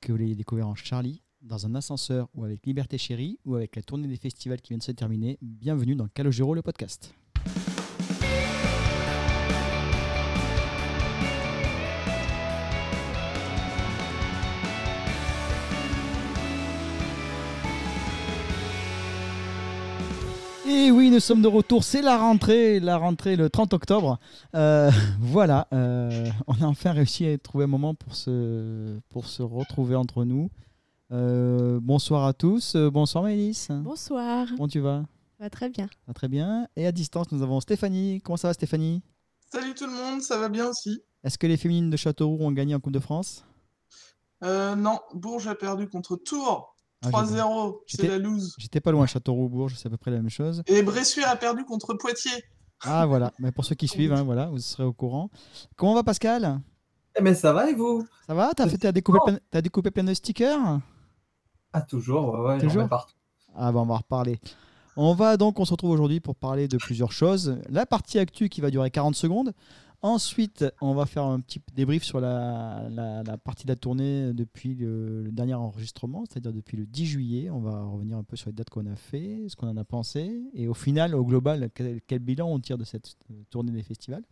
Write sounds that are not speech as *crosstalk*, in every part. que vous l'ayez découvert en Charlie, dans un ascenseur ou avec Liberté Chérie ou avec la tournée des festivals qui vient de se terminer, bienvenue dans Calogero le podcast. Et oui, nous sommes de retour, c'est la rentrée, la rentrée le 30 octobre. Euh, voilà, euh, on a enfin réussi à trouver un moment pour se, pour se retrouver entre nous. Euh, bonsoir à tous, Euh, bonsoir Mélisse. Bonsoir. Comment tu vas Ça va très bien. Ah, Très bien. Et à distance, nous avons Stéphanie. Comment ça va Stéphanie Salut tout le monde, ça va bien aussi Est-ce que les féminines de Châteauroux ont gagné en Coupe de France Ah, euh, Non, Bourges a perdu contre Tours, Ah, 3-0, c'est J'étais- la loose. J'étais pas loin, Châteauroux-Bourges, c'est à peu près la même chose. Et Bressuire a perdu contre Poitiers. Ah voilà, mais pour ceux *laughs* qui suivent, hein, voilà, vous serez au courant. Comment va Pascal Eh ben ça va et vous Ça va T'as fait- t'as découpé, plein- t'as découpé plein de stickers Ah toujours, ouais, ouais, j'en Toujours mets partout. Ah bah on va en reparler. On va donc, on se retrouve aujourd'hui pour parler de plusieurs choses. La partie actu qui va durer 40 secondes. Ensuite, on va faire un petit débrief sur la, la- la partie de la tournée depuis le, le dernier enregistrement, c'est-à-dire depuis le 10 juillet. On va revenir un peu sur les dates qu'on a fait, ce qu'on en a pensé, et au final, au global, quel, quel bilan on tire de cette euh, tournée des festivals.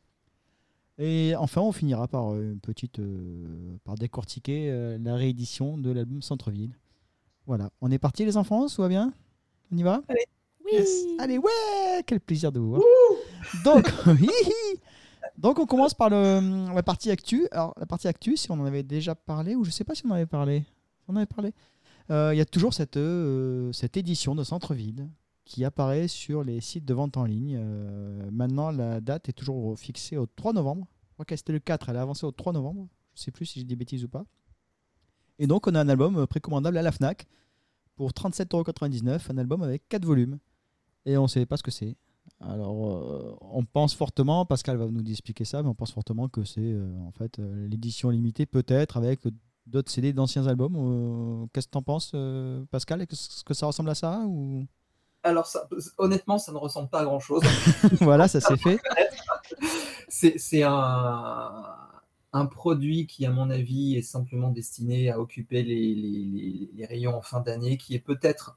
Et enfin, on finira par euh, une petite, euh, par décortiquer euh, la réédition de l'album Centre-Ville. Voilà, on est parti les enfants, tout va bien On y va Oui. Ah, Yes. Allez, ouais Quel plaisir de vous voir. Donc, *laughs* hihi. Donc on commence par le, euh, la partie actu. Alors, la partie actu, si on en avait déjà parlé, ou je sais pas si on en avait parlé. On en avait parlé. Euh, Il y a toujours cette, euh, cette édition de Centre-Ville qui apparaît sur les sites de vente en ligne. Euh, maintenant, la date est toujours fixée au 3 novembre. Je crois qu'elle c'était le 4, elle a avancé au 3 novembre. Je sais plus si j'ai des bêtises ou pas. Et donc, on a un album précommandable à la Fnac pour 37,99€, un album avec 4 volumes et on ne sait pas ce que c'est. Alors, euh, on pense fortement, Pascal va nous expliquer ça, mais on pense fortement que c'est euh, en fait euh, l'édition limitée, peut-être avec d'autres CD d'anciens albums. euh, Qu'est-ce que t'en penses, euh, Pascal Est-ce que ça ressemble à ça ou... *laughs* Alors ça, honnêtement, ça ne ressemble pas à grand chose. Voilà, ça s'est fait. C'est c'est un, un produit qui, à mon avis, est simplement destiné à occuper les, les- les- les rayons en fin d'année, qui est peut-être,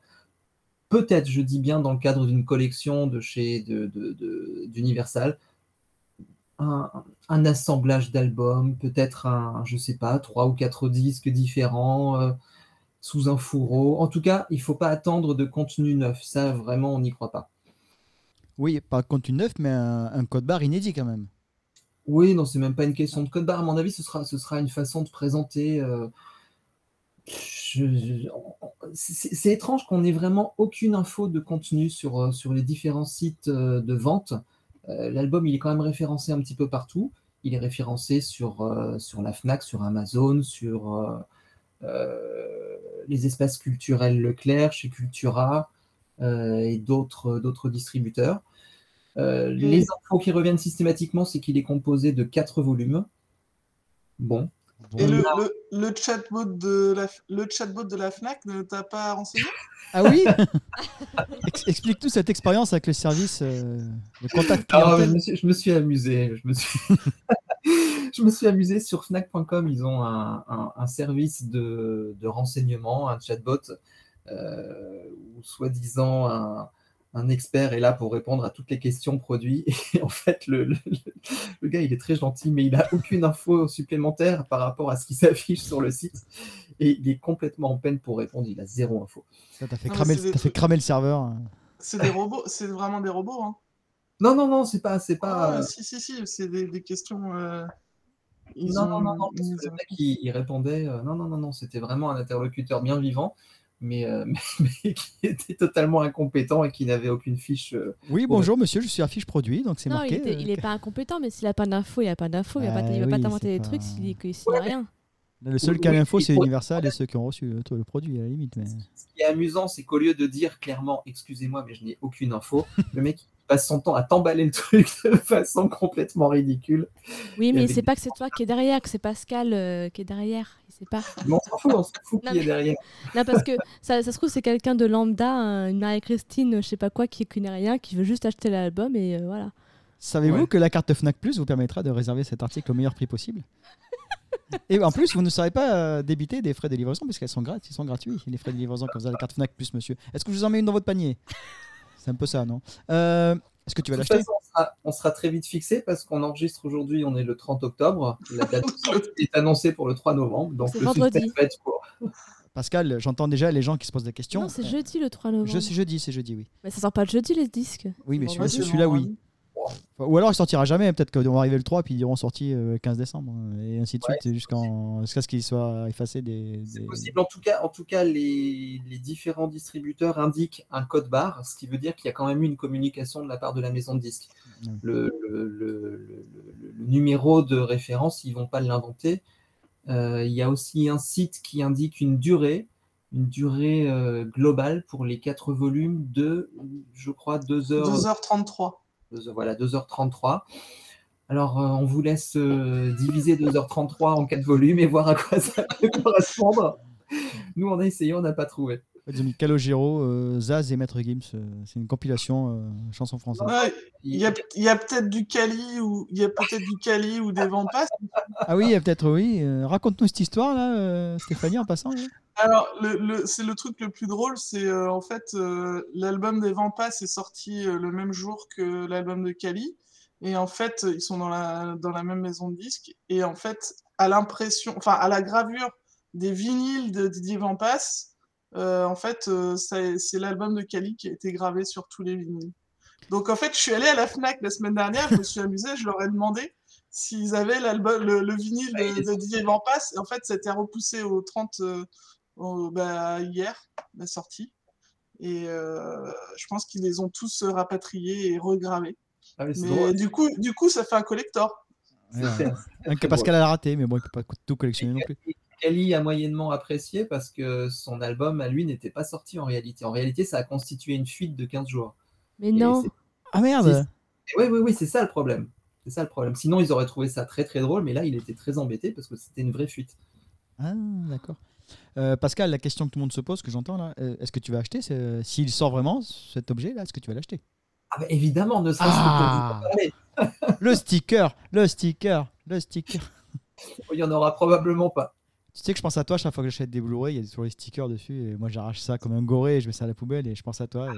peut-être, je dis bien, dans le cadre d'une collection de chez de- de- de- d'Universal, un, un assemblage d'albums, peut-être un, je sais pas, trois ou quatre disques différents. euh, sous un fourreau. En tout cas, il faut pas attendre de contenu neuf. Ça, vraiment, on n'y croit pas. Oui, pas contenu neuf, mais un, un code barre inédit quand même. Oui, non, c'est même pas une question de code barre. À mon avis, ce sera, ce sera une façon de présenter. euh, je- je- c'est c'est étrange qu'on ait vraiment aucune info de contenu sur, euh, sur les différents sites euh, de vente. Euh, L'album, il est quand même référencé un petit peu partout. Il est référencé sur, euh, sur la Fnac, sur Amazon, sur euh, euh, les espaces culturels Leclerc, chez Cultura euh, et d'autres d'autres distributeurs. Euh, les infos qui reviennent systématiquement, c'est qu'il est composé de quatre volumes. Bon. Et Bon. le, le- le chatbot de la, le chatbot de la FNAC ne t'a pas renseigné Ah oui Ex- Explique tout cette expérience avec le service, euh, le contact Ah, je, clientèle. me suis, je me suis amusé. Je me suis, *laughs* je me suis amusé sur Fnac.com. Ils ont un, un- un service de, de renseignement, un chatbot, euh, où soi-disant un, un expert est là pour répondre à toutes les questions produits. *laughs* Et en fait, le, le- le- le gars, il est très gentil, mais il n'a aucune info supplémentaire par rapport à ce qui *laughs* s'affiche sur le site. Et il est complètement en peine pour répondre. Il a zéro info. Ça t'a fait, Non, mais cramer c'est le- des t'as fait trucs- cramer le serveur. C'est des robots, c'est vraiment des robots. Hein. Non, non, non, c'est pas, c'est pas. Ah, si, si, si, c'est des, des questions. euh, ils non, ont- non, non, non, parce ils que le ont- mec, il, il répondait. euh, non, non, non, non, c'était vraiment un interlocuteur bien vivant, mais, euh, *laughs* mais- mais qui était totalement incompétent et qui n'avait aucune fiche. euh, Oui, bonjour monsieur, je suis affiche produit, donc c'est Non, il marqué. était- euh, il est pas incompétent, mais s'il a pas d'infos, il a pas d'infos. Il va pas, Bah t- il va pas oui, t'inventer c'est des pas- trucs s'il que- s'il a rien. Le seul Oui, cas oui, d'info, oui, c'est oui. Universal et ceux qui ont reçu le, le produit, à la limite. Mais... Ce qui est amusant, c'est qu'au lieu de dire clairement, excusez-moi, mais je n'ai aucune info, le mec il passe son temps à t'emballer le truc de façon complètement ridicule. Oui, Il mais avait c'est dit- pas que c'est toi qui est derrière, que c'est Pascal euh, qui est derrière. Il sait pas. Mais on s'en fout, on s'en fout Non, qui est mais- derrière. Non, parce *laughs* que ça, ça se trouve, c'est quelqu'un de lambda, un- une Marie-Christine, euh, je sais pas quoi, qui connaît rien, qui veut juste acheter l'album et euh, voilà. Savez-vous Ouais. *laughs* que la carte Fnac Plus vous permettra de réserver cet article au meilleur prix possible Et en plus, vous ne serez pas euh, débité des frais de livraison parce qu'elles sont gratis, ils sont gratuits, les frais de livraison quand vous avez la carte Fnac plus monsieur. Est-ce que je vous en mets une dans votre panier C'est un peu ça, non Euh, Est-ce que tu vas De toute l'acheter façon, on sera, on sera très vite fixé parce qu'on enregistre aujourd'hui, on est le 30 octobre. La date de sortie est annoncée pour le 3 novembre. Donc C'est le vendredi. feedback va être court. Pascal, j'entends déjà les gens qui se posent des questions. Non, c'est Euh, jeudi le 3 novembre. Je c'est jeudi, c'est jeudi, oui. Mais ça sort pas le jeudi les disques. Oui, mais celui-là, Vendredi, c'est- celui-là, oui. vendredi. Enfin, Ou alors il sortira jamais, peut-être qu'on va arriver le 3 puis ils diront sorti euh, le 15 décembre euh, et ainsi de Ouais, suite et jusqu'en jusqu'à ce qu'il soit effacé des. C'est des- possible. En tout cas, en tout cas les, les différents distributeurs indiquent un code barre, ce qui veut dire qu'il y a quand même eu une communication de la part de la maison de disques. Mm. Le, le- le- le- le- le numéro de référence, ils vont pas l'inventer. Euh, il y a aussi un site qui indique une durée, une durée euh, globale pour les quatre volumes de, je crois, 2 heures. 2h33. Deux- Voilà, 2h33. Alors, euh, on vous laisse euh, diviser 2h33 en quatre volumes et voir à quoi ça peut correspondre. Nous, on a essayé, on n'a pas trouvé. Ils ont mis Calogero, euh, Zaz et Maître Gims. euh, c'est une compilation euh, chanson française. Ouais, Il y Il- a, il y a peut-être du Cali ou il y a peut-être du Cali ou des Vampas. Ah oui, euh, peut-être oui. Euh, Raconte-nous cette histoire là, euh, Stéphanie, en passant. là. Alors, le, le- c'est le truc le plus drôle, c'est euh, en fait euh, l'album des Vampas est sorti euh, le même jour que l'album de Cali. Et en fait, ils sont dans la, dans la même maison de disques. Et en fait, à l'impression, enfin, à la gravure des vinyles de Didier Vampas, euh, en fait, euh, ça- c'est l'album de Cali qui a été gravé sur tous les vinyles. Donc, en fait, je suis allé à la Fnac la semaine dernière, je me suis amusé, je leur ai demandé s'ils avaient l'album, le, le vinyle Ah, il est de, de Didier Vampas. Et en fait, ça a été repoussé au 30 euh, au- bah, hier, la sortie. Et euh, je pense qu'ils les ont tous euh, rapatriés et regravés. Ah oui, c'est Mais drôle. du coup, du coup, ça fait un collector. Ouais, ouais. *laughs* C'est- Un que Pascal a raté, mais bon, il peut pas co- tout collectionner non plus. Cali a moyennement apprécié parce que son album, à lui, n'était pas sorti en réalité. En réalité, ça a constitué une fuite de 15 jours. Mais Et non. c'est- Ah merde Et Oui, oui, oui, c'est ça le problème. C'est ça le problème. Sinon, ils auraient trouvé ça très, très drôle, mais là, il était très embêté parce que c'était une vraie fuite. Ah, d'accord. Euh, Pascal, la question que tout le monde se pose, que j'entends là, euh, est-ce que tu vas acheter ce- S'il sort vraiment cet objet là, est-ce que tu vas l'acheter Ah, bah, évidemment, ne serait-ce Ah. que pour vous parler. *laughs* Le sticker Le sticker Le sticker Il n'y en aura probablement pas. Tu sais que je pense à toi chaque fois que j'achète des Blu-ray, il y a toujours les stickers dessus. Et moi, j'arrache ça comme un goré et je mets ça à la poubelle et je pense à toi. Et,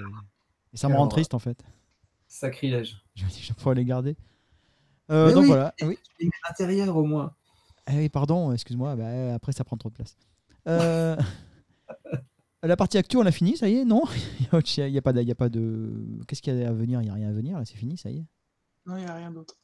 et ça me rend Alors, triste en fait. *laughs* Sacrilège. Je me dis, je pourrais les garder. Euh, Mais donc oui. voilà. Ah Oui. Et à l'intérieur au moins. Ah oui, pardon, excuse-moi. bah, après, ça prend trop de place. Euh, *laughs* la partie actuelle, on a fini, ça y est, non *laughs* Il n'y a, pas de- il y a pas de. Qu'est-ce qu'il y a à venir Il n'y a rien à venir, là, c'est fini, ça y est. Non, il n'y a rien d'autre.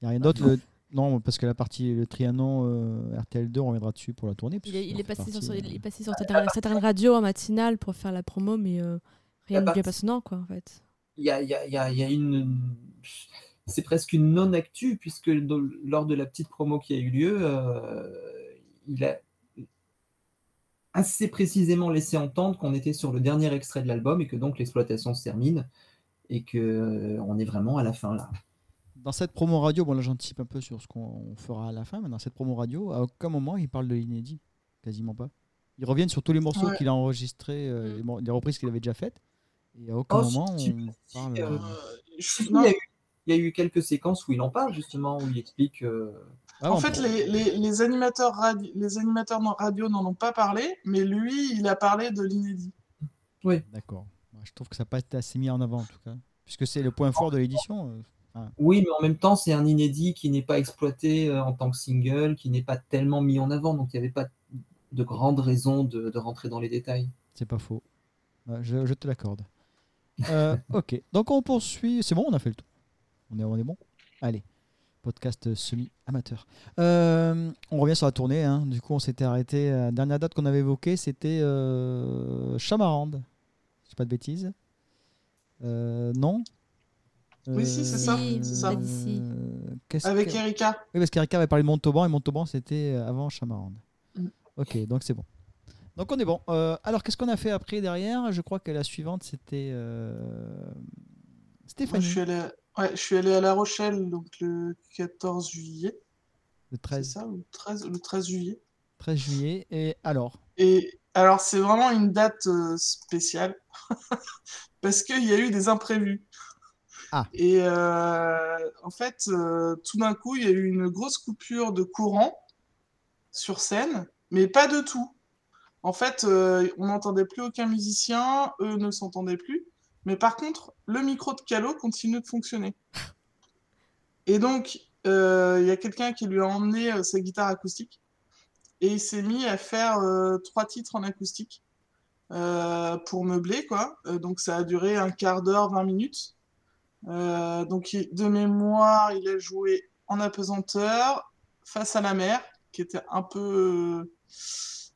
Il n'y a rien d'autre. le- Non, parce que la partie, le Trianon euh, RTL2, on reviendra dessus pour la tournée. parce Il, est- que ça il est fait passé sur, partie, sur- euh, il est passé sur Saturn, Saturn Radio en matinale pour faire la promo, mais euh, rien Eh ben. La de bien partie- passionnant, quoi, en fait. Il y a, il y a- il y a- il y a une. C'est presque une non-actu, puisque dans- lors de la petite promo qui a eu lieu, euh, il a assez précisément laissé entendre qu'on était sur le dernier extrait de l'album et que donc l'exploitation se termine et que euh, on est vraiment à la fin là. Dans cette promo radio, bon là j'anticipe un peu sur ce qu'on fera à la fin, mais dans cette promo radio, à aucun moment il parle de l'inédit, quasiment pas. Ils reviennent sur tous les morceaux Ouais. qu'il a enregistrés, euh, Mm. les mor- les reprises qu'il avait déjà faites, et à aucun Oh, moment si, on si, parle. euh, euh, Euh, je- Il non, y, a eu, il y a eu quelques séquences où il en parle justement, où il explique. euh, ah, en on- fait, les, les, les animateurs, radi- les animateurs non- radio n'en ont pas parlé, mais lui, il a parlé de l'inédit. D'accord. Moi, je trouve que ça n'a pas été assez mis en avant en tout cas, puisque c'est le point fort de l'édition. euh. Oui, mais en même temps, c'est un inédit qui n'est pas exploité euh, en tant que single, qui n'est pas tellement mis en avant, donc il n'y avait pas de grande raison de, de rentrer dans les détails. C'est pas faux. Ouais, Je, je te l'accorde. Euh, ok, donc on poursuit. C'est bon, on a fait le tour. On est, on est bon Allez, podcast semi-amateur. Euh, on revient sur la tournée. hein. Du coup, on s'était arrêté. La dernière date qu'on avait évoquée, c'était euh, Chamarande. Je dis pas de bêtises. Euh, non Oui, si, c'est ça, Euh, c'est ça. Si. qu'est-ce Avec que- Erika. oui, parce qu'Erika avait parlé de Montauban et Montauban c'était euh, avant Chamarande. Mm. Ok, donc c'est bon. Donc on est bon. Euh, alors qu'est-ce qu'on a fait après derrière Je crois que la suivante c'était euh, Moi, Stéphanie, je suis allée à... ouais, je suis allée à La Rochelle donc le 14 juillet. le C'est 13, ça, ou 13, le 13 juillet. 13 juillet. Et alors Et alors, c'est vraiment une date euh, spéciale *laughs* parce qu'il y a eu des imprévus. Ah. Et euh, en fait, euh, tout d'un coup, il y a eu une grosse coupure de courant sur scène, mais pas de tout. En fait, euh, on n'entendait plus aucun musicien, eux ne s'entendaient plus. Mais par contre, le micro de Calo continue de fonctionner. Et donc, euh, il y a quelqu'un qui lui a emmené euh, sa guitare acoustique et il s'est mis à faire euh, trois titres en acoustique euh, pour meubler, quoi. Euh, donc, ça a duré un quart d'heure, 20 minutes. Euh, donc, il- de mémoire, il a joué en apesanteur, face à la mer, qui était un peu, euh,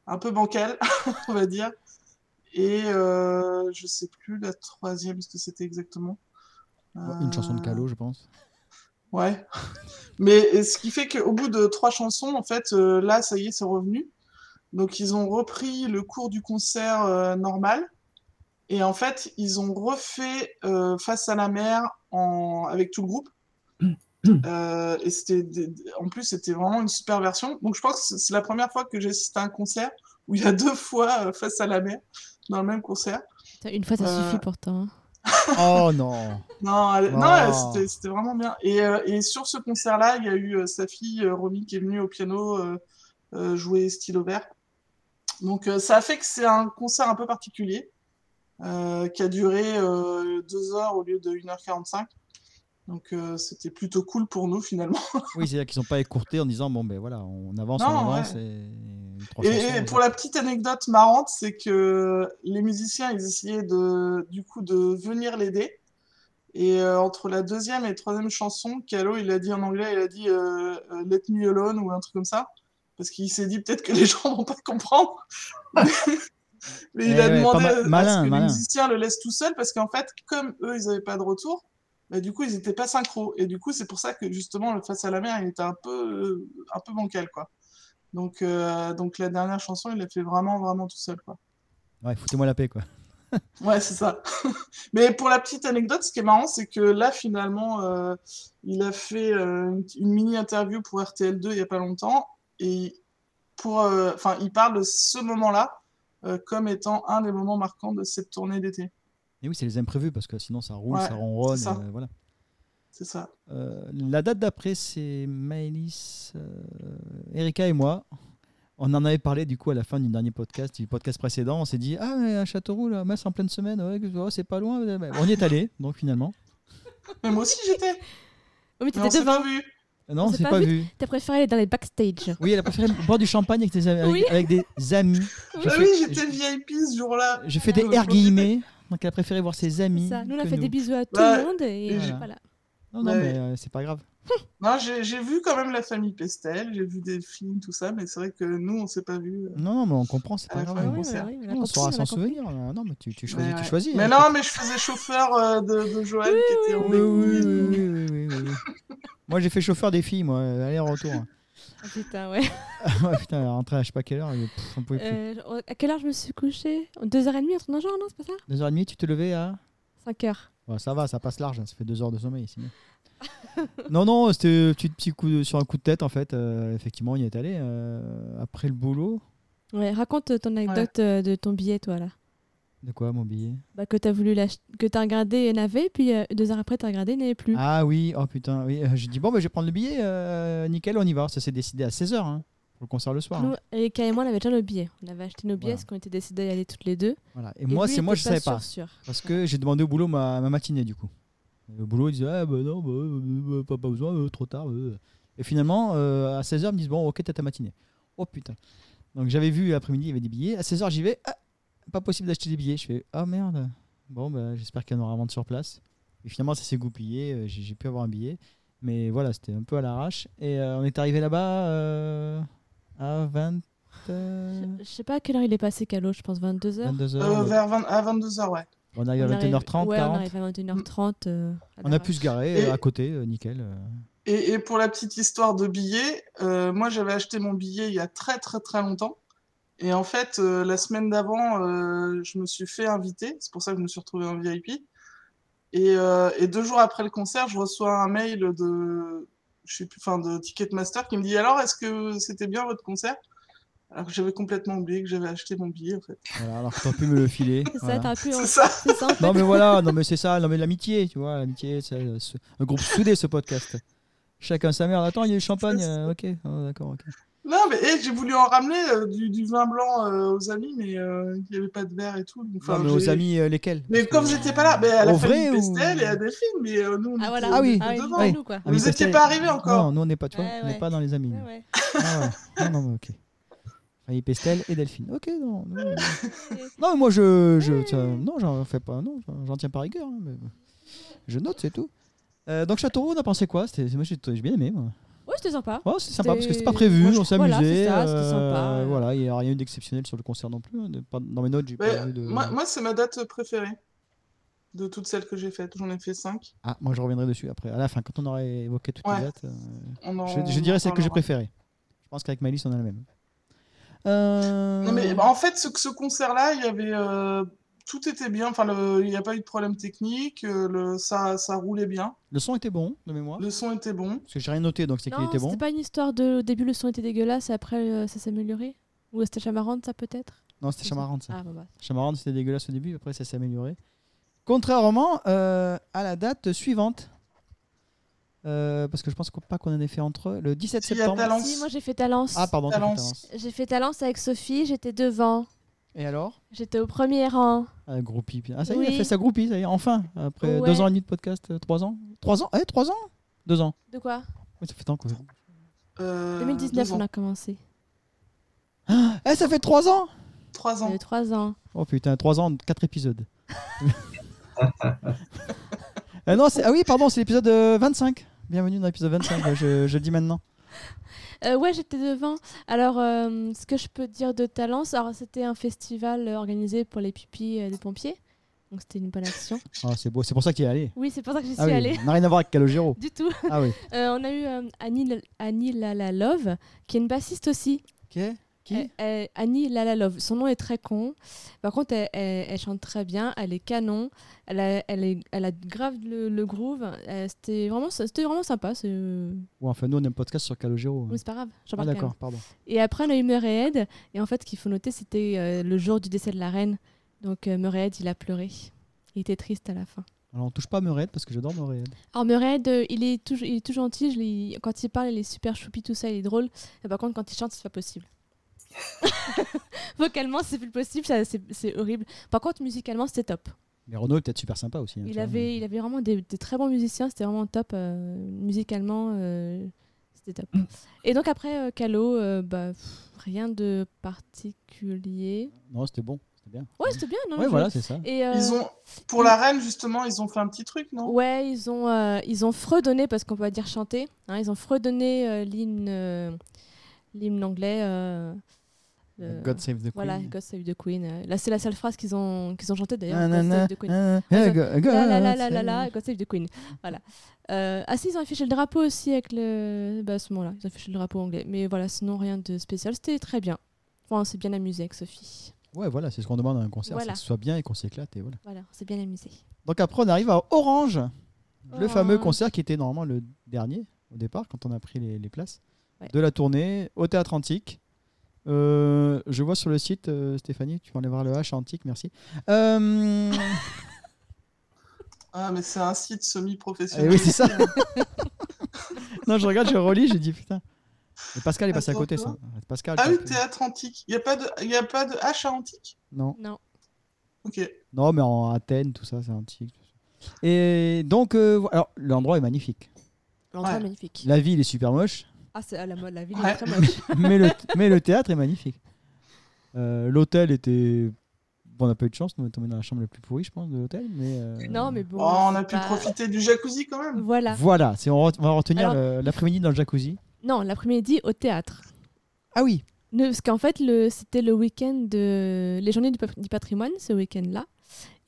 un peu bancale, *laughs* on va dire. Et euh, je sais plus la troisième, ce que c'était exactement. Une chanson de Euh, Calo, je pense. Ouais. *laughs* Mais ce qui fait qu'au bout de trois chansons, en fait, euh, là, ça y est, c'est revenu. Donc, ils ont repris le cours du concert euh, normal. Et en fait, ils ont refait euh, Face à la mer en... avec tout le groupe. Euh, et c'était des- en plus, c'était vraiment une super version. Donc, je pense que c'est- c'est la première fois que j'ai assisté à un concert où il y a *laughs* deux fois euh, Face à la mer dans le même concert. Putain, Une fois, ça Euh, suffit pourtant. hein. Oh non Non, elle- non, Wow. elle- c'était- c'était vraiment bien. Et, euh, et sur ce concert-là, il y a eu euh, sa fille euh, Romy qui est venue au piano euh, euh, jouer stylo vert. Donc euh, ça a fait que c'est un concert un peu particulier euh, qui a duré euh, 2 heures au lieu de 1h45. Donc euh, c'était plutôt cool pour nous finalement. Oui, c'est-à-dire qu'ils sont pas écourtés en disant bon, ben voilà, on avance, Non, on avance. ouais. Et, trois Et, chansons, et on pour la petite anecdote marrante, c'est que les musiciens, ils essayaient de, du coup de venir l'aider. Et euh, entre la deuxième et la troisième chanson, Calo, il a dit en anglais, il a dit euh, euh, Let me alone ou un truc comme ça. Parce qu'il s'est dit peut-être que les gens vont pas *laughs* comprendre. Mais il Eh a ouais, demandé pas ma- malin, à- à ce que malin. les musiciens le laissent tout seul parce qu'en fait, comme eux, ils n'avaient pas de retour, bah, du coup, ils n'étaient pas synchro. Et du coup, c'est pour ça que justement, le face à la mer, il était un peu, euh, un peu bancal, quoi. Donc, euh, donc la dernière chanson, il l'a fait vraiment, vraiment tout seul, quoi. Ouais, foutez-moi la paix, quoi. Ouais, c'est ça. *laughs* Mais pour la petite anecdote, ce qui est marrant, c'est que là, finalement, euh, il a fait euh, une- une mini-interview pour RTL2 il n'y a pas longtemps. Et pour, euh, enfin, il parle de ce moment-là euh, comme étant un des moments marquants de cette tournée d'été. Et oui, c'est les imprévus, parce que sinon ça roule, Ouais, ça ronronne. c'est ça. et, euh, voilà. C'est ça. Euh, la date d'après, c'est Maëlys, euh, Erika et moi. On en avait parlé du coup à la fin du dernier podcast, du podcast précédent. On s'est dit Ah, mais à Châteauroux, la masse en pleine semaine, ouais, que- oh, c'est pas loin. ouais, ouais. On y est allé, donc finalement. Mais moi aussi, *laughs* j'étais. Oh, mais Mais on t'étais s'est devant. pas vu. Euh, Non, On on s'est s'est pas pas, vu. T'as préféré aller dans les backstage. Oui, elle a préféré boire du champagne avec des, ami- avec, Oui. avec des amis. Oui. Ah, J'ai Ah fait- oui, j'étais j'ai- VIP ce jour-là. J'ai fait des Euh, airs guillemets, donc elle a préféré voir ses C'est amis. Ça. Nous, on a que fait des bisous à tout Ouais. le monde et euh, Et j'ai- voilà. Non, non, Ouais. mais euh, c'est pas grave. Non, j'ai j'ai vu quand même la famille Pestel, j'ai vu des films, tout ça, mais c'est vrai que nous, on s'est pas vu. Non, non, mais on comprend, c'est pas Ah, grave. ouais, on ouais, comprend. concert. oui, on a Non, on compris, saura on a s'en compris. souvenir. là. Non, mais tu, tu choisis, Ouais, tu ouais. choisis. Mais hein. non, mais je faisais chauffeur euh, de, de Joël qui était en Oui, oui, aiguille. oui, oui, oui, oui, oui. *laughs* moi, j'ai fait chauffeur des filles, moi, euh, aller-retour. *laughs* Ah, putain, ouais. Ouais, putain, elle est rentrée à je sais pas quelle heure, et, pff, on pouvait plus. Euh, je- à quelle heure je me suis couchée 2h30, un truc dans le genre, non C'est pas ça Deux heures et demie, tu te levais à 5h. Ouais, Ça va, ça passe large, hein, ça fait deux heures de sommeil, c'est *laughs* bien. non, non, c'était un petit, petit coup de- sur un coup de tête, en fait. euh, effectivement, on y est allé euh, après le boulot. Ouais, raconte euh, ton anecdote euh, de ton billet, toi, là. De quoi, mon billet Bah, que t'as voulu l'ach- que t'as regardé, il y en avait, puis euh, deux heures après, t'as regardé, il n'y en avait plus. Ah oui, oh putain, oui. euh, j'ai dit, bon, bah, je vais prendre le billet, euh, nickel, on y va. Ça s'est décidé à 16h, pour le concert le soir. hein. Nous, Erika et moi, on avait déjà nos billets. On avait acheté nos billets Voilà. parce qu'on était décidés d'y aller toutes les deux. Voilà. Et, Et moi, lui c'est moi, était je savais pas. sûr, sûr. Parce que j'ai demandé au boulot ma, ma matinée, du coup. Le boulot, il disait, ah bah non, bah, euh, euh, pas, pas besoin, euh, trop tard. euh. Et finalement, euh, à 16h, ils me disent, bon, ok, t'as ta matinée. Oh putain. Donc j'avais vu l'après-midi, il y avait des billets. À 16h, j'y vais, Ah, pas possible d'acheter des billets. Je fais, ah merde. Bon, bah, j'espère qu'il y en aura à vendre sur place. Et finalement, ça s'est goupillé, euh, j'ai j'ai pu avoir un billet. Mais voilà, c'était un peu à l'arrache. Et euh, on est arrivé là-bas euh, à 20, euh, Je sais pas à quelle heure il est passé, Calo, je pense 22h. 22h. Euh, vers 20 à 22h, ouais. on arrive à 21h30, 40. ouais, on arrive à 21h30. euh, à On a l'arrache. pu se garer Et- euh, à côté, euh, nickel. euh. Et, et pour la petite histoire de billets, euh, moi j'avais acheté mon billet il y a très très très longtemps. Et en fait, euh, la semaine d'avant, euh, je me suis fait inviter. C'est pour ça que je me suis retrouvé en VIP. Et, euh, et deux jours après le concert, je reçois un mail de, je sais plus, enfin de Ticketmaster qui me dit alors est-ce que c'était bien votre concert Alors que j'avais complètement oublié que j'avais acheté mon billet en fait. Voilà, alors que t'aurais pu me le filer. *laughs* C'est ça, voilà. t'as pu. C'est ça. C'est ça, en fait. Non mais voilà, non mais c'est ça, non mais l'amitié, tu vois, l'amitié, c'est euh, ce- un groupe soudé ce podcast. Chacun sa mère. Attends, il y a eu champagne, euh, ok, oh, d'accord, ok. Non, mais eh, j'ai voulu en ramener euh, du, du vin blanc euh, aux amis, mais euh, il n'y avait pas de verre et tout. donc, Non, enfin, mais aux j'ai- amis, euh, lesquels Mais comme vous n'étiez pas là, ben, à la Au famille vrai ou- Pestel et à Delphine, mais euh, nous, on Ah voilà, était- Ah oui. on ah, était oui, devant. oui. nous, quoi. Ah oui, Vous parce étiez que- pas arrivés encore. Non, nous, on n'est pas, tu vois, Ouais, on n'est Eh ouais. pas dans les amis. Ouais, nous. ouais. Ah ouais. Non, non, mais ok. Fanny Pestel et Delphine. Ok, non. Non, *laughs* non. Non, mais moi, je. je tiens- non, j'en fais pas. Non, j'en- j'en tiens pas rigueur. hein, mais je note, c'est tout. Euh, donc, Châteauroux, on a pensé quoi C'était- Moi, j'ai j'ai bien aimé. Moi. Ouais, c'était sympa. Ouais, c'est sympa parce que c'était pas C'était- prévu, moi, je- on s'est voilà, amusé. c'est ça, c'était sympa, ouais. Voilà, il n'y a rien eu d'exceptionnel sur le concert non plus. hein, de- pas- Dans mes notes, j'ai Ben, pas vu de. Moi, moi, c'est ma date préférée de toutes celles que j'ai faites. J'en ai fait 5. Ah, moi, je reviendrai dessus après. À la fin, quand on aurait évoqué toutes Ouais. les dates, euh, je, je dirais celle que j'ai préférée. Je pense qu'avec Malice, on a la même. Euh, Non, mais bah, en fait, ce, ce concert-là, il y avait. euh, Tout était bien, enfin, le- il n'y a pas eu de problème technique, euh, le, ça, ça roulait bien, Le son était bon, de mémoire. le son était bon. Parce que j'ai rien noté, donc c'est qu'il Non, était bon. c'était pas une histoire de. Au début, le son était dégueulasse et après, euh, ça s'est amélioré Ou c'était chamarrante, ça peut-être Non, c'était Chamarante, ça. Ah, bah, bah. Chamarante, c'était dégueulasse au début, après ça s'est amélioré. Contrairement euh, à la date suivante, euh, parce que je pense qu'on- pas qu'on en ait fait entre eux, le 17 Si, il y a septembre. Talence. Si, moi j'ai fait Talence. Ah, pardon, t'as fait Talence. Talence. J'ai fait Talence avec Sophie, j'étais devant. Et alors J'étais au premier rang. Ah, groupie. puis- Ah, ça y est, Oui. elle fait sa groupie, ça y est, enfin, après Ouais. deux ans et demi de podcast, euh, trois ans Trois ans Eh, trois ans Deux ans. De quoi Ouais, ça fait tant qu'on- Euh, 2019, deux on ans, a commencé. Eh, ça fait trois ans Trois ans. Il y a 3 Euh, ans. Oh putain, 3 ans, 4 épisodes. *laughs* Euh, non, c'est- ah oui, pardon, c'est l'épisode euh, 25. Bienvenue dans l'épisode 25, ouais, je, je le dis maintenant. Euh, ouais, j'étais devant. Alors, euh, ce que je peux dire de Talence, alors c'était un festival euh, organisé pour les pupilles euh, des pompiers. Donc c'était une bonne action. Ah, c'est beau, c'est pour ça qu'il est allé. *laughs* Oui, c'est pour ça que j'y suis Ah oui, allée. *laughs* on n'a rien à voir avec Calogero. Du tout. Ah *laughs* oui. Euh, on a eu euh, Annie, Annie Lalalove, qui est une bassiste aussi. Ok. Qui Elle- elle- Annie Lalalove. Son nom est très con. Par contre, elle, elle- elle chante très bien. Elle est canon. Elle a, elle est- elle a grave le, le groove. Euh, C'était vraiment, c'était vraiment sympa. C'est mais Ou enfin, nous, on a un podcast sur Calogero. c'est pas grave. j'en Ah parle quand même. d'accord, pardon. Et après, on a eu Murrayhead. Et en fait, ce qu'il faut noter, c'était euh, le jour du décès de la reine. Donc, euh, Murrayhead, il a pleuré. Il était triste à la fin. Alors, on touche pas à Murrayhead parce que j'adore Murrayhead. Alors, Murrayhead, euh, il, est tout, il est tout gentil. Je l'ai- quand il parle, il est super choupi, tout ça, il est drôle. Et par contre, quand il chante, c'est pas possible. Vocalement, c'est plus possible, ça, c'est c'est horrible. Par contre, musicalement, c'était top. Mais Renaud est peut-être super sympa aussi. hein, tu Il vois. avait, il avait vraiment des, des très bons musiciens, c'était vraiment top. euh, musicalement, euh, c'était top. Et donc, après, euh, Calo, euh, bah, pff, rien de particulier. Non, c'était bon, c'était bien. Ouais, c'était bien, non Ouais, je- voilà, c'est ça. Et euh, Ils ont, pour la reine, justement, ils ont fait un petit truc, non Ouais, ils ont, euh, ils ont fredonné, parce qu'on peut pas dire chanter, hein, ils ont fredonné euh, l'hymne euh, l'hymne anglais. euh, euh, God save the Queen. Voilà, God Save the Queen. euh. Là, c'est la seule phrase qu'ils ont, qu'ils ont chantée d'ailleurs. God Nanana, Save the Queen. nanana, Ouais, eh, God- go- go- La la la la la save- la, God Save the Queen. Voilà. Euh, ah si, ils ont affiché le drapeau aussi avec le. Bah, à ce moment-là, ils ont affiché le drapeau anglais. Mais voilà, sinon rien de spécial. C'était très bien. Enfin, on s'est bien amusé avec Sophie. Ouais, voilà, c'est ce qu'on demande à un concert, Voilà. c'est que ce soit bien et qu'on s'éclate. Et voilà. Voilà, on s'est bien amusé. Donc après, on arrive à Orange, le Orange. fameux concert qui était normalement le dernier au départ, quand on a pris les, les places Ouais. de la tournée au Théâtre Antique. Euh, je vois sur le site, euh, Stéphanie, tu enlèveras le H Antique, merci. *laughs* Euh, Ah, mais c'est un site eh semi-professionnel. oui, c'est ça. non, je regarde, je relis, j'ai dit putain. Mais Pascal est passé à Attends, côté, ça. toi. Pascal. *laughs* Ah qui a oui, *laughs* fait- théâtre antique. Il n'y a, pas de- y a pas de H à antique Non. Non. Ok. Non, mais en Athènes, tout ça, c'est antique. tout ça. Et donc, euh, vo- alors, l'endroit est magnifique. L'endroit Ouais. est magnifique. La ville est super moche, *laughs* Ah, c'est à la mode, la ville Ouais. est très moche. mais, le, mais le théâtre est magnifique. Euh, l'hôtel était. Bon, on n'a pas eu de chance, nous on est tombé dans la chambre la plus pourrie, je pense, de l'hôtel. Mais, euh, non, mais bon. Oh, on c'est a pu pas- profiter du jacuzzi quand même. Voilà. Voilà, c'est, on, re- on va retenir Alors- le- l'après-midi dans le jacuzzi. Non, l'après-midi au théâtre. Ah oui Ne- parce qu'en fait, le, c'était le week-end de. Les journées du, pa- du patrimoine, ce week-end-là.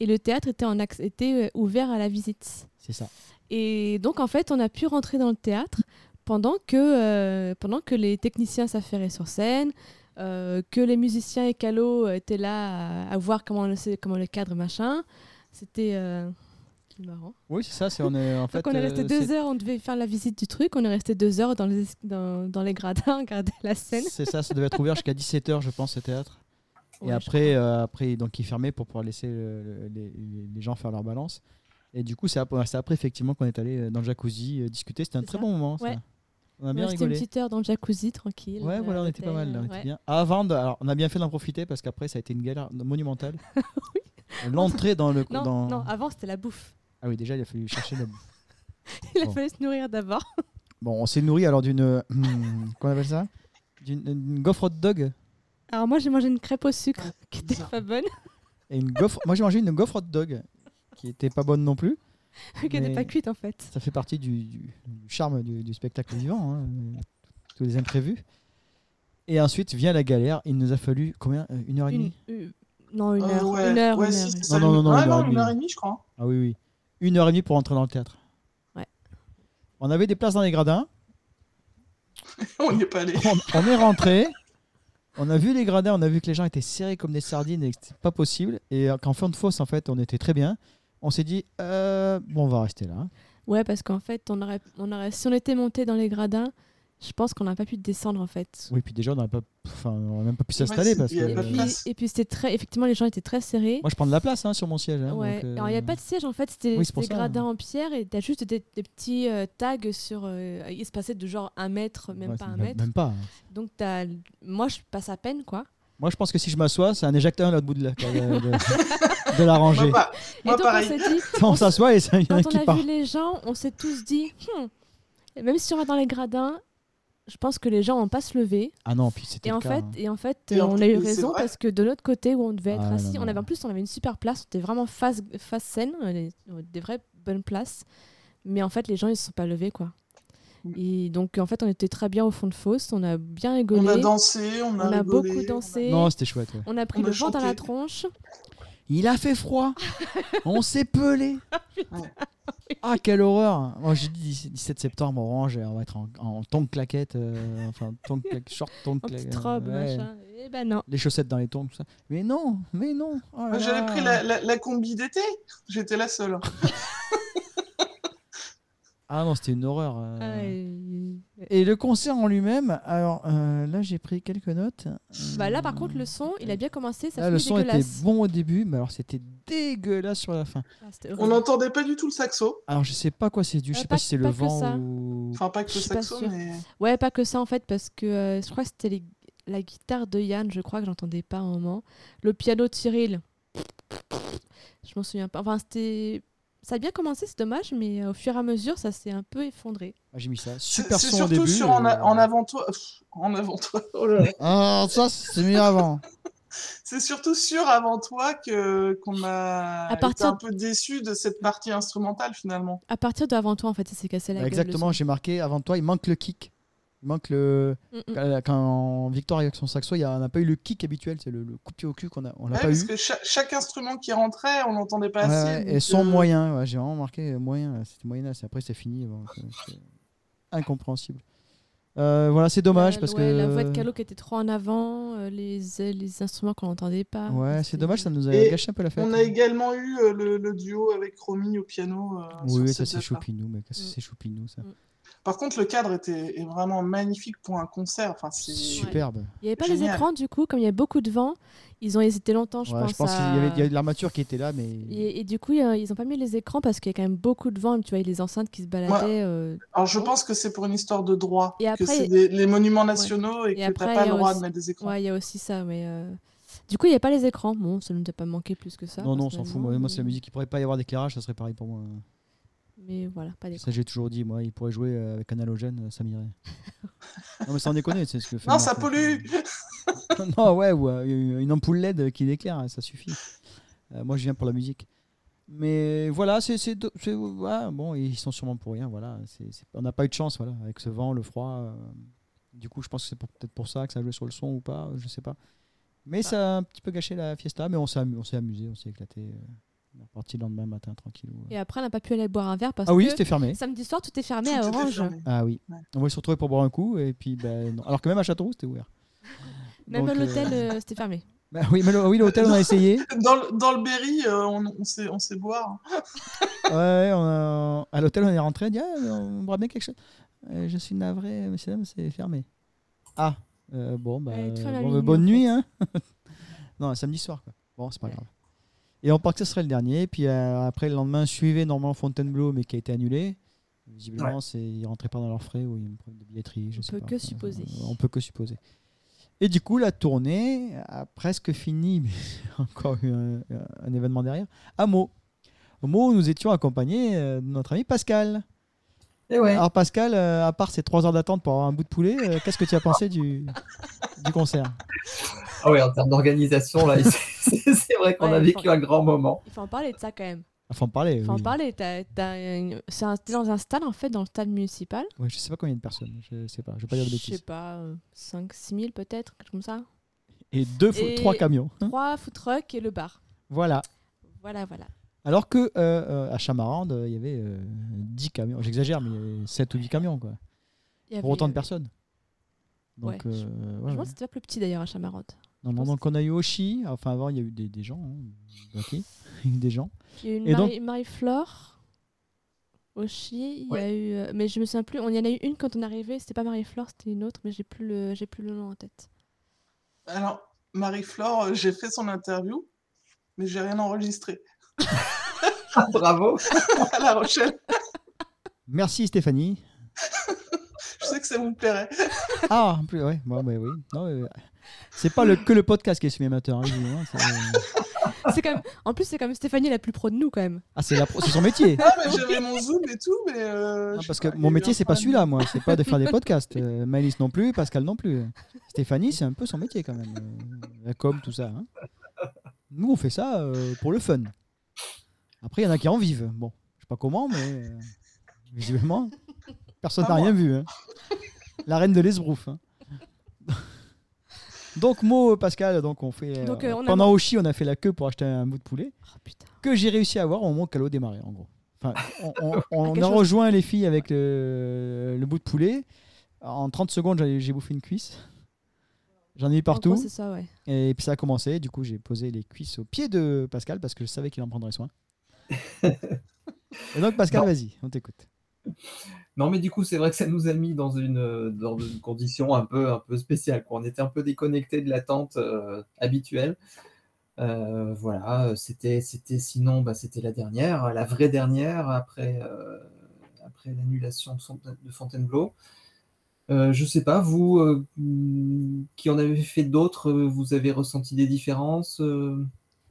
Et le théâtre était, en acc- était euh, ouvert à la visite. C'est ça. Et donc, en fait, on a pu rentrer dans le théâtre pendant que, euh, pendant que les techniciens s'affairaient sur scène, euh, que les musiciens et Calo euh, étaient là à, à voir comment le, c'est- comment le cadre, machin. C'était. euh, marrant. Oui, c'est ça, c'est on est en fait. Donc on est resté euh, deux c'est- heures, on devait faire la visite du truc, on est resté deux heures dans les, es- dans, dans les gradins, *laughs* regarder la scène. C'est ça, ça devait être ouvert jusqu'à 17h, je pense, ce théâtre. Et Ouais, je après, euh, après, donc il fermait pour pouvoir laisser euh, les, les- les gens faire leur balance. Et du coup, c'est ap- c'est après, effectivement qu'on est allé euh, dans le jacuzzi euh, discuter. C'était un C'est très ça. bon moment. ça. Ouais. On a On bien a resté une rigolé. petite heure dans le jacuzzi, tranquille. Ouais, euh, voilà, on à était pas mal. l'hôtel, là, on euh, était ouais. bien. Avant, de- alors, on a bien fait d'en profiter parce qu'après, ça a été une galère *laughs* monumentale. Euh, L'entrée dans le. Non, dans- non, avant c'était la bouffe. *laughs* Ah oui, déjà, il a fallu chercher le. *laughs* Il a Bon. fallu se nourrir d'abord. Bon, on s'est nourri alors d'une. euh, Qu'on appelle ça D'une une gaufre hot dog. Alors moi j'ai mangé une crêpe au sucre qui était Ah, bizarre. pas bonne, *laughs* Et une gaufre... Moi, j'ai mangé une gaufre hot dog qui était pas bonne non plus. qui n'était Mais- pas cuite en fait. Ça fait partie du, du- du charme du, du spectacle vivant, hein, euh, tous les imprévus. Et ensuite vient la galère. Il nous a fallu combien Euh, Une heure et Une- demie euh, non, une Euh, heure. ouais, Une heure, ouais, une si, heure, c'est ouais. ça, Non, non, une- non, non, une heure ah et une heure demie. et demie, je crois. hein. *laughs* Ah oui, oui. Une heure et demie pour entrer dans le théâtre. Ouais. On avait des places dans les gradins. On n'y est pas allé. On, on est rentré. On a vu les gradins, on a vu que les gens étaient serrés comme des sardines et que c'était pas possible. Et euh, qu'en fin de fosse, en fait, on était très bien. On s'est dit, euh, bon, on va rester là. Ouais, parce qu'en fait, on aurait, on aurait, si on était monté dans les gradins, je pense qu'on n'aurait pas pu descendre en fait. Oui, puis déjà, on n'aurait pas, enfin, on aurait même pas pu Ouais, s'installer c'est- parce il y que. avait pas de Et puis, Moi, place. et puis c'était très, effectivement, les gens étaient très serrés. je prends de la place hein, sur mon siège. hein, Ouais. donc, euh, Alors, il n'y a pas de siège, en fait, c'était oui, c'est pour des ça. gradins en pierre et t'as juste des, des petits euh, tags sur. euh, il se passait de genre un mètre, même ouais, pas c'est- un mètre. Même pas. hein. Donc, t'as- moi, je passe à peine, quoi. Moi, je pense que si je m'assois, c'est un éjecteur à l'autre bout de la, de, *laughs* de- de la Moi, rangée. pas- moi, et donc, pareil. on s'est dit, *laughs* On s'assoit et c'est- il y en a quand qui on a part. vu les gens, on s'est tous dit, Hmm, même si on va dans les gradins, je pense que les gens vont pas se lever. Ah non, puis c'était Et le en, cas, fait, hein. et en fait, Et euh, en on plus, a eu c'est raison vrai. parce que de l'autre côté où on devait être Ah, assis, non, on avait non. en plus on avait une super place, on était vraiment face, face scène, on avait des vraies bonnes places. Mais en fait, les gens ils se sont pas levés quoi. Et donc en fait, on était très bien au fond de fosse, on a bien rigolé, On a dansé, on a, on a rigolé, beaucoup dansé, Non, c'était chouette. ouais. on a pris on a le vent dans la chanté. tronche. Il a fait *laughs* froid. on s'est pelé. Ouais. Ah, quelle horreur. Moi, j'ai dit 17 septembre, orange, et on va être en, en tongue claquette. euh, enfin, tongue claque, short tongue En claquette. petite robe, machin. Eh ben non. Les chaussettes dans les tongs, tout ça. Mais non, mais non. oh là Moi, Ah. J'avais là. pris la, la- la combi d'été. J'étais la seule. Ah non, c'était une horreur. euh. Ah, euh, Et le concert en lui-même, alors euh, là, j'ai pris quelques notes. Bah là, par contre, le son, il a bien commencé, ça Là, fait Ah, le son était dégueulasse. bon au début, mais alors c'était dégueulasse sur la fin. Ah, c'était horrible. On n'entendait pas du tout le saxo. Alors je sais pas quoi c'est dû, je Euh, sais pas pas si c'est que- le pas que ça. vent ou. Enfin, pas que Je le suis pas saxo, sûre. mais. Ouais, pas que ça en fait, parce que euh, je crois que c'était les- la guitare de Yann, je crois que j'entendais pas un moment. Le piano de Cyril, je m'en souviens pas. Enfin, c'était. Ça a bien commencé, c'est dommage, mais euh, au fur et à mesure, ça s'est un peu effondré. Ah, j'ai mis ça. C'est Super c'est son au surtout début. sur en, a- euh, en avant toi. Pff, En avant toi. *laughs* Oh là là. Ah, ça c'est mieux avant. C'est surtout sur avant toi que qu'on a À partir- été un peu déçu de cette partie instrumentale finalement. À partir de avant toi, en fait, ça s'est cassé la Bah, gueule. le exactement, son. j'ai marqué avant toi, il manque le kick. Il manque le. Mm, mm. Quand quand Victor avec son saxo, il y a- on n'a pas eu le kick habituel, c'est le, le coup de pied au cul qu'on a, on l'a Ouais, pas parce eu. que cha- chaque instrument qui rentrait, on l'entendait pas Ouais, assez. ouais, donc, et son euh, moyen, ouais, j'ai vraiment marqué euh, moyen, là, c'était moyen, là, c'est- après c'est fini, bon, c'est- c'est incompréhensible. Euh, voilà, c'est dommage Euh, parce ouais, que. La voix de Calo qui était trop en avant, euh, les, euh, les instruments qu'on n'entendait pas. Ouais, c'est dommage, ça nous a Et gâché un peu la fête. On a également eu euh, le, le duo avec Romy au piano. euh, Oui, sur oui, cette ça c'est date-là. choupinou, mec, ça, Mm. c'est choupinou ça. Mm. Par contre, le cadre était est vraiment magnifique pour un concert. Enfin, c'est Superbe. Il n'y avait pas les Génial. écrans, du coup, comme il y a beaucoup de vent, ils ont hésité longtemps, je Ouais, pense. je pense à- qu'il y avait, il y avait de l'armature qui était là, mais. Et, et du coup, euh, ils ont pas mis les écrans parce qu'il y a quand même beaucoup de vent. Tu vois, il y a les enceintes qui se baladaient. euh, Alors, je pense que c'est pour une histoire de droit. Et après- que c'est des- les monuments nationaux et, Et que t'as après, pas il y le a droit aussi- de mettre des écrans. Ouais, il y a aussi ça, mais. euh, Du coup, il n'y a pas les écrans. Bon, ça ne nous a pas manqué plus que ça. Non, non, on s'en fout. Moi, personnellement, moi, c'est la mais- musique. Il pourrait pas y avoir d'éclairage, ça serait pareil pour moi. Mais voilà, pas d'écran. Ça, j'ai toujours dit. Moi, il pourrait jouer euh, avec un halogène, euh, ça *laughs* m'irait. non, mais sans déconner, c'est ce que fait. Non, Marc, ça euh, pollue *laughs* non, ouais, ou euh, une ampoule LED qui l'éclaire, ça suffit. Euh, moi, je viens pour la musique. Mais voilà, c'est. c'est do- c'est- ouais, bon, ils sont sûrement pour rien. Voilà, C'est- c'est- on n'a pas eu de chance, voilà, avec ce vent, le froid. euh, du coup, je pense que c'est pour- peut-être pour ça que ça a joué sur le son ou pas, je sais pas. Mais Bah. ça a un petit peu gâché la fiesta, mais on s'est amu- on s'est amusé, on s'est éclaté. euh, on est reparti le lendemain matin, tranquille. euh. Et après, on n'a pas pu aller boire un verre parce Ah oui, que c'était fermé. samedi soir, tout est fermé *laughs* Tout à était Orange. fermé. Ah oui. Ouais. On voulait se retrouver pour boire un coup, et puis, ben, non. alors que même à Châteauroux, c'était ouvert. Même Donc, euh, l'hôtel, euh, c'était fermé. bah oui, mais le- oui, l'hôtel, *laughs* on a essayé. Dans le, dans le Berry, euh, on, on sait, on sait boire. Ouais, on a- à l'hôtel, on est rentré, on a dit, ah, on boit bien quelque chose. Euh, je suis navré, messieurs, dames, c'est fermé. Ah, euh, bon, bah, Ouais, tout à la bon, minuit, bah, bonne en fait. nuit. Hein. *laughs* non, un samedi soir, quoi. Bon, c'est pas Ouais. grave. Et on pensait que ce serait le dernier. Puis euh, après, le lendemain, suivait normalement Fontainebleau, mais qui a été annulé. Visiblement, c'est ils rentraient pas dans leurs frais ou il y a un problème de billetterie. Je On sais peut pas. Euh, que supposer. On peut que supposer. Et du coup, la tournée a presque fini, mais *laughs* encore eu un, un événement derrière. À Meaux. Au Meaux, nous étions accompagnés euh, de notre ami Pascal. Et ouais. Alors, Pascal, euh, à part ces trois heures d'attente pour avoir un bout de poulet, euh, qu'est-ce que tu as pensé du, *laughs* du concert Ah ouais, en termes d'organisation, là, *laughs* c'est c'est vrai qu'on Ouais, a ils vécu font- un grand moment. Il faut en parler de ça quand même. Il faut en parler. Il faut en Eh oui. parler. t'as- t'as une- c'est un- T'es dans un stade, en fait, dans le stade municipal. Ouais, je sais pas combien de personnes. Je sais pas. Je vais pas dire de Je sais bêtises. pas, euh, 5-6 000 peut-être, quelque chose comme ça. Et deux, fo- Et- trois camions. Trois food trucks et le bar. Voilà. Voilà, voilà. Alors que euh, euh, à Chamarande, euh, il y avait euh, 10 camions. J'exagère, mais il y avait 7 ou 10 camions, quoi. Il y Pour avait, autant de euh, personnes. Donc, ouais, euh, je- ouais, Je ouais. pense que c'était pas plus petit d'ailleurs à Chamarante. Non, non, pense donc on a eu Oshi. Enfin, avant, il y a eu des, des gens. hein. Ok. *laughs* Il y a eu des gens. Il y a eu une Et donc- Marie- Marie-Flore, Oshi, il y a Ouais. eu, euh, mais je me souviens plus, on y en a eu une quand on est arrivé, c'était pas Marie-Flore, c'était une autre, mais j'ai plus le, j'ai plus le nom en tête. Alors, Marie-Flore, euh, j'ai fait son interview, mais j'ai rien enregistré *laughs* Bravo. à La Rochelle. Merci Stéphanie. *laughs* Je sais que ça vous plairait. Ah, en plus, ouais, ouais, ouais, oui. Non, euh, c'est pas le, que le podcast qui est semi amateur. hein, évidemment, c'est- C'est quand même, en plus c'est quand même Stéphanie la plus pro de nous quand même. ah, c'est la pro- c'est son métier. Ah, mais j'avais mon zoom et tout, mais. euh, Ah, je parce sais que pas, il y a mon eu métier, un c'est pas problème. celui-là, moi. C'est pas de faire *laughs* des podcasts. Euh, Maëlys non plus, Pascal non plus. Stéphanie, c'est un peu son métier quand même. Euh, la com, tout ça. hein. Nous, on fait ça euh, pour le fun. Après, il y en a qui en vivent. Bon, je sais pas comment, mais euh, visiblement, personne Pas n'a moi. rien vu. hein. La reine de l'esbrouf. hein. Donc, Mo, Pascal, donc on fait. euh, Donc, euh, on a- pendant Oshi, on a fait la queue pour acheter un bout de poulet Oh putain. que j'ai réussi à avoir au moment où Calo démarrait, en gros. Enfin, on, on- *laughs* on Quelque a chose. rejoint les filles avec le, le bout de poulet. En 30 secondes, j'avais- j'ai bouffé une cuisse. J'en ai eu En partout. gros, c'est ça, ouais. Et puis ça a commencé. Du coup, j'ai posé les cuisses au pied de Pascal parce que je savais qu'il en prendrait *laughs* soin. Et donc, Pascal, Non. vas-y, on t'écoute. Non, mais du coup, c'est vrai que ça nous a mis dans une, euh, dans une condition un peu, un peu spéciale. quoi. On était un peu déconnecté de l'attente euh, habituelle. Euh, voilà, euh, c'était, c'était sinon, bah, c'était la dernière, la vraie dernière après, euh, après l'annulation de, Fontaine- de Fontainebleau. Euh, je sais pas, vous euh, mm, qui en avez fait d'autres, euh, vous avez ressenti des différences euh,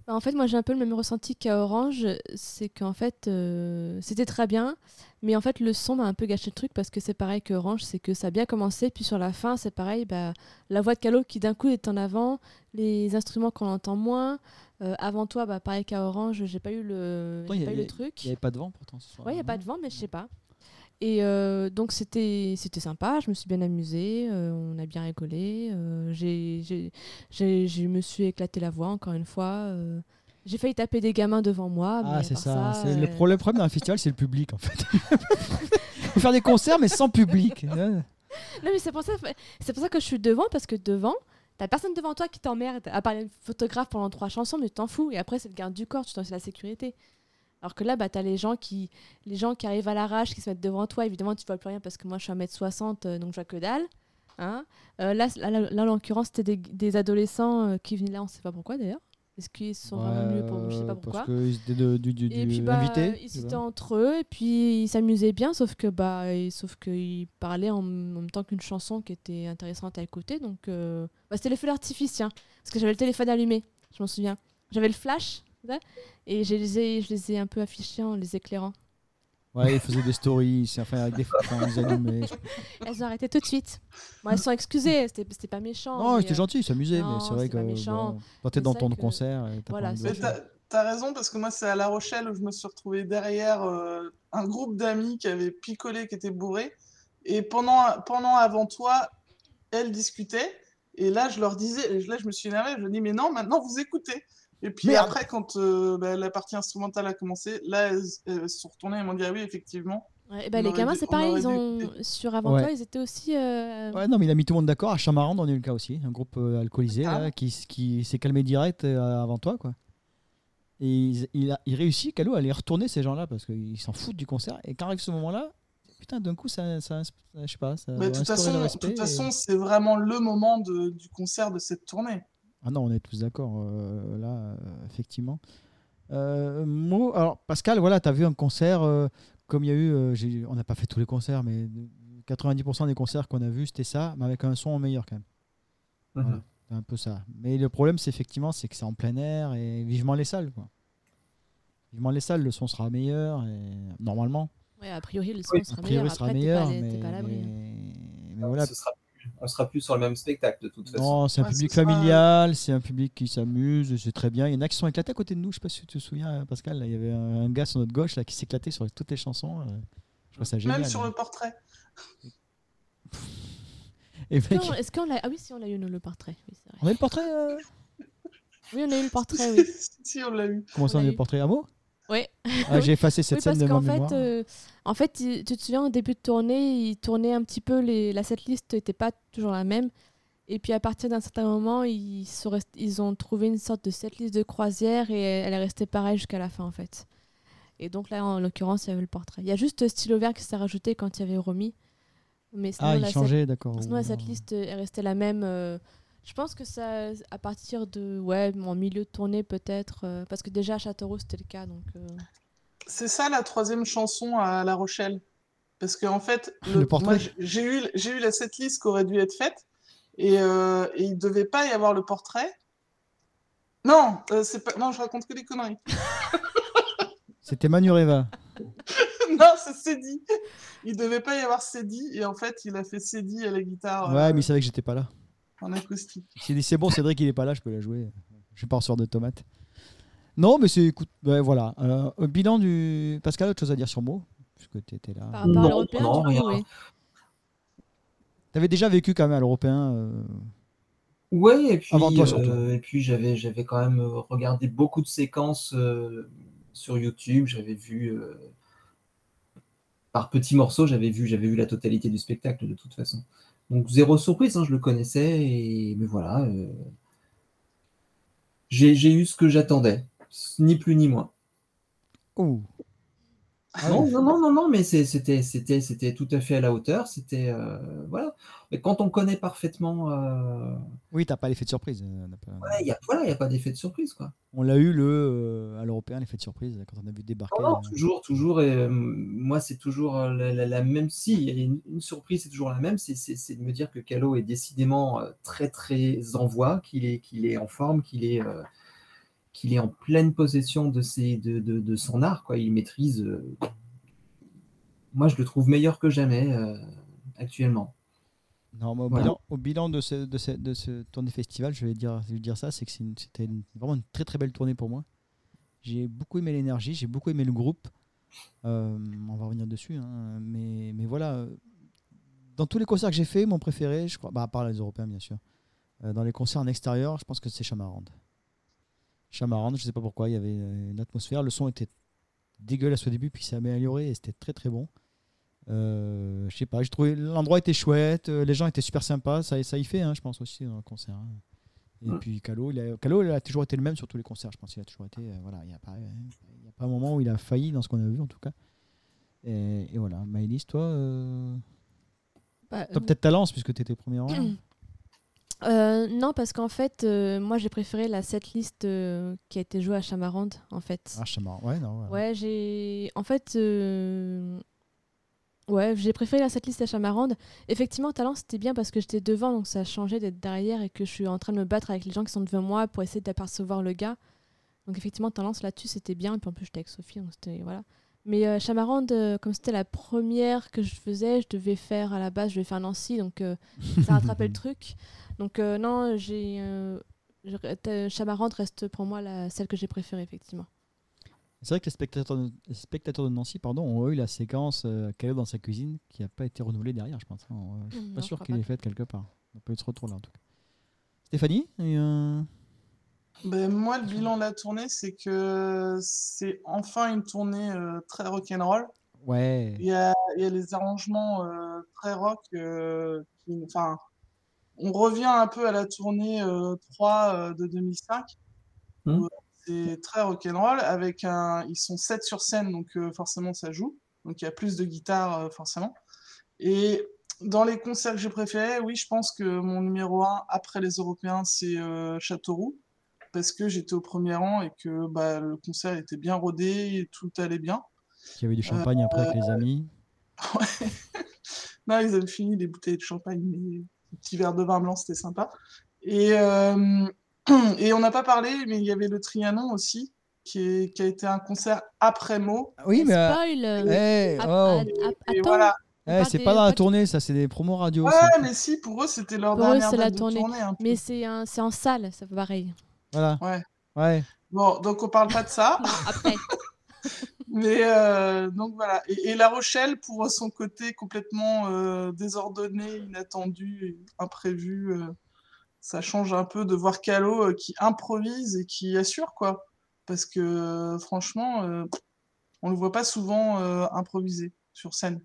Bah, en fait, moi j'ai un peu le même ressenti qu'à Orange, c'est qu'en fait euh, c'était très bien, mais en fait le son m'a un peu gâché le truc parce que c'est pareil que Orange, c'est que ça a bien commencé, puis sur la fin c'est pareil, bah, la voix de Calo qui d'un coup est en avant, les instruments qu'on entend moins. Euh, avant toi, bah, pareil qu'à Orange, j'ai pas eu le, Pourtant, j'ai il y a- pas eu il y le a- truc. Il n'y avait pas de vent pourtant ce soir. Ouais, il n'y a pas de vent, mais je sais pas. Et euh, donc, c'était c'était sympa, je me suis bien amusée, euh, on a bien rigolé, euh, j'ai- j'ai- j'ai- je me suis éclaté la voix encore une fois. euh, j'ai failli taper des gamins devant moi. mais Ah, à c'est part ça. c'est euh, le, pro- le problème d'un festival, c'est le public en fait. *laughs* Faut faire des concerts, mais sans public. Ouais. Non, mais c'est pour, ça- c'est pour ça que je suis devant, parce que devant, t'as personne devant toi qui t'emmerde, à part les photographes pendant trois chansons, mais tu t'en fous. Et après, c'est le garde du corps, tu t'en- c'est la sécurité. Alors que là, bah, t'as les gens qui les gens qui arrivent à l'arrache, qui se mettent devant toi. Évidemment, tu vois plus rien parce que moi, je suis 1m60, euh, donc je vois que dalle. Hein Euh, là, c- là, là, là, en l'occurrence, c'était des, des adolescents euh, qui venaient là, on sait pas pourquoi d'ailleurs. Est-ce qu'ils se sont vraiment venus pour je sais pas pourquoi euh, Parce qu'ils étaient de- du, du, et du- puis bah, invités, ils tu vois. étaient entre eux et puis ils s'amusaient bien sauf que bah et- sauf qu'ils parlaient en, en même temps qu'une chanson qui était intéressante à écouter donc euh, bah, c'était les feux d'artifice hein, parce que j'avais le téléphone allumé je m'en souviens j'avais le flash là, et je les ai je les ai un peu affichés en les éclairant Ouais, ils faisaient des stories, c'est- enfin *laughs* avec des photos, ils animaient. elles ont arrêté tout de suite bon elles sont excusées c'était c'était pas méchant Non, mais, j'étais euh, gentil, ils s'amusaient, mais non, c'est vrai c'est que pas méchant. bon, quand t'es Mais dans c'est ton vrai que- concert, euh, t'as Voilà, pas envie de Mais c'est- voir ça. t'as t'as raison, parce que moi, c'est à La Rochelle où je me suis retrouvée derrière euh, un groupe d'amis qui avaient picolé, qui étaient bourrés. Et pendant, pendant avant toi, elles discutaient. Et là, je leur disais, et là, je me suis énervée, je leur dis, mais non, maintenant, vous écoutez. Et puis Merde. après, quand euh, bah, la partie instrumentale a commencé, là, elles, elles se sont retournées et m'ont dit, ah oui, effectivement. ouais, et bah, On les aurait gamins dû- c'est on pareil aurait ils dû ont sur avant Ouais. toi ils étaient aussi euh, Ouais, non, mais il a mis tout le monde d'accord. Ah, À Chamarande, on a eu le cas aussi, un groupe euh, alcoolisé Ah là, bon qui, s- qui s'est calmé direct euh, avant toi, quoi. Et il, il, a- il réussit, Calo, à les retourner ces gens-là parce qu'ils s'en foutent du concert. Et quand arrive ce moment-là, putain, d'un coup, ça, ça, ça- je sais pas, ça. Mais Bah, de toute instaurait Euh, le façon, de respect toute et- façon c'est vraiment le moment de- du concert de cette tournée. Ah non, on est tous d'accord euh, là, euh, effectivement. Euh, Mo, alors Pascal, voilà, tu as vu un concert euh, comme il y a eu, euh, j'ai- on n'a pas fait tous les concerts, mais 90% des concerts qu'on a vus, c'était ça, mais avec un son meilleur quand même. Voilà. C'est un peu ça. Mais le problème, c'est effectivement, c'est que c'est en plein air et vivement les salles. Quoi. Vivement les salles, le son sera meilleur, et... normalement. Ouais, a priori, le son Oui, A sera priori, meilleur. il sera Après, t'es meilleur, pas- t'es mais, pas à l'abri. hein. mais- mais On Bah, voilà. ne sera, on sera plus sur le même spectacle de toute façon. Non, c'est un Ouais, public ce sera- familial, c'est un public qui s'amuse, c'est très bien. Il y en a qui sont éclatés à côté de nous, je sais pas si tu te souviens, Pascal, là, il y avait un un gars sur notre gauche là, qui s'éclatait sur toutes les chansons. euh, Je trouve ça génial. Même sur le portrait. Et mec, Non, Est-ce qu'on l'a. Ah oui, si, on l'a eu, nous, le portrait. Oui, c'est vrai. on a eu le portrait euh Oui, on a eu le *laughs* portrait, oui. si, on l'a eu. Comment ça, on On a l'a eu le eu. portrait à mot Ouais. ah, J'ai effacé *laughs* cette Oui, scène parce de ma qu'en mémoire. fait, euh, en fait, il- tu te souviens, au début de tournée, il tournait un petit peu, les, la setlist n'était pas toujours la même. Et puis à partir d'un certain moment, ils, sont rest- ils ont trouvé une sorte de setlist de croisière et elle est restée pareille jusqu'à la fin, en fait. Et donc là, en l'occurrence, il y avait le portrait. Il y a juste Stylo Vert qui s'est rajouté quand il y avait Romy. Mais sinon, ah, la il set- changeait, d'accord. sinon, la Ouais. setlist est restée la même. euh, je pense que ça, à partir de, ouais, en milieu de tournée peut-être, euh, parce que déjà à Châteauroux c'était le cas, donc. euh, C'est ça la troisième chanson à La Rochelle. Parce que en fait, Le portrait. moi, j'ai- j'ai eu, j'ai eu la setlist qui aurait dû être faite et, euh, et il devait pas y avoir le portrait. Non, euh, c'est pas... non, je raconte que des conneries. *laughs* C'était Manureva. non, c'est Cédi. Il devait pas y avoir Cédi et en fait, il a fait Cédi à la Oh guitare euh, Ouais, mais il savait que j'étais pas là. en acoustique. Il s'est dit, c'est bon, Cédric, il est pas là, je peux la jouer. Je vais pas en sortir de tomate. Non, mais c'est. Écoute, ouais, voilà. Euh, au bilan du. Pascal, autre chose à dire sur Mo Puisque tu étais là. Par rapport à Non, l'européen, non, du coup, rien. oui. Tu avais déjà vécu quand même à l'Européen. euh, Ouais, et puis, Avant toi, surtout. euh, et puis j'avais, j'avais quand même euh, regardé beaucoup de séquences euh, sur YouTube. J'avais vu euh, par petits morceaux, j'avais vu, j'avais vu la totalité du spectacle de toute façon. Donc zéro surprise, hein, je le connaissais, et mais voilà. euh, j'ai, j'ai eu ce que j'attendais, ni plus ni moins. Oh Ah non, oui. non, non, non, non, mais c'est- c'était, c'était, c'était tout à fait à la hauteur. C'était euh, voilà. Mais quand on connaît parfaitement, euh, Oui, t'as pas l'effet de surprise. euh, on a pas- ouais, il y a, voilà, il n'y a pas d'effet de surprise, quoi. On l'a eu le, euh, à l'Européen, l'effet de surprise, quand on a vu débarquer. Non, non, euh, Oh, toujours, toujours. Et euh, moi, c'est toujours euh, la, la- la même. Si, il y a une, une surprise, c'est toujours la même. C'est- C'est c'est de me dire que Calo est décidément euh, très, très en voie, qu'il est, qu'il est en forme, qu'il est, euh, qu'il est en pleine possession de, ses, de, de- de son art. Quoi. Il maîtrise. euh, Moi, je le trouve meilleur que jamais euh, actuellement. Non, mais au, Voilà. bilan, au bilan de, ce, de, ce- de ce tournée festival, je vais dire, je vais dire ça, c'est que c'est une- c'était une- vraiment une très très belle tournée pour moi. J'ai beaucoup aimé l'énergie, j'ai beaucoup aimé le groupe. Euh, on va revenir dessus, hein, mais, mais voilà. euh, Dans tous les concerts que j'ai fait, mon préféré, je crois, bah, à part les Européens bien sûr, euh, dans les concerts en extérieur, je pense que c'est Chamarande. Chamarande, je sais pas pourquoi, il y avait euh, une atmosphère, le son était dégueulasse au début, puis ça s'est amélioré et c'était très très bon. Euh, je sais pas, j'ai trouvé l'endroit était chouette, euh, les gens étaient super sympas, ça, ça y fait, hein, je pense aussi dans le concert. hein. Et Ouais. puis Calo, il a, Calo, il a toujours été le même sur tous les concerts, je pense. Il a toujours été, euh, voilà, il n'y a, pas- il y a pas un moment où il a failli dans ce qu'on a vu en tout cas. Et, et voilà, Maëlys, toi, euh, Bah, toi peut-être talent puisque tu étais premier rang. euh, non, parce qu'en fait, euh, moi j'ai préféré la setlist euh, qui a été jouée à Chamarande, en fait. Ah, je sais pas. ouais, non, voilà. Ouais, j'ai. En fait. euh, Ouais, j'ai préféré la setlist à Chamarande. Effectivement, Talent, c'était bien parce que j'étais devant, donc ça a changé d'être derrière et que je suis en train de me battre avec les gens qui sont devant moi pour essayer d'apercevoir le gars. Donc, effectivement, Talent, là-dessus, c'était bien. Et puis en plus, j'étais avec Sophie, donc c'était. Voilà. Mais euh, Chamarande, euh, comme c'était la première que je faisais, je devais faire à la base, je devais faire Nancy, donc euh, ça *laughs* rattrapait le truc. Donc, euh, non, j'ai. euh, je- euh, Chamarande reste pour moi la... celle que j'ai préférée, effectivement. C'est vrai que les spectateurs, de, les spectateurs de Nancy pardon, ont eu la séquence euh, Calo dans sa cuisine qui n'a pas été renouvelée derrière, je pense. hein. On, euh, Mm, Non, pas je sûr crois qu'il est faite quelque part. On peut se retourner en tout cas. Stéphanie et, euh, Ben, moi, le bilan de la tournée, c'est que c'est enfin une tournée euh, très rock'n'roll. Ouais. Il y a, il y a les arrangements euh, très rock. euh, qui- enfin, on revient un peu à la tournée euh, 3 euh, de 2005. Mhm. où C'est très rock'n'roll. Avec un, ils sont 7 sur scène, donc euh, forcément ça joue. Donc il y a plus de guitares, euh, forcément. Et dans les concerts que j'ai préférés, oui, je pense que mon numéro 1 après les Européens, c'est euh, Châteauroux. Parce que j'étais au premier rang et que bah, le concert était bien rodé, tout allait bien. Qui avait du champagne après avec les amis. Non, Bah, ils avaient fini les bouteilles de champagne, mais le petit verre de vin blanc, c'était sympa. Et, euh, *clears throat* et on n'a pas parlé, mais il y avait le Trianon aussi, qui, est- qui a été un concert après Mo. Ah, Oui, mais. euh, Spoil euh, hey, att- oh, att- att- Et attends, voilà. hey, pas c'est des- pas dans la pas- tournée, ça, c'est des promos radio. Ouais, ça. mais si, pour eux, c'était leur Pour eux, dernière c'est la date de tournée. tournée. un peu. mais c'est un- c'est en salle, c'est pareil. Voilà. Ouais. Ouais. Bon, donc on parle pas de ça. Non, après. Mais euh, donc voilà. Et, et La Rochelle, pour son côté complètement euh, désordonné, inattendu, et imprévu, euh, ça change un peu de voir Calo euh, qui improvise et qui assure, quoi. Parce que euh, franchement, euh, on le voit pas souvent euh, improviser sur scène.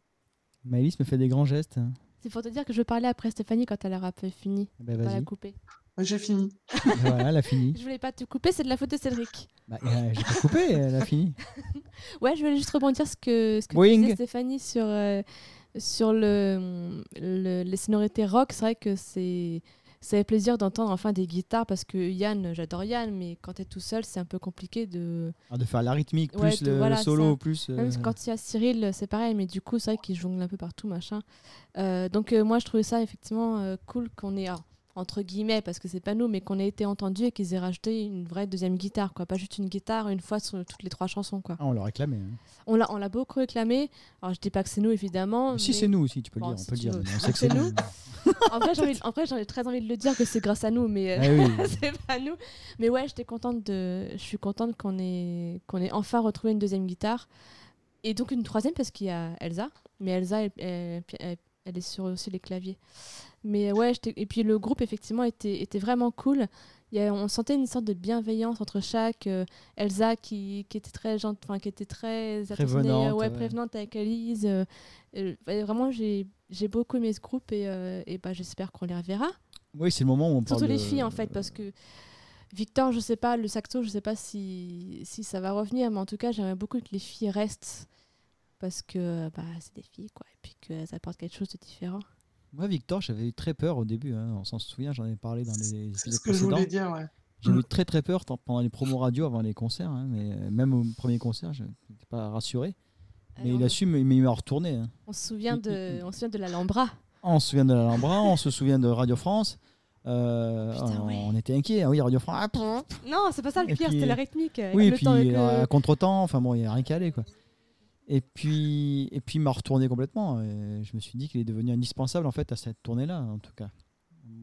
Maëlys me fait des grands gestes. hein. C'est pour te dire que je vais parler après Stéphanie quand elle aura fait fini. Eh Ben, Pas la vas-y. Ah, couper. Ouais, J'ai fini. voilà, elle a fini. Je voulais pas te couper, c'est de la faute de Cédric. Bah, euh, J'ai pas coupé, elle a fini. Ouais, je voulais juste rebondir ce que, ce que tu Boing. disais, Stéphanie, sur, euh, sur le, le- les sonorités rock. C'est vrai que c'est. Ça fait plaisir d'entendre enfin des guitares parce que Yann, j'adore Yann, mais quand t'es tout seul, c'est un peu compliqué de. Ah, de faire la rythmique, plus Ouais, de- le, le voilà, solo, ça. plus. euh, Même quand il y a Cyril, c'est pareil, mais du coup, c'est vrai qu'il jongle un peu partout, machin. Euh, donc, euh, moi, je trouvais ça effectivement euh, cool qu'on ait, alors, entre guillemets, parce que c'est pas nous, mais qu'on ait été entendu et qu'ils aient rajouté une vraie deuxième guitare, quoi. Pas juste une guitare une fois sur toutes les trois chansons, quoi. Ah, on l'a réclamé. hein. On l'a, on l'a beaucoup réclamé. Alors, je dis pas que c'est nous, évidemment. Si Oh, mais- c'est nous aussi, tu peux le Bon, dire, si on peut le tu dire. veux. *laughs* mais On sait que c'est C'est nous. nous. En vrai, j'ai, envie- en vrai, j'en ai très envie de le dire que c'est grâce à nous, mais. euh, Ah oui. *laughs* c'est pas nous. Mais ouais, j'étais contente de. Je suis contente qu'on ait... qu'on ait enfin retrouvé une deuxième guitare. Et donc une troisième parce qu'il y a Elsa. Mais Elsa, elle, elle- elle- elle est sur aussi les claviers. Mais ouais, j'étais- et puis le groupe, effectivement, était, était vraiment cool. Il y a- on sentait une sorte de bienveillance entre chaque. euh, Elsa qui, qui était très gentille, enfin, qui était très attentionnée, Prévenante, euh, ouais, ouais. prévenante avec Elise. euh, euh, ouais, vraiment, j'ai j'ai beaucoup aimé ce groupe et, euh, et bah, j'espère qu'on les reverra. Oui, c'est le moment où on parle. Surtout les de- filles, en fait, parce que Victor, je sais pas, le saxo, je sais pas si, si ça va revenir, mais en tout cas, j'aimerais beaucoup que les filles restent. Parce que bah, c'est des filles, quoi, et puis qu'elles apportent quelque chose de différent. Moi, Victor, j'avais eu très peur au début. hein, On s'en souvient, j'en ai parlé dans les C'est épisodes ce que je précédents. voulais dire, ouais. J'ai eu très très peur tant- pendant les promos radio, avant les concerts. hein, mais euh, même au premier concert, je n'étais pas rassuré. Mais Alors, il Mm, assume, mais il m'a retourné. hein. on, se souvient de, on se souvient de l'Alhambra. On se souvient de l'Alhambra, on se souvient de Radio France. Euh, Putain, on, ouais. on était inquiets. Ah oui, Radio France. ah, pff, Non, c'est pas ça le Et pire, puis- c'était la rythmique. avec oui, et le puis temps, avec le- euh, à contre-temps, enfin bon, il n'y a rien qu'à aller, quoi. Et puis, et puis il m'a retourné complètement. et je me suis dit qu'il est devenu indispensable en fait à cette tournée-là, en tout cas.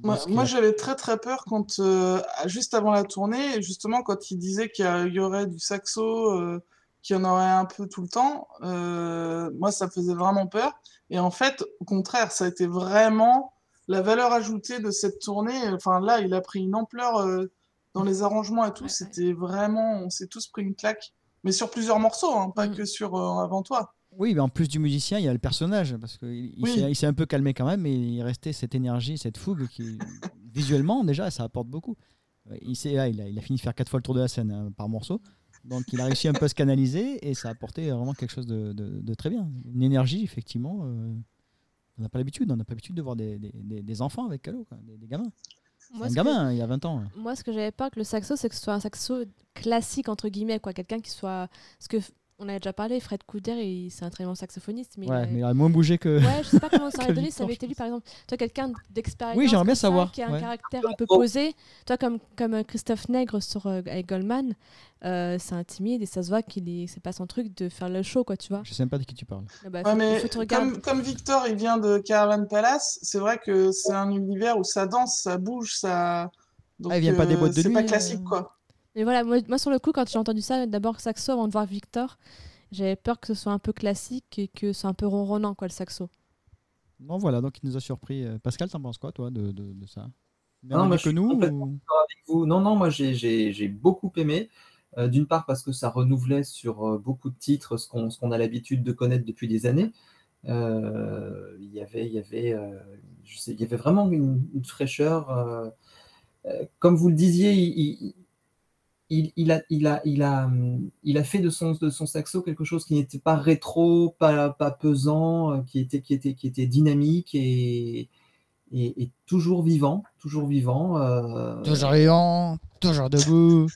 Moi, Parce qu'il moi, a- j'avais très très peur quand, euh, juste avant la tournée, justement, quand il disait qu'il y a- il y aurait du saxo, euh, qu'il y en aurait un peu tout le temps, euh, moi, ça me faisait vraiment peur. Et en fait, au contraire, ça a été vraiment la valeur ajoutée de cette tournée. Enfin, là, il a pris une ampleur euh, dans les arrangements et tout. Ouais, ouais. C'était vraiment, on s'est tous pris une claque, mais sur plusieurs morceaux, hein, pas Mm. que sur euh, Avant toi. Oui, mais en plus du musicien, il y a le personnage, parce qu'il il Oui. s'est- il s'est un peu calmé quand même, mais il restait cette énergie, cette fougue qui, visuellement, déjà, ça apporte beaucoup. Euh, Il, s'est- là, il, a, il a fini de faire quatre fois le tour de la scène hein, par morceau, donc il a réussi un peu à se canaliser et ça a apporté vraiment quelque chose de, de- de très bien. Une énergie, effectivement, euh, on n'a pas l'habitude, on n'a pas l'habitude de voir des, des- des- des enfants avec Calo, quoi, des, des gamins. moi, un ce que- gamin, hein, il y a 20 ans. hein. Moi, ce que j'avais peur que le saxo, c'est que ce soit un saxo classique, entre guillemets, quoi. Quelqu'un qui soit. Parce que, on a déjà parlé, Fred Couder, il- c'est un très bon saxophoniste, mais. il ouais, a- mais il a moins bougé que. Ouais, je sais pas comment ça Que aurait donné, Victor, ça avait je été lui pense. par exemple. Toi, quelqu'un d'expérience. Oui, j'aimerais bien comme ça, savoir, Qui a un ouais. caractère un Oh. peu posé. Toi, comme, comme euh, Christophe Nègre sur, euh, avec Goldman, euh, c'est un timide et ça se voit qu'il est. C'est pas son truc de faire le show, quoi, tu *laughs* vois. Je sais même pas de qui tu parles. Ah bah, Ouais, faut- mais il faut te regarder. comme, comme Victor, il vient de Caravan Palace, c'est vrai que c'est un univers où ça danse, ça bouge, ça. Donc, Ah, il vient pas des boîtes de C'est nuit, pas euh. classique, quoi. Mais voilà, moi, moi, sur le coup, quand j'ai entendu ça, d'abord saxo avant de voir Victor, j'avais peur que ce soit un peu classique et que c'est un peu ronronnant, quoi, le saxo. Non, voilà, donc il nous a surpris. Euh, Pascal, t'en penses quoi, toi, de, de, de ça Bien Ah non, moi, aimé je que suis nous complètement ou- Ou- Non, non, moi j'ai j'ai- j'ai beaucoup aimé. Euh, D'une part parce que ça renouvelait sur euh, beaucoup de titres ce qu'on ce qu'on a l'habitude de connaître depuis des années. Euh, Il y avait, il y avait, euh, je sais, il y avait vraiment une, une fraîcheur. euh, euh, comme vous le disiez, il, il- il- il a, il, a, il, a, hum, il a fait de son, de son saxo quelque chose qui n'était pas rétro, pas, pas pesant, euh, qui était, qui, était, qui était dynamique et, et, et toujours vivant, toujours vivant. euh, Toujours vivant, toujours debout.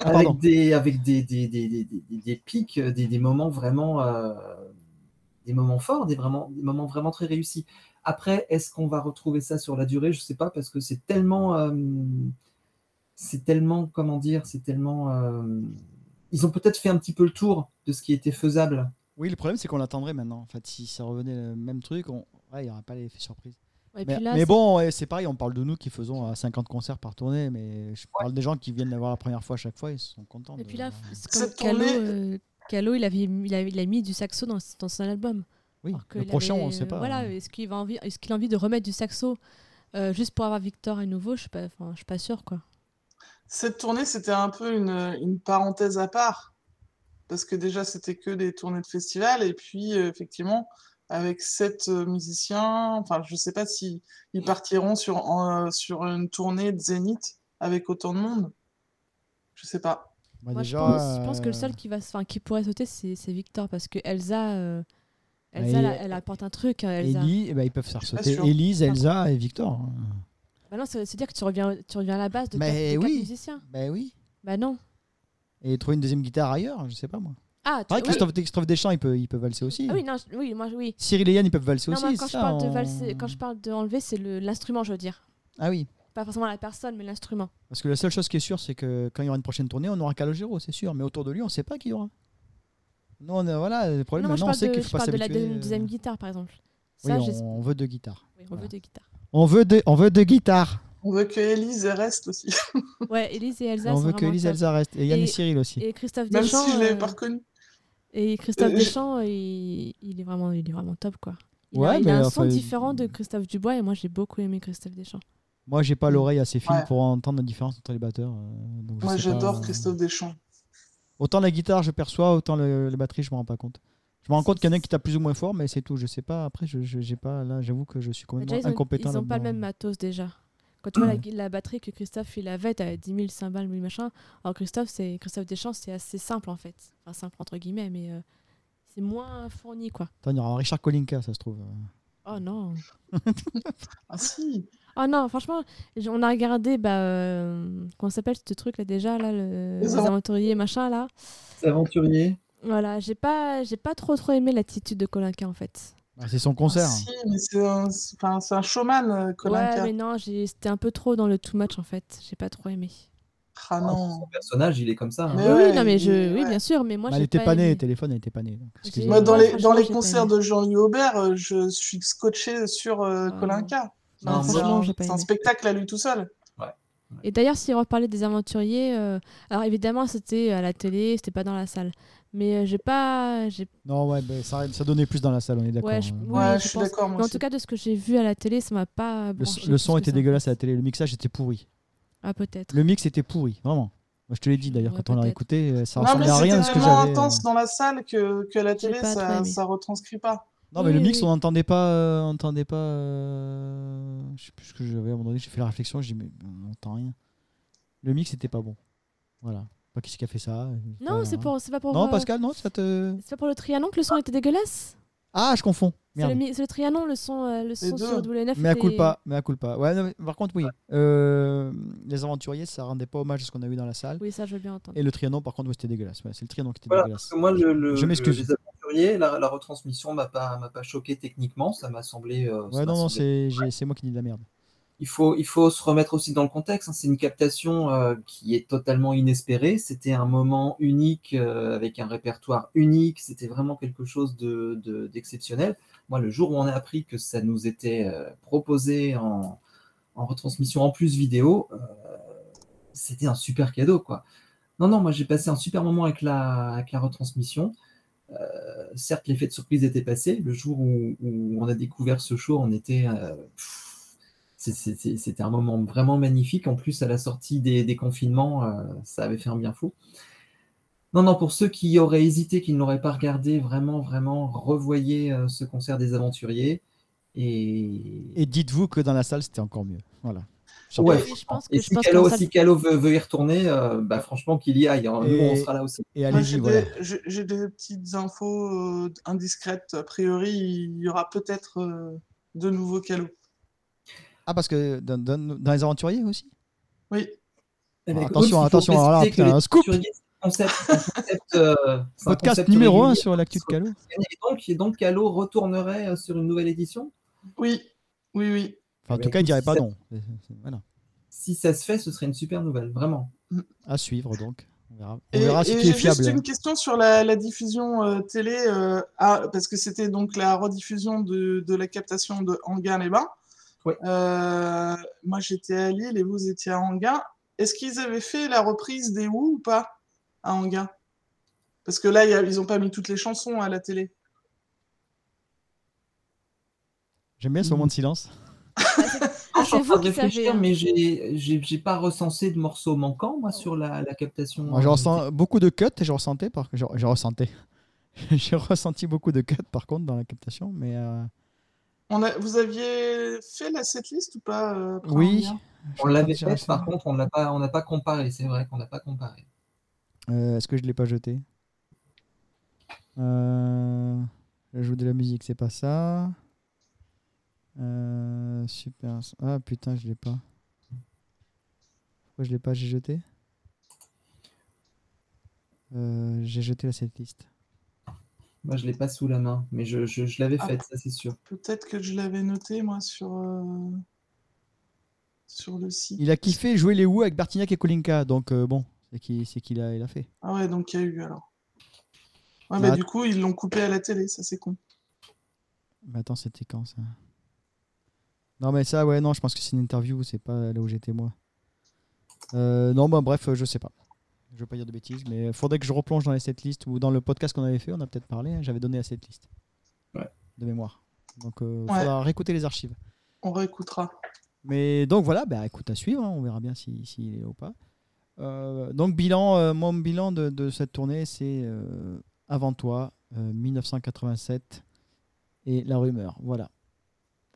pardon. avec des avec des, des, des, des, des- des- des pics, euh, des, des moments vraiment euh, des moments forts, des vraiment des moments vraiment très réussis. Après, est-ce qu'on va retrouver ça sur la durée Je sais pas parce que c'est tellement euh, c'est tellement comment dire, c'est tellement euh, ils ont peut-être fait un petit peu le tour de ce qui était faisable. Oui, le problème, c'est qu'on l'attendrait maintenant. En fait, si ça revenait le même truc, on... ouais, il n'y aurait pas l'effet surprise. Et mais, puis là, mais c'est- bon, ouais, c'est pareil, on parle de nous qui faisons euh, 50 concerts par tournée, mais je parle des gens qui viennent la voir la première fois à chaque fois, ils sont contents. Et de- puis là, c'est comme Cette Calo, tournée- euh, Calo, il, avait, il, a, il a mis du saxo dans, dans son album. oui, Alors que le il prochain, avait- euh, on ne sait pas. hein. Voilà, est-ce qu'il va envie- est-ce qu'il a envie de remettre du saxo euh, juste pour avoir Victor à nouveau Je suis pas, enfin, je suis pas sûre quoi. Cette tournée, c'était un peu une, une parenthèse à part. Parce que déjà, c'était que des tournées de festival. Et puis, euh, effectivement, avec sept euh, musiciens, enfin, je sais pas s'ils ils partiront sur, en, euh, sur une tournée de Zénith avec autant de monde. Je sais pas. Bah, Moi, déjà, je, pense, je pense que le euh, seul qui va, se- enfin, qui pourrait sauter, c'est c'est Victor parce que Elsa, euh, Bah, Elsa, et- elle, elle apporte un truc. hein, Elsa. Ellie, eh ben, ils peuvent faire suis pas sauter sûre. Elise, Elsa et Victor. hein. Bah non, c'est c'est dire que tu reviens, tu reviens à la base de Mais quatre, de quatre Bah, oui. musiciens. Ben oui. Bah non. Et trouver une deuxième guitare ailleurs, je sais pas moi. Ah, tu- Pareil, oui. Christophe, Christophe Deschamps, il peut, il peut valser aussi. Ah oui, non, je- oui, moi, je- oui. Cyril et Yann, ils peuvent valser Non, aussi. moi, quand, je ça, parle de on- valser- quand je parle de enlever, c'est le- l'instrument, je veux dire. Ah oui, Pas forcément la personne, mais l'instrument. parce que la seule chose qui est sûre, c'est que quand il y aura une prochaine tournée, on aura Calogero, c'est sûr. Mais autour de lui, on ne sait pas qui il y aura. Nous, on a- voilà, le problème, non, moi, je maintenant, on parle, sait de, qu'il je faut pas parle de la s'habituer. euh, deuxième, deuxième guitare, par exemple. Oui, Ça, on- j'es- on, veut deux guitares. oui, on voilà. veut des guitares. On veut deux, on veut deux guitares. On veut que Elise reste aussi. *laughs* Ouais, Elise et Elsa. on sont veut que vraiment Elise top. Elsa reste. Et Yann et, Et- Cyril aussi. Et Christophe Même Deschamps. si je l'avais euh, pas reconnu. Et Christophe Euh, je- Deschamps, il, il est vraiment, il est vraiment top, quoi. Il, a, Ouais, il a mais un enfin, son il- différent de Christophe Dubois et moi j'ai beaucoup aimé Christophe Deschamps. Moi, j'ai Mm. pas l'oreille assez fine Ouais. pour entendre la différence entre les batteurs. euh, donc je Moi, sais pas, j'adore euh, Christophe Deschamps. Autant la guitare, je perçois, autant le- la batterie, je me rends pas compte. Je me rends C'est- compte qu'il y en a qui tapent plus ou moins fort, mais c'est tout. Je sais pas. Après, je, je- j'ai pas. Là, j'avoue que je suis Mais complètement déjà, ils ont- incompétent. ils ont pas là-dedans. le même matos déjà. Quand tu vois la, la batterie que Christophe il avait, t'avais 10 000 cymbales, 1000 machin. Alors Christophe, c'est Christophe Deschamps, c'est assez simple en fait. Enfin simple entre guillemets, mais euh, c'est moins fourni quoi. Attends, il y aura Richard Kolinka, ça se trouve. Oh non. Ah si Oh non, franchement, j- on a regardé bah euh, comment s'appelle ce truc là déjà là le, Les les Avent- aventuriers machin là. C'est aventurier. Voilà, j'ai pas j'ai pas trop trop aimé l'attitude de Kolinka en fait. Ah, c'est son Ah, concert. si, mais c'est un, c'est- enfin, c'est un showman, euh, Kolinka. Ouais, mais non, j'ai- c'était un peu trop dans le too much en fait. J'ai pas trop aimé. Ah non. Oh, Son personnage, il est comme ça. hein. Mais- oui, Ah ouais, oui, non, mais il- je, oui, ouais. bien sûr, mais moi Bah, j'ai elle était pas panée, aimé. le téléphone elle était panée. donc, J'ai- excusez-moi. Moi, dans Ouais, les, franchement, dans les j'ai pas concerts aimé. de Jean-Louis Aubert, euh, je suis scotché sur euh, Ah, Kolinka. Non, Enfin, c'est franchement, un- j'ai pas c'est un aimé. spectacle à lui tout seul. Et d'ailleurs, si on reparlait des aventuriers, euh, alors évidemment c'était à la télé, c'était pas dans la salle, mais euh, j'ai pas, j'ai, Non, ouais, bah, ça, ça donnait plus dans la salle, on est d'accord. ouais, je, hein. oui, Ouais, je, je suis pense. d'accord. moi Mais en aussi. tout cas, de ce que j'ai vu à la télé, ça m'a pas. Le, branché son- le plus son que était ça. dégueulasse à la télé, le mixage était pourri. Ah peut-être. Le mix était pourri, vraiment. Moi, je te l'ai dit d'ailleurs, Ouais, quand on l'a peut-être. écouté, euh, ça Non, mais ressemblait à rien de ce c'était que tellement j'avais. euh. intense dans la salle que, que à la J'ai télé, pas trop ça, aimé. ça retranscrit pas. Non, mais le Oui, mix, oui. on n'entendait pas. euh, on entendait pas euh, Je sais plus ce que j'avais. À un moment donné, j'ai fait la réflexion, j'ai dit, mais on n'entend rien. Le mix était pas bon. Voilà. Pas qui c'est qui a fait ça. euh, Non, voilà. c'est pour, c'est pas pour. Non, euh, Pascal, non, ça te. C'est pas pour le Trianon que le son était dégueulasse. Ah, je confonds. C'est Merde. le, mi- c'est le Trianon, le son, euh, le son deux. sur W9. Mais à était- culpa, mais à culpa. Ouais, non, mais par contre, oui. Euh, les aventuriers, ça rendait pas hommage à ce qu'on a eu dans la salle. Oui, ça je veux bien entendre. Et le trianon, par contre, ouais, c'était dégueulasse. Ouais, c'est le trianon qui était Voilà, dégueulasse. parce que moi, le, le- Je m'excuse. le- les aventuriers, la, la retransmission m'a pas, m'a pas choqué techniquement, ça m'a semblé. euh, ça Ouais, m'a non, non, semblé- c'est j'ai- c'est moi qui dis de la merde. Il faut, il faut se remettre aussi dans le contexte. hein. C'est une captation euh, qui est totalement inespérée. C'était un moment unique euh, avec un répertoire unique. C'était vraiment quelque chose de- de- d'exceptionnel. Moi, le jour où on a appris que ça nous était euh, proposé en, en retransmission en plus vidéo, euh, c'était un super cadeau, quoi. Non, non, moi j'ai passé un super moment avec la, avec la retransmission. Euh, certes, l'effet de surprise était passé. Le jour où, où on a découvert ce show, on était. euh, pff, c'est- c'est- c'est- C'était un moment vraiment magnifique. En plus, à la sortie des, des confinements, euh, ça avait fait un bien fou. Non, non, pour ceux qui auraient hésité, qui ne l'auraient pas regardé, vraiment, vraiment, revoyez euh, ce concert des aventuriers. Et, Et dites-vous que dans la salle, c'était encore mieux. Voilà. Ouais, Oui, je pense que Et je si pense Calo, que ça. si Calo veut, veut y retourner, euh, bah, franchement qu'il y aille. hein. Nous, Et- on sera là aussi. Et Moi, allez-y, J'ai voilà. des, j'ai- j'ai des petites infos euh, indiscrètes. A priori, il y aura peut-être euh, de nouveaux calots. Ah, parce que dans, dans- dans les aventuriers aussi Oui, Eh ben, Ah, écoute, attention, il faut attention, préciser alors là, que putain, les un scoop. couturiers, c'est un concept, un concept, euh, c'est un Podcast concept numéro 1 régulier. sur l'actu de Calo. Et donc, et donc Calo retournerait euh, sur une nouvelle édition Oui, oui, oui. Enfin, en Eh tout ben, cas, il dirait écoute, pas ça- non. C'est- c'est- Voilà. Si ça se fait, ce serait une super nouvelle, vraiment. À suivre donc. On verra, on Et, verra si et tu es j'ai juste fiable. une question sur la, la diffusion euh, télé, euh, ah, parce que c'était donc la rediffusion de, de la captation de Anguin les Bains. Ouais. Euh, moi j'étais à Lille et vous étiez à Anguin. Est-ce qu'ils avaient fait la reprise des Who ou pas à Anguin Parce que là, il y a- ils n'ont pas mis toutes les chansons à la télé. J'aime bien ce moment de silence. Ah, Je suis en c'est train vous de qui savez. réfléchir, hein. mais j'ai- j'ai j'ai pas recensé de morceaux manquants, moi, sur la, la captation. Moi, je ressens beaucoup de cuts et je ressentais, par... je, je ressentais. *laughs* J'ai ressenti beaucoup de cuts par contre dans la captation, mais euh, On a- vous aviez fait la setlist ou pas euh, après oui. Anguin On l'avait J'ai resté. faite, par contre, on l'a pas, on n'a pas comparé. C'est vrai qu'on n'a pas comparé. Euh, Est-ce que je l'ai pas jeté euh... J'ajoute de la musique, c'est pas ça. Euh, Super. Ah putain, je l'ai pas. Pourquoi je l'ai pas J'ai jeté Euh, J'ai jeté la setlist. Moi, je l'ai pas sous la main, mais je, je- je l'avais Ah. faite, ça c'est sûr. Peut-être que je l'avais noté moi sur, euh, sur le site. Il a kiffé jouer les Who avec Bertignac et Kolinka, donc euh, bon, c'est qu'il c'est qu'il a, il a fait. Ah ouais, donc il y a eu alors. Ouais, Bah, bah, du coup, ils l'ont coupé à la télé, ça c'est con. Mais attends, c'était quand ça Non, mais ça, ouais, non, je pense que c'est une interview, c'est pas là où j'étais moi. Euh, non, bah bref, euh, je sais pas. Je veux pas dire de bêtises, mais euh, faudrait que je replonge dans cette liste ou dans le podcast qu'on avait fait, on a peut-être parlé, hein, j'avais donné à cette liste Ouais. de mémoire. Donc, euh, Ouais. faudra réécouter les archives. On réécoutera. Mais donc voilà, bah, écoute à suivre, hein, on verra bien s'il si, s'il est là ou pas. Euh, donc bilan, euh, mon bilan de, de cette tournée, c'est euh, avant toi, euh, 1987 et La Rumeur. Voilà.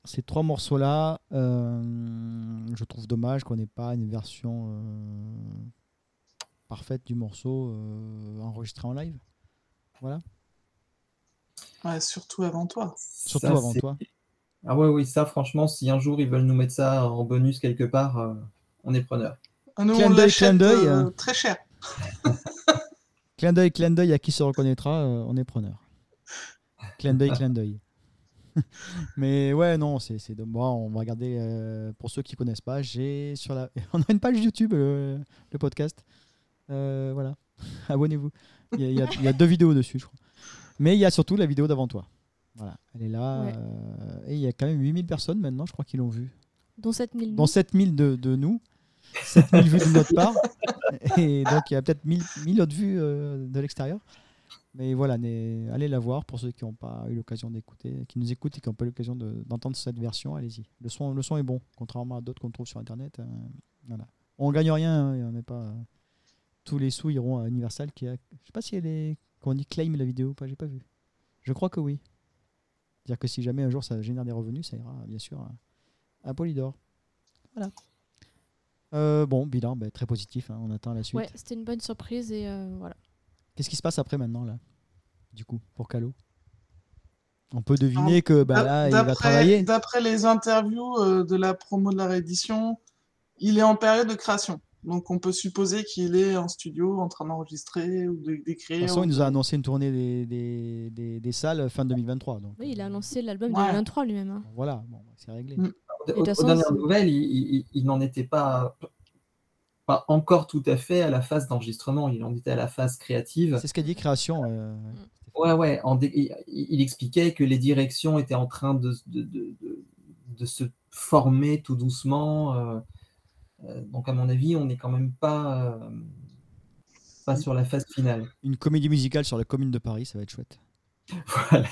Ces trois morceaux-là, euh, je trouve dommage qu'on n'ait pas une version euh, parfaite du morceau euh, enregistré en live. Ouais, surtout avant toi. Surtout Ça, avant c'est- toi. Ah ouais, oui, ça, franchement, si un jour ils veulent nous mettre ça en bonus quelque part, euh, on est preneur. Ah, Nous, Clin on d'œil, clin l'achète d'œil, euh, hein. très cher. Clin d'œil, clin d'œil, à qui se reconnaîtra, euh, on est preneur. Clin d'œil, clin d'œil. *laughs* Mais ouais, non, c'est c'est dommage. on va regarder, euh, pour ceux qui connaissent pas, j'ai sur la... *laughs* On a une page YouTube, euh, le podcast. Euh, voilà, *laughs* abonnez-vous. Il y, a- il y a- il y a deux vidéos dessus, je crois. Mais il y a surtout la vidéo d'avant toi. Voilà, elle est là. Ouais. euh, et il y a quand même 8000 personnes maintenant, je crois, qui l'ont vue Dont 7000 dans 7000 de, de nous, 7000 vues de notre part, et donc il y a peut-être 1000, 1000 autres vues euh, de l'extérieur. Mais voilà, n'est- allez la voir pour ceux qui n'ont pas eu l'occasion d'écouter, qui nous écoutent et qui n'ont pas eu l'occasion de- d'entendre cette version, allez-y. Le son, le son est bon, contrairement à d'autres qu'on trouve sur internet. euh, voilà. On gagne rien, hein, et on n'est pas. tous les sous iront à Universal qui a. Je sais pas si elle est. Qu'on dit claim la vidéo ou pas, j'ai pas vu. Je crois que oui. C'est-à-dire que si jamais un jour ça génère des revenus, ça ira bien sûr à- à Polydor. Euh, bon, bilan bah, très positif, hein, on attend la suite. Ouais, c'était une bonne surprise et euh, voilà. Qu'est-ce qui se passe après maintenant, là Du coup, pour Calo On peut deviner que bah, là, il va Ah, D'après travailler. d'après les interviews euh, de la promo de la réédition, il est en période de création. Donc on peut supposer qu'il est en studio en train d'enregistrer ou de- De toute d'écrire. façon, il nous a annoncé une tournée des, des, des- des salles fin 2023. Donc, Oui, il a euh, annoncé l'album Ouais. 2023 lui-même. hein. Voilà, bon, bah, c'est réglé. Mm. Aux, Et de toute aux façon, dernières c'est- nouvelles, il, il- il n'en était pas, pas encore tout à fait à la phase d'enregistrement, il en était à la phase créative. C'est ce qu'a dit Création. euh, Ouais, ouais, en dé- il, il expliquait que les directions étaient en train de, de- de- de- de se former tout doucement. euh, euh, donc, à mon avis, on n'est quand même pas, euh, pas Mm. sur la phase finale. une comédie musicale sur la commune de Paris, ça va être chouette. Voilà.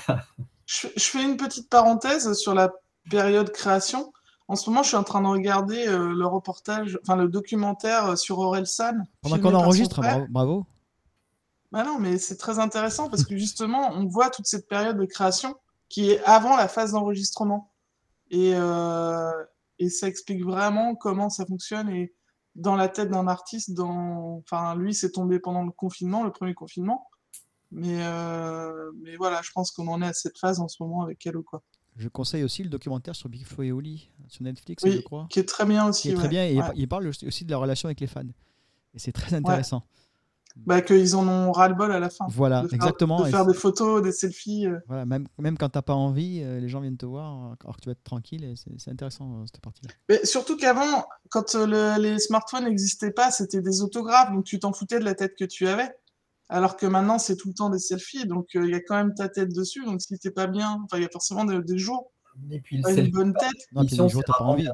Je, je fais une petite parenthèse sur la période création. En ce moment, je suis en train de regarder euh, le reportage, enfin le documentaire euh, sur Aurel San. Pendant filmé qu'on par son enregistre, frère. bravo. bravo. Bah non, mais c'est très intéressant parce que justement, on voit toute cette période de création qui est avant la phase d'enregistrement. Et, euh, et ça explique vraiment comment ça fonctionne et dans la tête d'un artiste, dans... enfin, lui, c'est tombé pendant le confinement, le premier confinement. Mais, euh, mais voilà, je pense qu'on en est à cette phase en ce moment avec Calo, quoi. Je conseille aussi le documentaire sur Big Flo et Oli euh, sur Netflix, Oui, je crois. Qui est très bien qui aussi. est très ouais. bien. Et il Ouais. par- il parle aussi aussi de la relation avec les fans. Et c'est très intéressant. Bah, qu'ils en ont ras-le-bol à la fin. Voilà, de faire, exactement. De Et faire c'est- des photos, des selfies. euh. voilà, même, même quand t'as pas envie, euh, les gens viennent te voir, euh, alors que tu vas être tranquille. et C'est c'est intéressant euh, cette partie-là. Mais surtout qu'avant, quand euh, le- les smartphones n'existaient pas, c'était des autographes, donc tu t'en foutais de la tête que tu avais. Alors que maintenant, c'est tout le temps des selfies, donc euh, il y a quand même ta tête dessus. Donc si t'es pas bien, enfin, il y a forcément des, des jours, Et puis le pas une selfie, bonne tête. Non, puis Mission, les jours, c'est t'as pas rarement envie. bien.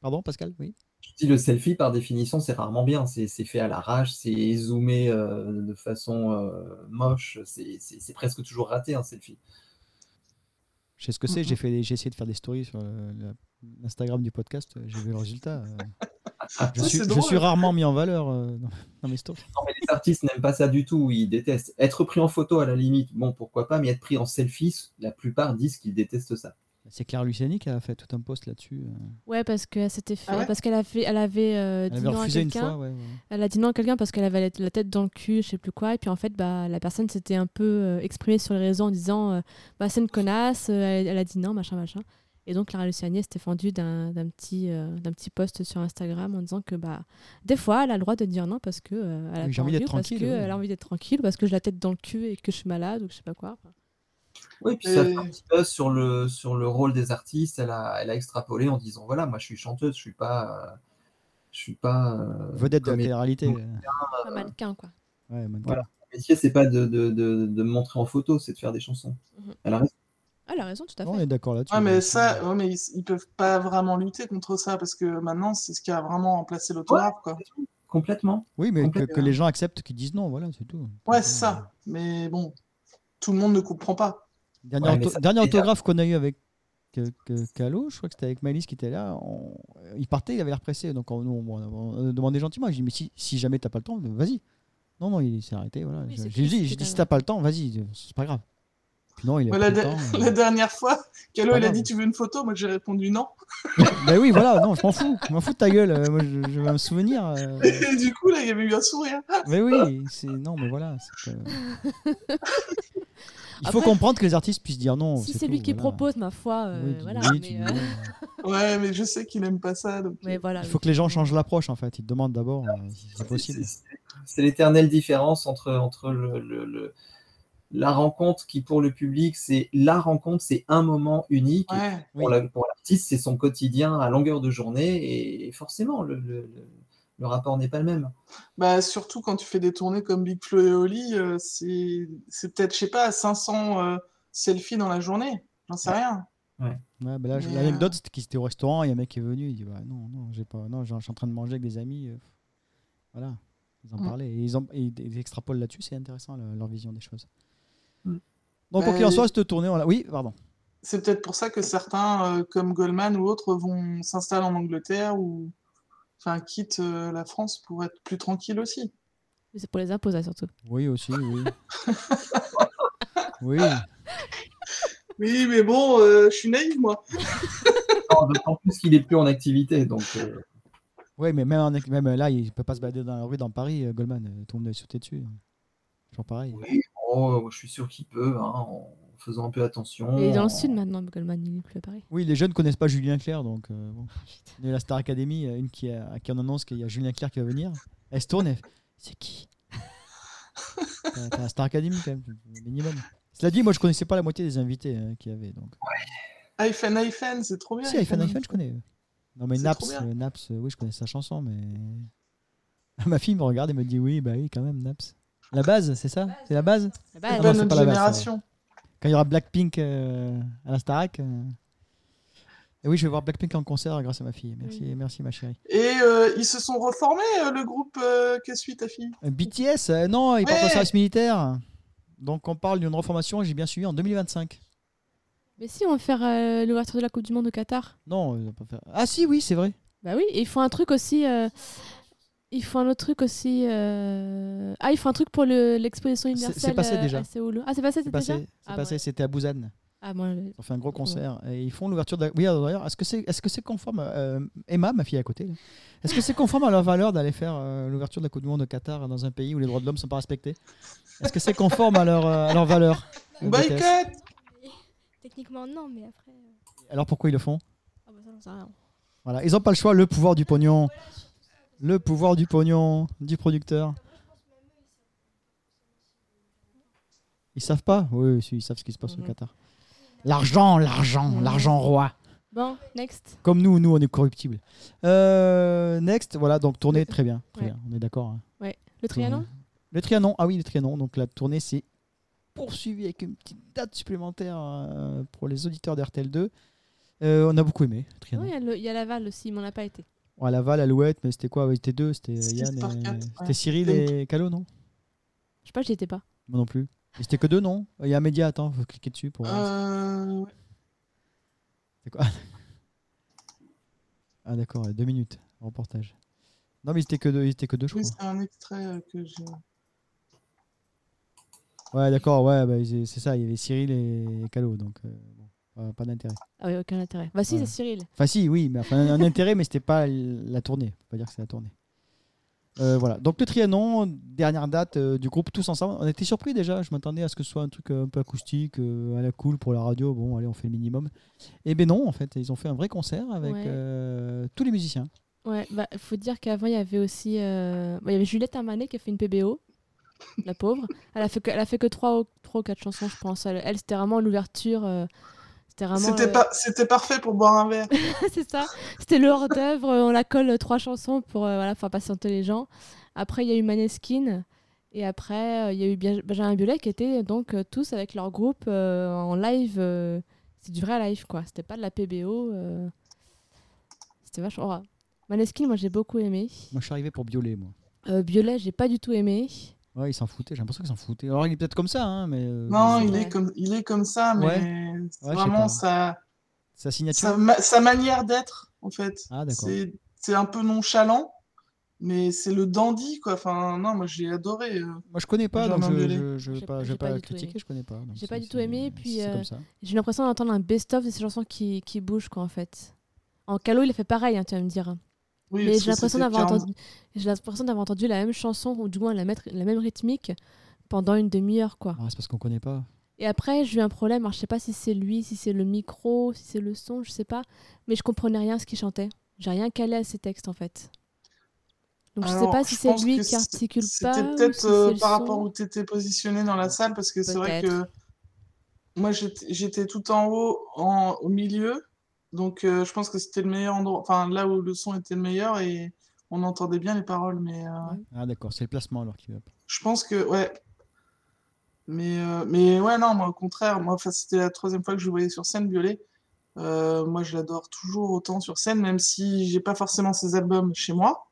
Pardon, Pascal Oui. je dis le selfie, par définition, c'est rarement bien. C'est c'est fait à l'arrache, c'est zoomé euh, de façon euh, moche. C'est- C'est c'est presque toujours raté un selfie. Je sais ce que c'est. Mhm. J'ai fait, des- j'ai essayé de faire des stories sur euh, la- l'Instagram du podcast. euh, J'ai vu le résultat. euh. je, *laughs* Ça, suis, c'est je drôle. suis rarement mis en valeur euh, dans, dans mes stories. Non, mais les artistes n'aiment pas ça du tout, ils détestent. Être pris en photo à la limite, bon pourquoi pas, mais être pris en selfie, la plupart disent qu'ils détestent ça. C'est Claire Luciani qui a fait tout un post là-dessus. euh. Ouais, parce que c'était Ah ouais parce qu'elle a fait, elle avait, euh, Elle dit avait non à refusé une quelqu'un. fois. ouais, ouais. Elle a dit non à quelqu'un parce qu'elle avait la- la tête dans le cul, je sais plus quoi. Et puis en fait, bah, la personne s'était un peu euh, exprimée sur les réseaux en disant euh, bah, c'est une connasse, euh, elle, elle a dit non, machin, machin. Et donc, Clara Luciani elle s'était fendue d'un d'un petit, euh, d'un petit post sur Instagram en disant que bah, des fois, elle a le droit de dire non parce que euh, elle a Oui, j'ai pas envie d'être parce que tranquille, ouais. elle a envie d'être tranquille, parce que j'ai la tête dans le cul et que je suis malade ou que je sais pas quoi. Oui, puis ça Et- fait un petit buzz sur le, sur le rôle des artistes, elle a, elle a extrapolé en disant voilà, moi je suis chanteuse, je suis pas... euh, Je suis pas... euh, Vedette de la comédien. télé-réalité. Ouais. euh. Un mannequin, quoi. Ouais, mannequin. Voilà. Mon métier, c'est pas de, de, de, de me montrer en photo, c'est de faire des chansons. Mhm. Elle a raison. Elle a raison, tout à Non, fait. on est d'accord là-dessus. Ouais, mais Ouais, ça, c'est- ouais, mais ils, ils peuvent pas vraiment lutter contre ça parce que maintenant, c'est ce qui a vraiment remplacé l'autographe, quoi. Complètement. Oui, mais que, complètement. que les gens acceptent qu'ils disent non, voilà, c'est tout. Ouais, c'est ça. Mais bon, tout le monde ne comprend pas. Dernier, Ouais, mais auto- ça, dernier c'est autographe qu'on a eu avec que, que- Calo, je crois que c'était avec Malice qui était là. on- Il partait, il avait l'air pressé. Donc on, nous, on, on demandait gentiment. Je dis, mais si, si jamais t'as pas le temps, vas-y. Non, non, il s'est arrêté. Voilà. Oui, Je- J'ai c'est triste, dit, j'ai dit, finalement. si t'as pas le temps, vas-y, c'est pas grave. Puis non, il a Ouais, la, pris le de- *laughs* temps. euh. la dernière fois, Calo, Pas il a grave. dit Tu veux une photo Moi, j'ai répondu non. Mais Ben oui, voilà, non, je m'en fous. Je m'en fous de ta gueule. euh, Moi, je, je veux un souvenir. euh. *laughs* Et du coup, là, il y avait eu un sourire. Mais oui, c'est non, mais voilà. c'est *laughs* que- Il faut Après- comprendre que les artistes puissent dire non. si c'est c'est lui tout, qui voilà. propose, ma foi, euh, Oui, tu dis voilà. oui, mais, tu dis euh, non. Ouais, mais je sais qu'il aime pas ça. donc- mais voilà, Il oui. faut que les gens changent l'approche en fait. Ils te demandent d'abord euh, si c'est possible. C'est- c'est- C'est l'éternelle différence entre, entre le, le- le- la rencontre qui, pour le public, c'est la rencontre, c'est un moment unique. et euh, Ouais. Pour la- pour l'artiste, c'est son quotidien à longueur de journée. Et forcément, le, le- le- le rapport n'est pas le même. Bah, surtout quand tu fais des tournées comme Big Flo et Oli, euh, c'est c'est peut-être, je sais pas, 500 euh, selfies dans la journée. J'en sais rien. Ouais, bah là, je- Mais, L'anecdote, c'était qu'il était au restaurant, il y a un mec qui est venu, il dit bah, non, non, j'ai pas, non, je je suis en train de manger avec des amis. euh, voilà, ils en Mm. parlaient. Et ils, en- et ils- ils extrapolent là-dessus, c'est intéressant le- leur vision des choses. Mm. Donc, pour Bah, qu'il en et- soit, cette tournée, on l'a- oui, pardon. C'est peut-être pour ça que certains, euh, comme Goldman ou autres, vont s'installer en Angleterre ou enfin, quittent euh, la France pour être plus tranquille aussi. Mais c'est pour les imposer surtout. Oui, aussi, oui. oui, Oui, mais bon, euh, je suis naïve, moi. D'autant- D'autant plus qu'il n'est plus en activité. Donc, euh, oui, mais même, en- même là, il peut pas se balader dans la rue dans Paris, euh, Goldman, euh, tout le monde est sauté dessus. Toujours pareil. oui, oh, je suis sûr qu'il peut, hein, en faisant un peu Oh. attention. Et dans en- le sud maintenant, Goldman, il est plus à Paris. Oui, les jeunes connaissent pas Julien Clerc, donc euh, bon. Il y a la Star Academy, euh, une qui, a- qui en annonce qu'il y a Julien Clerc qui va venir. Elle se tourne, elle fait, c'est qui T'as t'as la Star Academy quand même, le minimum. Cela dit, moi je connaissais pas la moitié des invités euh, qu'il y avait. Donc. iPhone, iPhone, c'est trop bien. si, iPhone, iPhone, je connais. euh. Non, mais C'est Naps, trop bien. euh, Naps, euh, oui, je connais sa chanson, mais. *laughs* Ma fille me regarde et me dit, oui, bah oui, quand même, Naps. La base, c'est ça C'est la base La C'est base. Ah pas non, c'est notre pas la base, génération. Quand il y aura Blackpink euh, à la Starac. euh. Et oui, je vais voir Blackpink en concert grâce à ma fille. Merci, merci ma chérie. Et euh, ils se sont reformés, euh, le groupe euh, que suit ta fille. Euh, BTS, euh, non, ils partent en Ouais. service militaire. Donc on parle d'une reformation, j'ai bien suivi, en 2025. Mais si, on va faire euh, l'ouverture de la Coupe du Monde au Qatar. Non, ils ont pas fait- ah si, oui, c'est vrai. Bah oui, et ils font un truc aussi. euh, Ils font un autre truc aussi. euh, Ah, ils font un truc pour le- l'exposition c'est universelle. passé euh, déjà. à Séoul. Ah, c'est passé, C'est c'était passé, déjà c'est Ah, passé, ouais. c'était à Busan. Ah, moi, euh, Ils ont fait un gros concert et ils font l'ouverture. de la- Oui, alors, d'ailleurs, est-ce que c'est est-ce que c'est conforme, euh, Emma, ma fille à côté, là, est-ce que c'est conforme à leur valeur d'aller faire euh, l'ouverture de la Coupe du Monde au Qatar dans un pays où les droits de l'homme sont pas respectés Est-ce que c'est conforme à leur euh, à leur valeur euh, Bah, BTS Boycott Techniquement, non, mais après. euh, Alors pourquoi ils le font Ah bah ça, j'en sais rien. Voilà, ils ont pas le choix, le pouvoir du pognon. Le pouvoir du pognon du producteur. Ils savent pas Oui, si, ils savent ce qui se passe au Mhm. Qatar. L'argent, l'argent, l'argent roi. Bon, next. Comme nous, nous, on est corruptibles. Euh, next, voilà, donc tournée, très bien. Très Ouais. bien on est d'accord. hein. Ouais. Le Trianon Le Trianon, ah oui, le Trianon. Donc la tournée s'est poursuivie avec une petite date supplémentaire euh, pour les auditeurs d'RTL2. Euh, on a beaucoup aimé le Trianon. Non, il y a le- il y, a Laval aussi, mais on n'a pas été. Ouais, Laval, Alouette, mais c'était quoi Ouais, C'était deux, c'était euh, Six Yann par et... quatre, C'était ouais. Cyril et Calo, non Je sais pas, j'y étais pas. Moi non plus. Et C'était que deux, non Il y a Média, attends, faut cliquer dessus pour voir. Euh, ouais. C'est quoi Ah d'accord, deux minutes, reportage. Non mais c'était que deux, c'était que deux, je Oui, crois. c'est un extrait euh, que j'ai. Ouais, d'accord, ouais, bah, c'est c'est ça, il y avait Cyril et Calo, donc euh, bon, pas- pas d'intérêt. Ah oui, aucun intérêt. Bah si, Ouais. c'est Cyril. Enfin, si, oui, mais enfin, un intérêt, mais c'était pas l- la tournée. On peut pas dire que c'est la tournée. Euh, voilà. Donc le Trianon, dernière date euh, du groupe Tous Ensemble. On était surpris déjà. Je m'attendais à ce que ce soit un truc euh, un peu acoustique, euh, à la cool pour la radio. Bon, allez, on fait le minimum. Et ben non, en fait, ils ont fait un vrai concert avec Ouais. euh, tous les musiciens. Ouais, bah faut dire qu'avant, il y avait aussi... euh, bah, il y avait Juliette Armanet qui a fait une PBO. La pauvre. Elle a fait que, elle a fait que 3 ou, trois ou 4 chansons, je pense. Elle, elle, c'était vraiment l'ouverture. euh, c'était vraiment... euh, C'était le- pas- c'était parfait pour boire un verre. *laughs* c'est ça. C'était le hors-d'œuvre. On la colle euh, trois chansons pour euh, voilà, faire patienter les gens. Après, il y a eu Maneskin. Et après, euh, il y a eu Bien- Benjamin Biolay qui étaient donc euh, tous avec leur groupe euh, en live. euh, c'est du vrai live, quoi. C'était pas de la PBO. euh. C'était vachement. oh, Maneskin, moi j'ai beaucoup aimé. Moi, je suis arrivé pour Biolay, moi. Euh, Biolay, j'ai pas du tout aimé. Ouais, ils s'en foutaient. J'ai l'impression qu'ils s'en foutaient. Alors, il est peut-être comme ça, hein, mais euh, Non, Ouais. il est comme, il est comme ça, mais Ouais. c'est Ouais, je sais pas. vraiment sa, sa signature. sa, ma- sa manière d'être, en fait. Ah, d'accord. C'est c'est un peu nonchalant, mais c'est le dandy, quoi. Enfin, non, moi j'ai adoré. euh. Moi, je connais pas, Benjamin donc je- Biolay. je je vais J'ai- pas, je j'ai vais pas pas du tout critiquer. aimé. Je connais pas. donc J'ai pas c'est- du tout aimé, c'est- puis, c'est euh, comme ça. J'ai l'impression d'entendre un best-of de ces chansons qui, qui bougent, quoi, en fait. En calo, il a fait pareil, hein, tu vas me dire. Oui, Mais parce j'ai que l'impression c'était d'avoir 40 entendu, j'ai l'impression d'avoir entendu la même chanson ou du moins la, maître- la même rythmique pendant une demi-heure quoi. Ah, c'est parce qu'on connaît pas. Et après j'ai eu un problème, alors je sais pas si c'est lui, si c'est le micro, si c'est le son, je sais pas, mais je comprenais rien à ce qu'il chantait. J'ai rien calé à ses textes en fait. Donc je sais Alors, pas si je c'est pense lui que qui c'est- articule pas. C'était ou peut-être si euh, c'est le par son. rapport où tu étais positionné dans la salle, parce que c'est vrai que Peut-être. moi j'étais j'étais tout en haut, en, au milieu, donc euh, je pense que c'était le meilleur endroit, enfin là où le son était le meilleur et on entendait bien les paroles, mais euh, Ah, d'accord, c'est le placement alors qui va pas. je pense que, ouais. Mais, euh, mais ouais, non, moi au contraire, moi enfin, c'était la troisième fois que je le voyais sur scène, Violet. Euh, moi je l'adore toujours autant sur scène, même si j'ai pas forcément ses albums chez moi.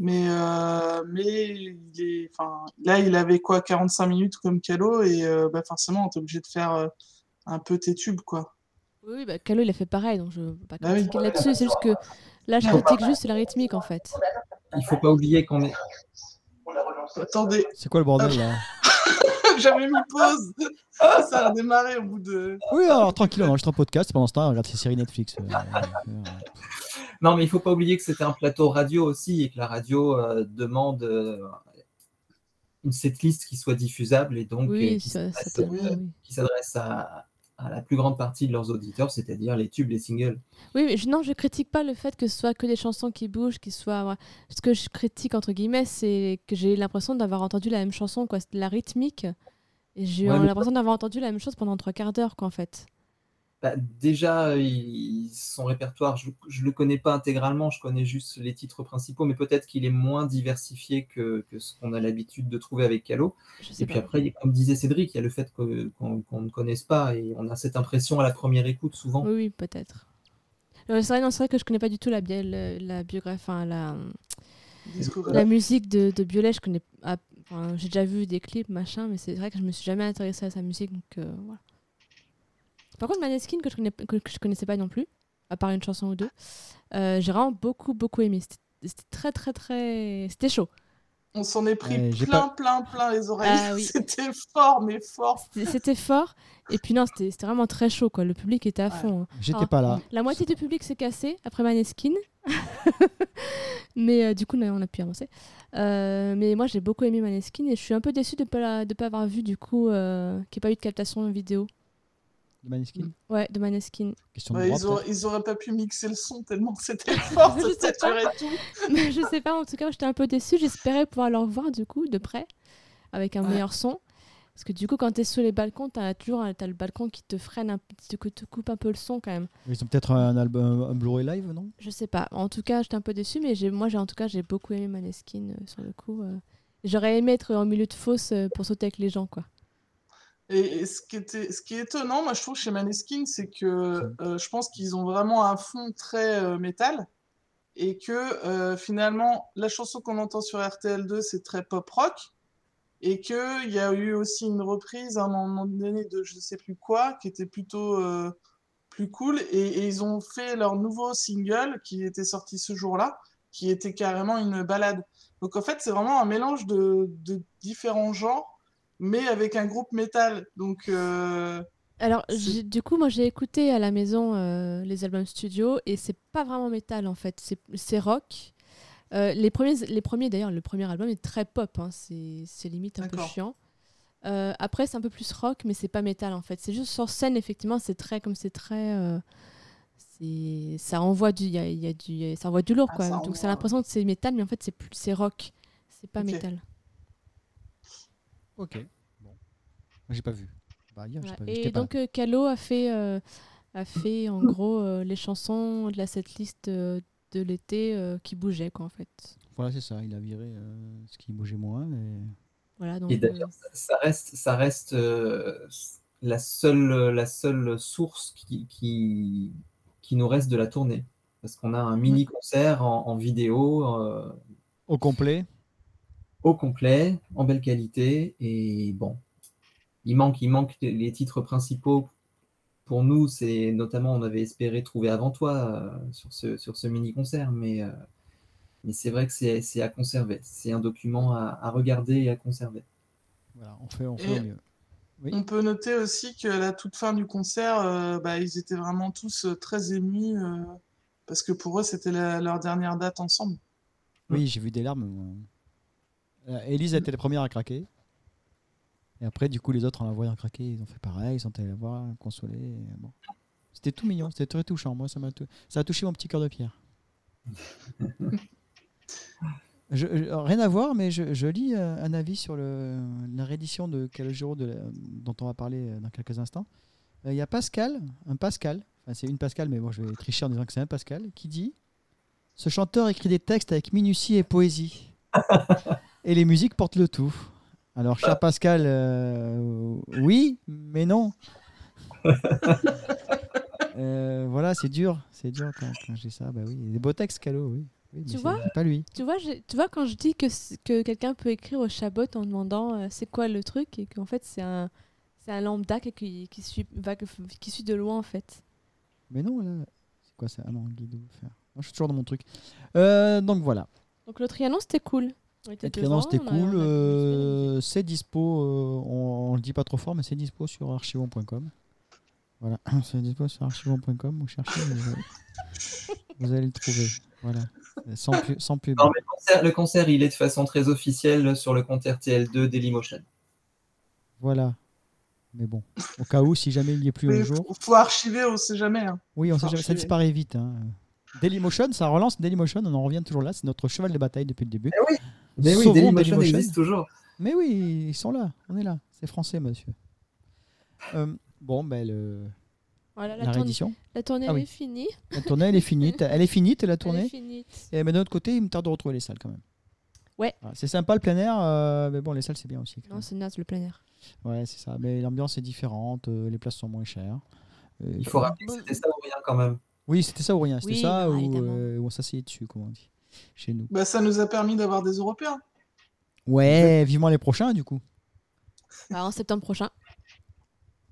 Mais, euh, mais il est, enfin, là, il avait quoi, 45 minutes comme Calo, et euh, bah, forcément, t'es obligé de faire euh, un peu tes tubes, quoi. Oui, oui, bah, Calo il a fait pareil, donc je veux pas Ah Bah oui. critiquer là-dessus. C'est juste que là je critique juste la rythmique en fait. Il faut pas oublier qu'on est. Attendez, *laughs* C'est quoi le bordel là Ah, j'avais mis pause. Ça a redémarré au bout de. Oui, alors tranquille, on enregistre un podcast. Pendant ce temps, on regarde ses séries Netflix. euh, euh, Non, mais il faut pas oublier que c'était un plateau radio aussi et que la radio euh, demande euh, une setlist qui soit diffusable et donc euh, Oui, qui ça, ça s'adresse, peut- euh, oui. qui s'adresse à, à la plus grande partie de leurs auditeurs, c'est-à-dire les tubes, les singles. Oui, mais je, non, je critique pas le fait que ce soit que des chansons qui bougent, qui soient. voilà. Ce que je critique entre guillemets, c'est que j'ai l'impression d'avoir entendu la même chanson, quoi. C'était la rythmique. Et j'ai eu Ouais, mais- l'impression d'avoir entendu la même chose pendant trois quarts d'heure, quoi, en fait. Bah, déjà, euh, il- son répertoire, je ne le connais pas intégralement, je connais juste les titres principaux, mais peut-être qu'il est moins diversifié que, que ce qu'on a l'habitude de trouver avec Calo. Je sais Et puis pas. après, comme disait Cédric, il y a le fait que- qu'on qu'on ne connaisse pas et on a cette impression à la première écoute souvent. Oui, oui, peut-être. Euh, C'est vrai, non, c'est vrai que je connais pas du tout la, bio- la, la biographie, enfin, la, hum, Discovery. la musique de, de Biolay. Je connais. ah, enfin, j'ai déjà vu des clips, machin, mais c'est vrai que je me suis jamais intéressée à sa musique, donc euh, voilà. Par contre, Maneskin que je connais que, que je connaissais pas non plus, à part une chanson ou deux, euh, j'ai vraiment beaucoup beaucoup aimé. C'était c'était très très très, c'était chaud. On s'en est pris Ouais, j'ai plein, plein, plein les oreilles. Ah oui. *laughs* C'était fort, mais fort. C'était- C'était fort. Et puis non, c'était c'était vraiment très chaud quoi. Le public était à Ouais. fond. hein. J'étais Ah. pas là. La moitié du public s'est cassé après Maneskin. *laughs* mais euh, du coup, on a- on a pu avancer. Euh, mais moi, j'ai beaucoup aimé Maneskin et je suis un peu déçue de ne pas, la- de pas avoir vu, du coup, euh, qu'il n'y ait pas eu de captation vidéo. de Maneskin Ouais, de Maneskin. *laughs* Question Ouais, de droit, Bah, ils, auraient, peut-être. ils auraient pas pu mixer le son tellement *laughs* c'était fort, Je ça sais pas. saturait tout. Mais je sais pas, en tout cas, j'étais un peu déçue. J'espérais pouvoir leur voir du coup de près, avec un Ouais. meilleur son. Parce que du coup, quand t'es sous les balcons, t'as toujours un- t'as le balcon qui te freine, un, petit- qui te coupe un peu le son quand même. Ils ont peut-être un album un Blu-ray live, non Je sais pas. En tout cas, j'étais un peu déçue, mais j'ai- moi, j'ai en tout cas, j'ai beaucoup aimé Maneskin euh, sur le coup. euh. J'aurais aimé être en milieu de fosse euh, pour sauter avec les gens, quoi. Et, et ce, qui était, ce qui est étonnant, moi je trouve chez Maneskin, c'est que euh, je pense qu'ils ont vraiment un fond très euh, métal et que euh, finalement la chanson qu'on entend sur RTL2 c'est très pop rock et que il y a eu aussi une reprise à un moment donné de je sais plus quoi qui était plutôt euh, plus cool et, et ils ont fait leur nouveau single qui était sorti ce jour-là qui était carrément une balade. Donc en fait c'est vraiment un mélange de, de différents genres mais avec un groupe métal. Donc, euh, Alors, C'est- j'ai- du coup, moi, j'ai écouté à la maison euh, les albums studio et c'est pas vraiment métal en fait, c'est- c'est rock. Euh, les premiers, les premiers d'ailleurs, le premier album est très pop, hein, c'est c'est limite un peu D'accord. chiant. Euh, après, c'est un peu plus rock, mais c'est pas métal en fait. C'est juste sur scène, effectivement, c'est très comme c'est très. euh, c'est- ça envoie du, il y a- il y a du, ça envoie du lourd Ah, quoi. ça Donc, ça envoie. a l'impression que c'est métal, mais en fait, c'est plus- c'est rock, c'est pas Ok. métal. Ok. Bon. J'ai pas vu. Bah, hier, j'ai Ouais, pas vu. Et j'étais pas là. donc euh, Calo a fait, euh, a *coughs* fait en gros euh, les chansons de la setlist euh, de l'été euh, qui bougeaient quoi en fait. Voilà, c'est ça. Il a viré euh, ce qui bougeait moins. et- Voilà donc. Et d'ailleurs, euh, ça- ça reste, ça reste euh, la, seule, la seule source qui, qui, qui nous reste de la tournée. Parce qu'on a un mini concert en, en vidéo euh, Au complet. au complet, en belle qualité. Et bon, il manque, il manque les, les titres principaux. Pour nous, c'est notamment, on avait espéré trouver avant toi euh, sur ce, sur ce mini concert, mais, euh, mais c'est vrai que c'est c'est à conserver. C'est un document à- à regarder et à conserver. Voilà, on fait, on fait Et- au mieux. Oui. on peut noter aussi que à la toute fin du concert, euh, bah, ils étaient vraiment tous euh, très émus euh, parce que pour eux, c'était la- leur dernière date ensemble. Oui, j'ai vu des larmes. moi. Euh, Élise a été la première à craquer. Et après, du coup, les autres, en la voyant craquer, ils ont fait pareil. Ils sont allés la voir, la consoler. et bon. C'était tout mignon, c'était très touchant. Moi, ça m'a tou- ça a touché mon petit cœur de pierre. Je- je- rien à voir, mais je, je lis euh, un avis sur le, la réédition de Calogero de la- dont on va parler euh, dans quelques instants. Euh, Il y a Pascal, un Pascal, enfin c'est une Pascal, mais bon, je vais tricher en disant que c'est un Pascal, qui dit ce chanteur écrit des textes avec minutie et poésie. et les musiques portent le tout. Alors, cher Pascal, euh, oui, mais non. Euh, voilà, c'est dur, c'est dur quand, quand j'ai ça. Bah oui, il y a des beaux textes, Calo, oui. Oui, mais Tu c'est- vois c'est pas lui. Tu vois, j'ai- tu vois quand je dis que, c- que quelqu'un peut écrire au chabot en demandant euh, c'est quoi le truc et qu'en fait c'est un c'est un lambda qui, qui, qui suit va- qui suit de loin en fait. Mais non, là, c'est quoi ça Ah non, Guido. Faire. Moi, je suis toujours dans mon truc. Euh, donc voilà. Donc le trianon c'était cool. On était La Trianon, devant, c'était on a- on a- cool. on a- euh, c'est dispo, euh, on, on le dit pas trop fort, mais c'est dispo sur archivon.com. Voilà, *clears throat* c'est dispo sur archivon.com. Vous cherchez, mais *laughs* vous, vous allez le trouver. Voilà, Euh, sans, pu- sans pub. Non, mais le concert, le concert, il est de façon très officielle sur le compte RTL2 Dailymotion. Voilà. Mais bon, au cas où, si jamais il n'y est plus Mais un jour. faut- faut archiver, on sait jamais. hein. Oui, on sait Faut jamais, ça archiver. disparaît vite. hein. Dailymotion, ça relance Dailymotion, on en revient toujours là, c'est notre cheval de bataille depuis le début. Mais oui, Sauvons Dailymotion, Dailymotion. existe toujours. Mais oui, ils sont là, on est là, c'est français, monsieur. Euh, bon, ben, le- Voilà, la, la tournée, réédition. la tournée Ah elle oui. est finie. La tournée, elle est finie. T'as- Elle est finie, t'as la Elle est tournée. *laughs* finie. Et, mais d'un autre côté, il me tarde de retrouver les salles quand même. Ouais. Voilà, C'est sympa le plein air, euh, mais bon, les salles c'est bien aussi. quand Non, c'est naze le plein air. même. Ouais, c'est ça. Mais l'ambiance est différente, euh, les places sont moins chères. Euh, Il faut rappeler que c'était ça ou rien quand même. Oui, c'était ça ou rien. C'était Oui, ça bah, ou évidemment. euh, où on s'asseyait dessus, comme on dit, chez nous. Bah, ça nous a permis d'avoir des Européens. Ouais, vivement les prochains du coup. Bah, en septembre prochain.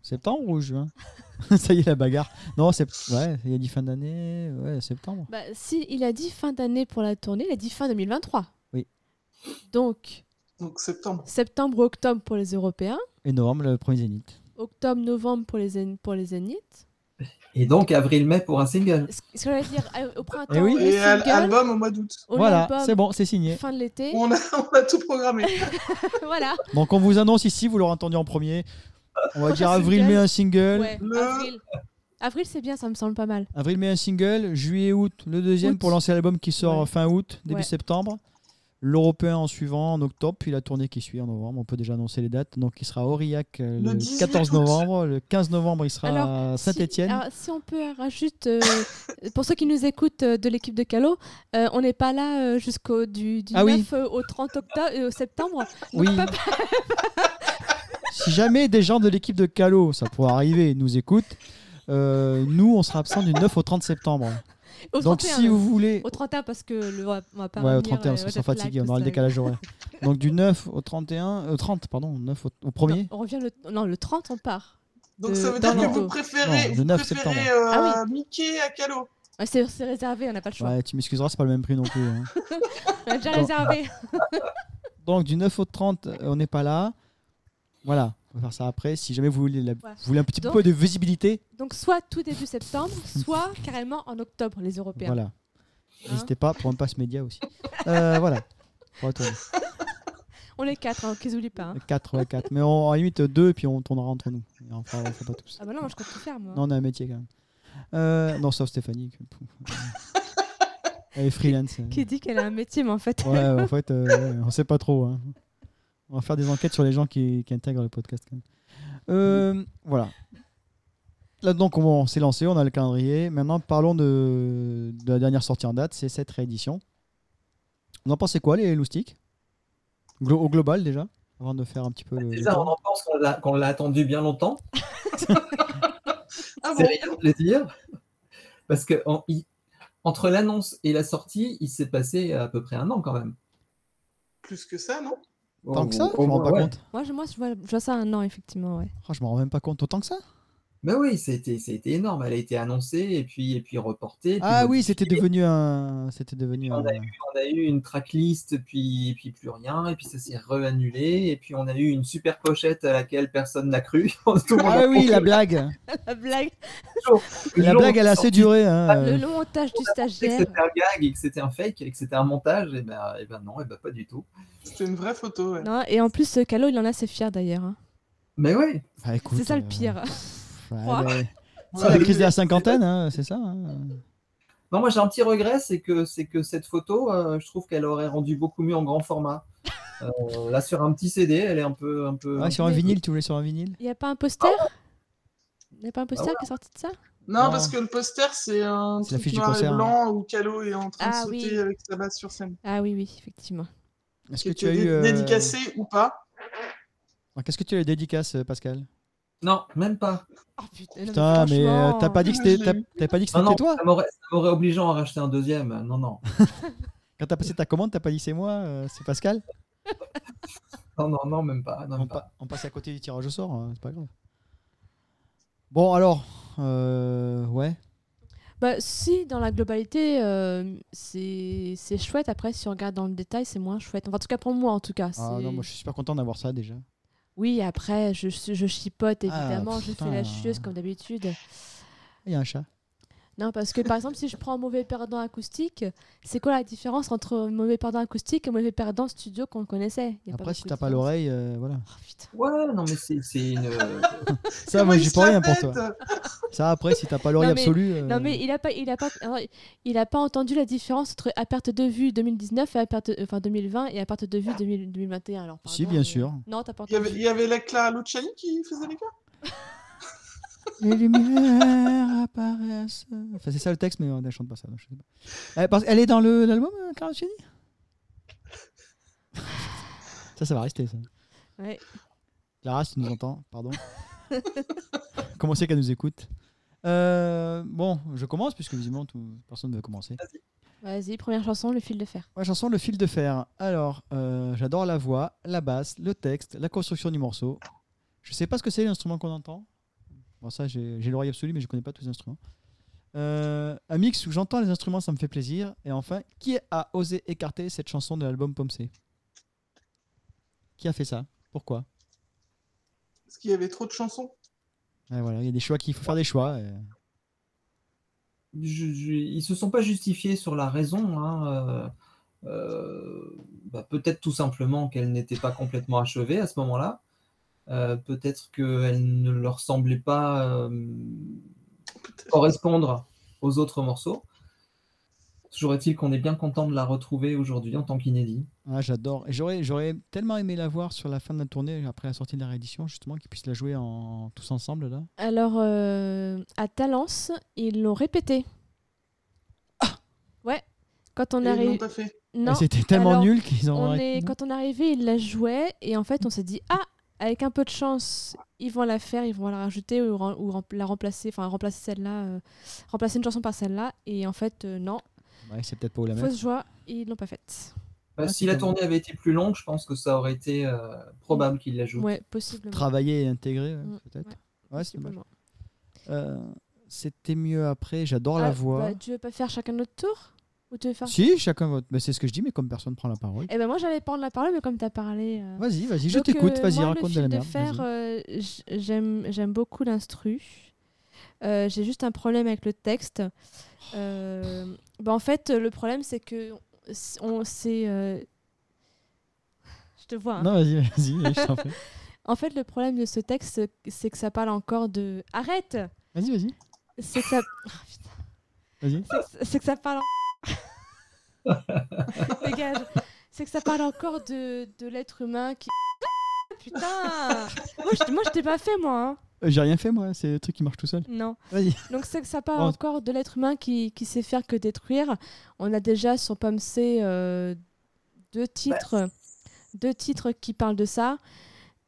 Septembre ou juin *laughs* Ça y est, la bagarre. Non, c'est. Ouais, il y a dit fin d'année, ouais, septembre. Bah, si il a dit fin d'année pour la tournée, il a dit fin 2023. Oui. Donc, Donc septembre. septembre, octobre pour les Européens, Énorme, le premier zénith. octobre, novembre pour les, Zén- pour les Zéniths. Et donc, avril-mai pour un single. Ce ce que j'allais dire, à- au printemps, Eh oui. le Et al- single, album au mois d'août. au voilà, album, c'est bon, c'est signé. fin de l'été. *laughs* On a, on a tout programmé. *laughs* voilà. Donc on vous annonce ici, vous l'aurez entendu en premier. On *laughs* va dire Prochain avril single. met un single, Ouais, Le- avril. Avril, c'est bien, ça me semble pas mal. avril met un single, juillet août le deuxième Août. pour lancer l'album qui sort Ouais. fin août début Ouais. septembre, l'européen en suivant en octobre puis la tournée qui suit en novembre. On peut déjà annoncer les dates donc il sera à Aurillac euh, Le le, 18 14 août. novembre, le 15 novembre il sera Alors, à Saint-Étienne. Si, alors, si on peut alors, juste, euh, *laughs* pour ceux qui nous écoutent euh, de l'équipe de Calo, euh, on n'est pas là euh, jusqu'au du, du Ah oui. 9 au 30 octobre, euh, septembre. Oui. si jamais des gens de l'équipe de Calo, ça pourrait arriver, nous écoutent, euh, nous, on sera absent du 9 au 30 septembre. Au Donc 31, si même. vous voulez... Au 31 parce que le, on va- on va pas Ouais, au revenir, 31, euh, parce qu'on au sera jet lag, fatigué, on tout aura le ça. décalage *laughs* horaire. Donc du 9 au 31... euh, 30, pardon, 9 au, au Non, premier on revient le, non, le 30, on part. Donc Euh, ça veut dans dire que le- vous préférez, Non, le vous 9 préférez septembre. euh, Ah Mickey à Calo. Ouais, C'est c'est réservé, on n'a pas le choix. Ouais, tu m'excuseras, c'est pas le même prix non plus. *laughs* hein. On a déjà Bon. réservé. Donc du 9 au 30, euh, on n'est pas là. Voilà, on va faire ça après. Si jamais vous voulez, la- Ouais. vous voulez un petit Donc- peu de visibilité, Donc soit tout début septembre, soit carrément en octobre, les Européens. voilà. Hein N'hésitez pas pour un passe média *laughs* aussi. Euh, voilà. Pour la tournée. On est quatre, hein, qu'ils oublient pas. hein. 4, ouais, 4. Mais on, à la limite 2, puis on tournera entre nous. Et on fera, on fera pas tous. Ah bah non, moi, je compte tout faire, moi. Non, on a un métier quand même. Euh, non, sauf Stéphanie. que- pouf. *laughs* Elle est freelance. Qui dit qu'elle a un métier, mais en fait... Ouais, en fait, euh, ouais, on sait pas trop. hein. On va faire des enquêtes sur les gens qui, qui intègrent le podcast. quand même. Euh, voilà. Là, donc, on, on s'est lancé, on a le calendrier. Maintenant, parlons de, de la dernière sortie en date, c'est cette réédition. Vous en pensez quoi, les loustiques Glo- Au global, déjà Avant de faire un petit peu le. le Déjà, on tour. en pense qu'on l'a- qu'on l'a attendu bien longtemps. Ah C'est bon rien de plaisir. Parce que en- il- entre l'annonce et la sortie, il s'est passé à peu près un an quand même. Plus que ça, non Tant que ça, je hein. Au me rends moins, pas ouais. compte. Moi, je, moi, je vois, je vois ça un an, effectivement, ouais. Ah, je m'en rends même pas compte autant que ça. Ben oui, ça a, été, ça a été énorme. Elle a été annoncée et puis, et puis reportée. puis Ah oui, modifiée. c'était devenu un. C'était devenu un. On a On a eu une tracklist, puis, puis plus rien, et puis ça s'est reannulé, et puis on a eu une super pochette à laquelle personne n'a cru. *laughs* Tout le monde Ah a oui, compris la blague. *laughs* La blague, le La jour blague, elle a assez sorti, duré. hein. le, le montage du que stagiaire. c'était un gag et que c'était un fake et que c'était un montage, et ben, et ben non, et ben pas du tout. C'était une vraie photo. ouais. Non, et en plus, euh, Calo, il en a assez fier d'ailleurs. hein. Mais ouais, Ah, écoute, C'est ça le euh, pire. *laughs* Ouais, Quoi ben, c'est Ouais. la crise de la cinquantaine, hein, c'est ça. hein. Non, moi j'ai un petit regret, c'est que, c'est que cette photo, euh, je trouve qu'elle aurait rendu beaucoup mieux en grand format. Euh, là sur un petit CD, elle est un peu. Un peu Ouais, Ah, sur un mais- vinyle, tu voulais sur un vinyle Il n'y a pas un poster Il n'y a pas un Ah poster qui est sorti de ça Non, Non. parce que le poster, c'est un C'est la truc fiche du noir et concert, hein. blanc où Calo est en train Ah, de sauter oui. avec sa basse sur scène. Ah oui, oui, effectivement. Est-ce Qui que tu était as eu. dé- euh, Dédicacé ou pas alors, Qu'est-ce que tu as eu dédicace, euh, Pascal Non, même pas. Oh putain, non, Putain, mais euh, franchement. t'as pas dit que c'était Je t'as- l'ai eu. t'as pas dit que Ah Non, non, c'était toi ça m'aurait ça m'aurait obligé à en racheter un deuxième. Non, non. Quand t'as passé ta commande, t'as pas dit c'est moi, euh, c'est Pascal Non, non, non, même pas. Non, on, même pas. pa- on passe à côté du tirage au sort, hein, c'est pas grave. Bon, alors. euh, ouais. Bah, si, dans la globalité, euh, c'est c'est chouette. Après, si on regarde dans le détail, c'est moins chouette. Enfin, en tout cas, pour moi, en tout cas. Ah c'est- non, moi je suis super content d'avoir ça déjà. Oui, après, je, je chipote, Ah, évidemment. je fais putain. la chieuse, comme d'habitude. Il y a un chat. Non, parce que par exemple, si je prends un mauvais perdant acoustique, c'est quoi la différence entre un mauvais perdant acoustique et un mauvais perdant studio qu'on connaissait Il y a Après, si beaucoup t'as de pas différence. l'oreille, euh, *laughs* voilà. Oh, putain. Ouais, non, mais c'est c'est une. Ça, moi Comment il j'y se peux la rien pour pète toi. Ça, après, si t'as pas l'oreille Non, mais- absolue. euh, Non, mais il a pas, il a pas, alors, il a pas entendu la différence entre à perte de vue 2019 et à perte, enfin 2020 et à perte de vue 2000 2021. Alors, Si, pardon, bien mais- sûr. Non, t'as pas Il y avait, entendu. il y avait la Clara Luciani qui faisait les chœurs Les lumières apparaissent. Enfin, c'est ça le texte, mais on ne chante pas ça. donc je sais pas. Euh, parce- Elle, est dans le- l'album, euh, Clara Luciani Ça, ça va rester, ça. Ouais. Clara, si tu nous entends, pardon. Comment c'est qu'elle nous écoute Euh, Bon, je commence, puisque visiblement, tout- personne ne veut commencer. Vas-y, première chanson, le fil de fer. Ma chanson, Le fil de fer. Alors, euh, j'adore la voix, la basse, le texte, la construction du morceau. Je sais pas ce que c'est l'instrument qu'on entend. Bon, ça, j'ai j'ai l'oreille absolue, mais je connais pas tous les instruments. Euh, un mix où j'entends les instruments, ça me fait plaisir. Et enfin, qui a osé écarter cette chanson de l'album Pomsé Qui a fait ça Pourquoi Parce qu'il y avait trop de chansons. Ouais, Voilà, il y a des choix qu'il faut faire des choix. et- je- je- ils se sont pas justifiés sur la raison. hein, euh, euh, bah, Peut-être tout simplement qu'elle n'était pas complètement achevée à ce moment-là. euh, peut-être qu'elle ne leur semblait pas euh, correspondre aux autres morceaux. Toujours est-il qu'on est bien content de la retrouver aujourd'hui en tant qu'inédit. Ah, j'adore. Et J'aurais, j'aurais tellement aimé la voir sur la fin de la tournée, après la sortie de la réédition, justement, qu'ils puissent la jouer en tous ensemble là. Alors, euh, à Talence, ils l'ont répété. Ouais, quand on Ah. Et ils l'ont arrive. pas fait. Et Non, c'était tellement alors, nul qu'ils ont. on est... quand on est arrivé, ils la jouaient et en fait, on s'est dit Ah, avec un peu de chance, ils vont la faire, ils vont la rajouter ou, rem- ou rem- la remplacer, enfin, remplacer celle-là, euh, remplacer une chanson par celle-là. Et en fait, euh, non, Ouais, c'est peut-être pas où la mettre. fausse joie, ils l'ont pas faite. Bah, Ah, si c'est la pas tournée avait été plus longue, je pense que ça aurait été euh, probable qu'il la joue. Ouais, possiblement. Travailler et intégrer, ouais, Mm, peut-être. ouais, Ouais, c'est dommage. possiblement. Euh, C'était mieux après. J'adore Oh, la Ah, voix. bah, tu veux pas faire chacun notre tour Ou tu veux faire. Si, chacun vote. Mais c'est ce que je dis, mais comme personne prend la parole. Eh ben moi j'allais prendre la parole, mais comme t'as parlé. euh, Eh, Vas-y, vas-y, je Donc, t'écoute. euh, Vas-y, moi, raconte le de la film merde. faire, vas-y. euh, j- j'aime, j'aime beaucoup l'instru. Euh, j'ai juste un problème avec le texte. Euh, bah, en fait, le problème, c'est que s- on c'est, euh, Je te vois. hein. Non, vas-y, vas-y, vas-y, *laughs* je t'en prie. En fait, le problème de ce texte, c'est que ça parle encore de. Arrête Vas-y, vas-y. C'est que ça. *laughs* Ah, putain. Vas-y. C'est- C'est que ça parle. en- *laughs* Dégage. C'est que ça parle encore de, de l'être humain qui. *laughs* Putain Moi, je, moi, je t'ai pas fait, moi. hein. Euh, J'ai rien fait, moi. C'est le truc qui marche tout seul. Non. Vas-y. Donc, c'est que ça parle Bon. encore de l'être humain qui, qui sait faire que détruire. On a déjà sur Pomme C euh, deux titres, deux titres qui parlent de ça.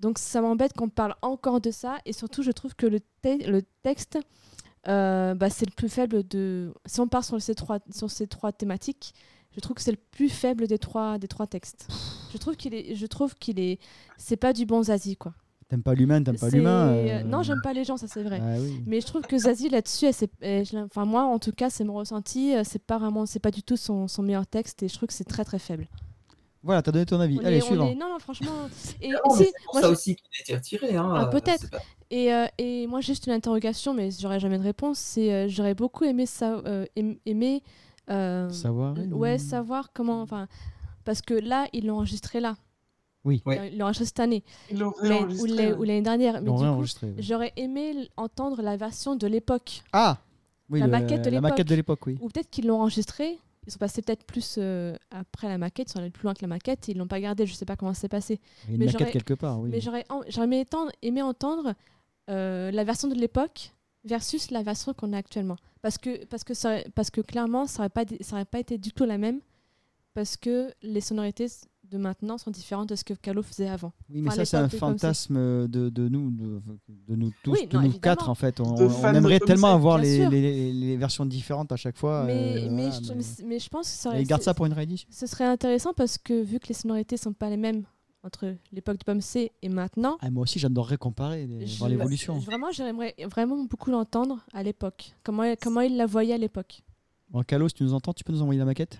Donc, ça m'embête qu'on parle encore de ça. Et surtout, je trouve que le, te- le texte, euh, bah, c'est le plus faible de. Si on part sur ces trois, sur ces trois thématiques, je trouve que c'est le plus faible des trois, des trois textes. Je trouve qu'il est, je trouve qu'il est, c'est pas du bon zazie quoi. T'aimes pas l'humain, t'aimes pas C'est- l'humain. euh, Non, j'aime pas les gens, ça c'est vrai. Ah oui. Mais je trouve que Zazie là-dessus, elle s'est- elle- je l'ai- enfin moi en tout cas, c'est mon ressenti. euh, C'est pas vraiment, c'est pas du tout son, son meilleur texte et je trouve que c'est très très faible. Voilà, t'as donné ton avis. On Allez, est- on suivant. est- non, non, franchement. Et, *laughs* Non, mais si, c'est pour moi, ça j'ai- aussi qu'il a été retiré. hein, Ah, euh, peut-être. c'est pas- et, euh, et moi juste une interrogation, mais j'aurais jamais de réponse. C'est euh, j'aurais beaucoup aimé ça, euh, aim- aimer. euh, Savoir. l- euh, ouais, savoir comment, enfin, parce que là, ils l'ont enregistré là. Oui. Ouais. Ils l'ont enregistré cette année Ils l'ont mais- ou réenregistré. l'année ouais. ou l'année dernière. Ils Mais l'ont du coup, réenregistré. ouais. j'aurais aimé l- entendre la version de l'époque. Ah oui, La le- maquette de La l'époque. maquette de l'époque, oui. Ou peut-être qu'ils l'ont enregistré. Ils sont passés peut-être plus euh, après la maquette, ils sont allés plus loin que la maquette, et ils l'ont pas gardé, je sais pas comment ça s'est Il y a passé. une mais maquette j'aurais- quelque part, oui. Mais j'aurais en- j'aurais aimé, entendre- aimé entendre euh, la version de l'époque versus la version qu'on a actuellement. Parce que, parce que, ça aurait- parce que clairement, ça aurait, pas, dé- ça aurait pas été du tout la même, parce que les sonorités s- de maintenant sont différentes de ce que Calo faisait avant. Oui, mais Enfin, ça, c'est un l'époque est comme ça. fantasme de, de nous, de, de nous tous, Oui, de non, nous évidemment. quatre, en fait. On, De on fans de aimerait Tom tellement Selleck, avoir bien les, sûr. les- les versions différentes à chaque fois. mais, euh, mais, voilà, je, mais- mais je pense que ça aurait Et garde c'est- ça pour une réédition. Ce serait intéressant parce que vu que les sonorités sont pas les mêmes entre l'époque de Pomme C et maintenant, Ah, moi aussi, j'adorerais comparer, les- je- voir l'évolution. je- vraiment, j'aimerais vraiment beaucoup l'entendre à l'époque. Comment, comment il la voyait à l'époque. Bon, Calo, si tu nous entends, tu peux nous envoyer la maquette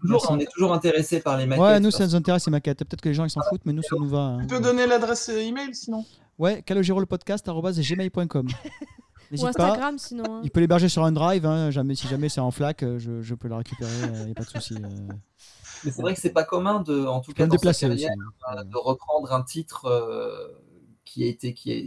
Toujours, Merci. on est toujours intéressé par les maquettes. hein. Ouais, nous, parce ça nous intéresse, les maquettes. Peut-être que les gens, ils s'en foutent, mais nous, ça nous va. hein. Tu peux donner l'adresse email sinon Ouais, calogero le podcast, *laughs* gmail.com. Ou N'hésite pas. Instagram sinon. hein. Il peut l'héberger sur un drive, hein, jamais, si jamais c'est en flac, euh, je, je peux la récupérer, il n'y a pas de souci. Euh, Mais c'est vrai que c'est pas commun, de, en tout je peux cas, me dans sa déplacer aussi. carrière, euh, hein. de reprendre un titre euh, qui a été qui a,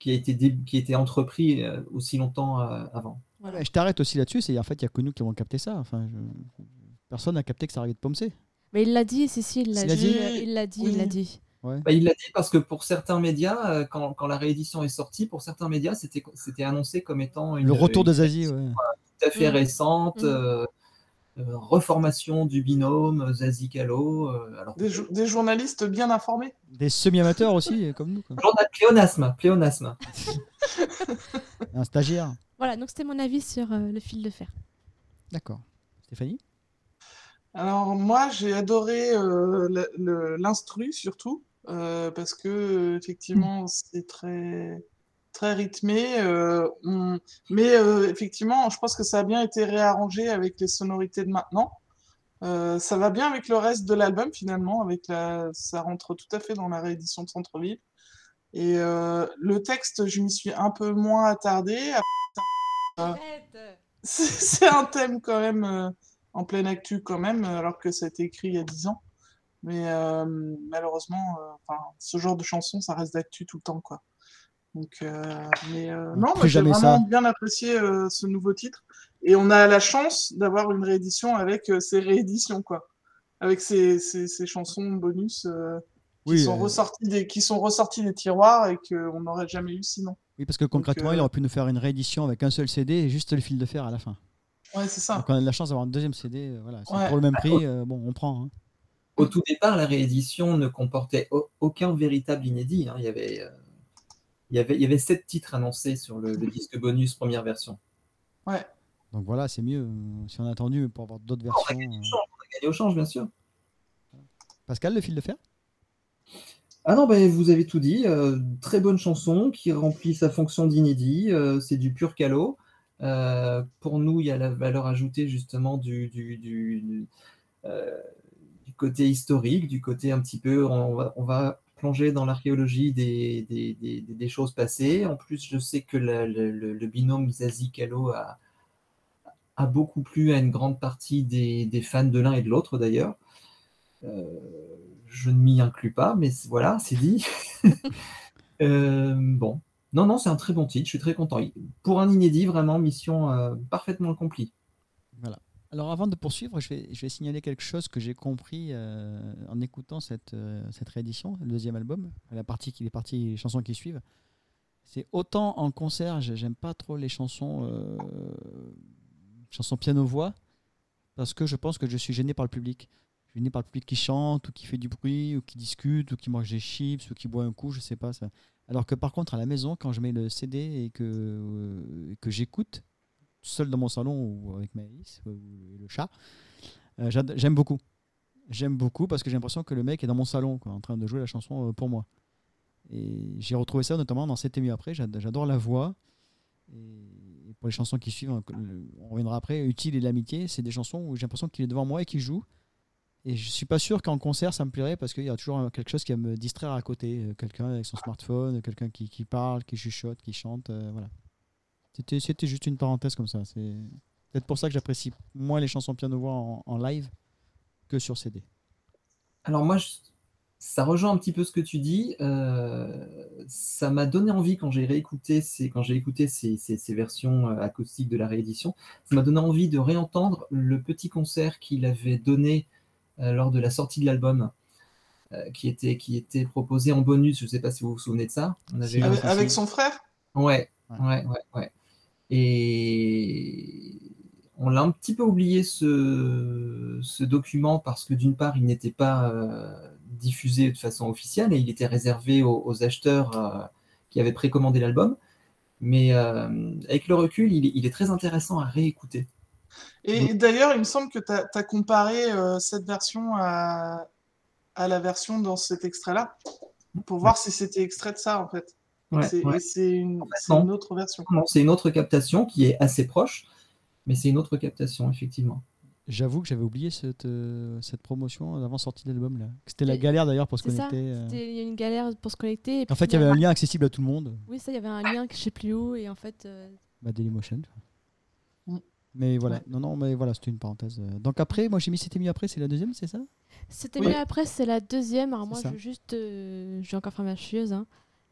qui a été dé- qui a été entrepris euh, aussi longtemps euh, avant. Ouais, Je t'arrête aussi là-dessus, c'est en fait, il n'y a que nous qui avons capté ça. Enfin, je- Personne n'a capté que ça arrivait de Pomsé. Mais il l'a dit, si, si, il l'a Il l'a dit. dit. euh, Il l'a dit, Oui. il l'a dit. Bah, il l'a dit parce que pour certains médias, euh, quand, quand la réédition est sortie, pour certains médias, c'était c'était annoncé comme étant une, Le retour une de Zazie, ouais. tout à fait Mhm. récente. Mhm. euh, euh, reformation du binôme Zazie Calo. euh, alors, des, jo- des journalistes bien informés. Des semi-amateurs aussi, euh, comme nous. quoi. Journal pléonasme, pléonasme. Un stagiaire. Voilà, donc c'était mon avis sur euh, le fil de fer. D'accord. Stéphanie Alors moi j'ai adoré euh, le- le- l'instru surtout euh, parce que euh, effectivement c'est très très rythmé euh, on- mais euh, effectivement je pense que ça a bien été réarrangé avec les sonorités de maintenant. Euh, ça va bien avec le reste de l'album finalement avec la ça rentre tout à fait dans la réédition de Centre-ville et euh, le texte je m'y suis un peu moins attardée Ah. c'est euh, c'est un thème quand même euh, en pleine actu quand même, alors que ça a été écrit il y a 10 ans. Mais euh, malheureusement, euh, enfin, ce genre de chanson, ça reste d'actu tout le temps, quoi. Donc, euh, mais euh, non, plus moi, j'ai jamais vraiment ça. bien apprécié euh, ce nouveau titre. Et on a la chance d'avoir une réédition avec euh, ces rééditions, quoi. Avec ces, ces, ces chansons bonus euh, qui, Oui, sont euh, ressorties des, qui sont ressorties des tiroirs et qu'on n'aurait jamais eu sinon. oui, parce que concrètement, euh, il aurait pu nous faire une réédition avec un seul CD et juste le fil de fer à la fin. Ouais, c'est ça. Donc on a de la chance d'avoir un deuxième CD, euh, voilà, c'est Ah. Ouais. pour le même prix, euh, bon, on prend. hein. Au tout départ, la réédition ne comportait au- aucun véritable inédit. hein. Il, y avait, euh, il, y avait, il y avait sept titres annoncés sur le, le disque bonus première version. Donc voilà, c'est mieux euh, si on a attendu pour avoir d'autres versions. euh. Gagné au change, bien sûr. Pascal, le fil de fer Ah non, ben, vous avez tout dit. euh, très bonne chanson qui remplit sa fonction d'inédit. euh, c'est du pur calot. Euh, pour nous, il y a la valeur ajoutée justement du, du, du, euh, du côté historique, du côté un petit peu, on va, on va plonger dans l'archéologie des, des, des- des- des choses passées. En plus, je sais que la- le, le- le binôme Zazie-Calo a, a beaucoup plu à une grande partie des, des fans de l'un et de l'autre d'ailleurs. Euh, je ne m'y inclus pas, mais c'est- voilà, c'est dit. Euh, bon. Non, non, c'est un très bon titre, je suis très content. Il- Pour un inédit, vraiment, mission euh, parfaitement accomplie. Alors avant de poursuivre, je vais, je vais signaler quelque chose que j'ai compris euh, en écoutant cette, euh, cette réédition, le deuxième album, la partie qui, les parties les chansons qui suivent. C'est autant en concert, j'ai- j'aime pas trop les chansons, euh, chansons piano-voix, parce que je pense que je suis gêné par le public. Je suis gêné par le public qui chante, ou qui fait du bruit, ou qui discute, ou qui mange des chips, ou qui boit un coup, je sais pas. Ça. Alors que par contre, à la maison, quand je mets le CD et que, euh, que j'écoute, seul dans mon salon ou avec Maïs ou le chat, euh, j'ad- j'aime beaucoup. J'aime beaucoup parce que j'ai l'impression que le mec est dans mon salon quoi, en train de jouer la chanson euh, pour moi. Et j'ai retrouvé ça notamment dans C'était mieux après. J'ad- J'adore la voix. Et pour les chansons qui suivent, hein, que le- on reviendra après. Utile et l'amitié, c'est des chansons où j'ai l'impression qu'il est devant moi et qu'il joue. Et je suis pas sûr qu'en concert ça me plairait parce qu'il y a toujours euh, quelque chose qui va me distraire à côté. Euh, Quelqu'un avec son smartphone, quelqu'un qui, qui parle, qui chuchote, qui chante. euh, voilà. C'était, c'était juste une parenthèse comme ça. C'est peut-être pour ça que j'apprécie moins les chansons piano-voix en, en live que sur CD. Alors moi, je- ça rejoint un petit peu ce que tu dis. euh, ça m'a donné envie quand j'ai réécouté ces, quand j'ai écouté ces, ces- ces versions euh, acoustiques de la réédition. Ça m'a donné envie de réentendre le petit concert qu'il avait donné euh, lors de la sortie de l'album, euh, qui était qui était proposé en bonus. Je ne sais pas si vous vous souvenez de ça. On Si, eu un- Avec, ça, avec c'est- son frère Ouais, Ouais. ouais, ouais, ouais. Et on l'a un petit peu oublié ce, ce document parce que d'une part, il n'était pas euh, diffusé de façon officielle et il était réservé aux, aux acheteurs euh, qui avaient précommandé l'album. Mais euh, avec le recul, il, est- il est très intéressant à réécouter. Et, et d'ailleurs, il me semble que tu as comparé euh, cette version à, à la version dans cet extrait-là, pour voir si c'était extrait de ça, en fait. Ouais, c'est ouais. et c'est une, c'est non. une autre version. Non, c'est une autre captation qui est assez proche, mais c'est une autre captation, effectivement. J'avoue que j'avais oublié cette, euh, cette promotion avant sortie de l'album. là. C'était la Et- galère d'ailleurs pour se C'est ça. connecter. euh. C'était- Il y a une galère pour se connecter. et En puis fait, il y avait un lien accessible à tout le monde, Oui, ça, il y avait un lien que je sais plus où. Et en fait, euh, bah, Dailymotion. quoi. Mm. Mais voilà, Ouais. non, non, mais voilà, c'était une parenthèse. euh. Donc après, moi j'ai mis C'était mieux après, c'est la deuxième, c'est ça c'était Oui. mieux après, c'est la deuxième. Alors C'est moi, ça. je veux juste. euh, je vais encore faire ma chieuse. hein.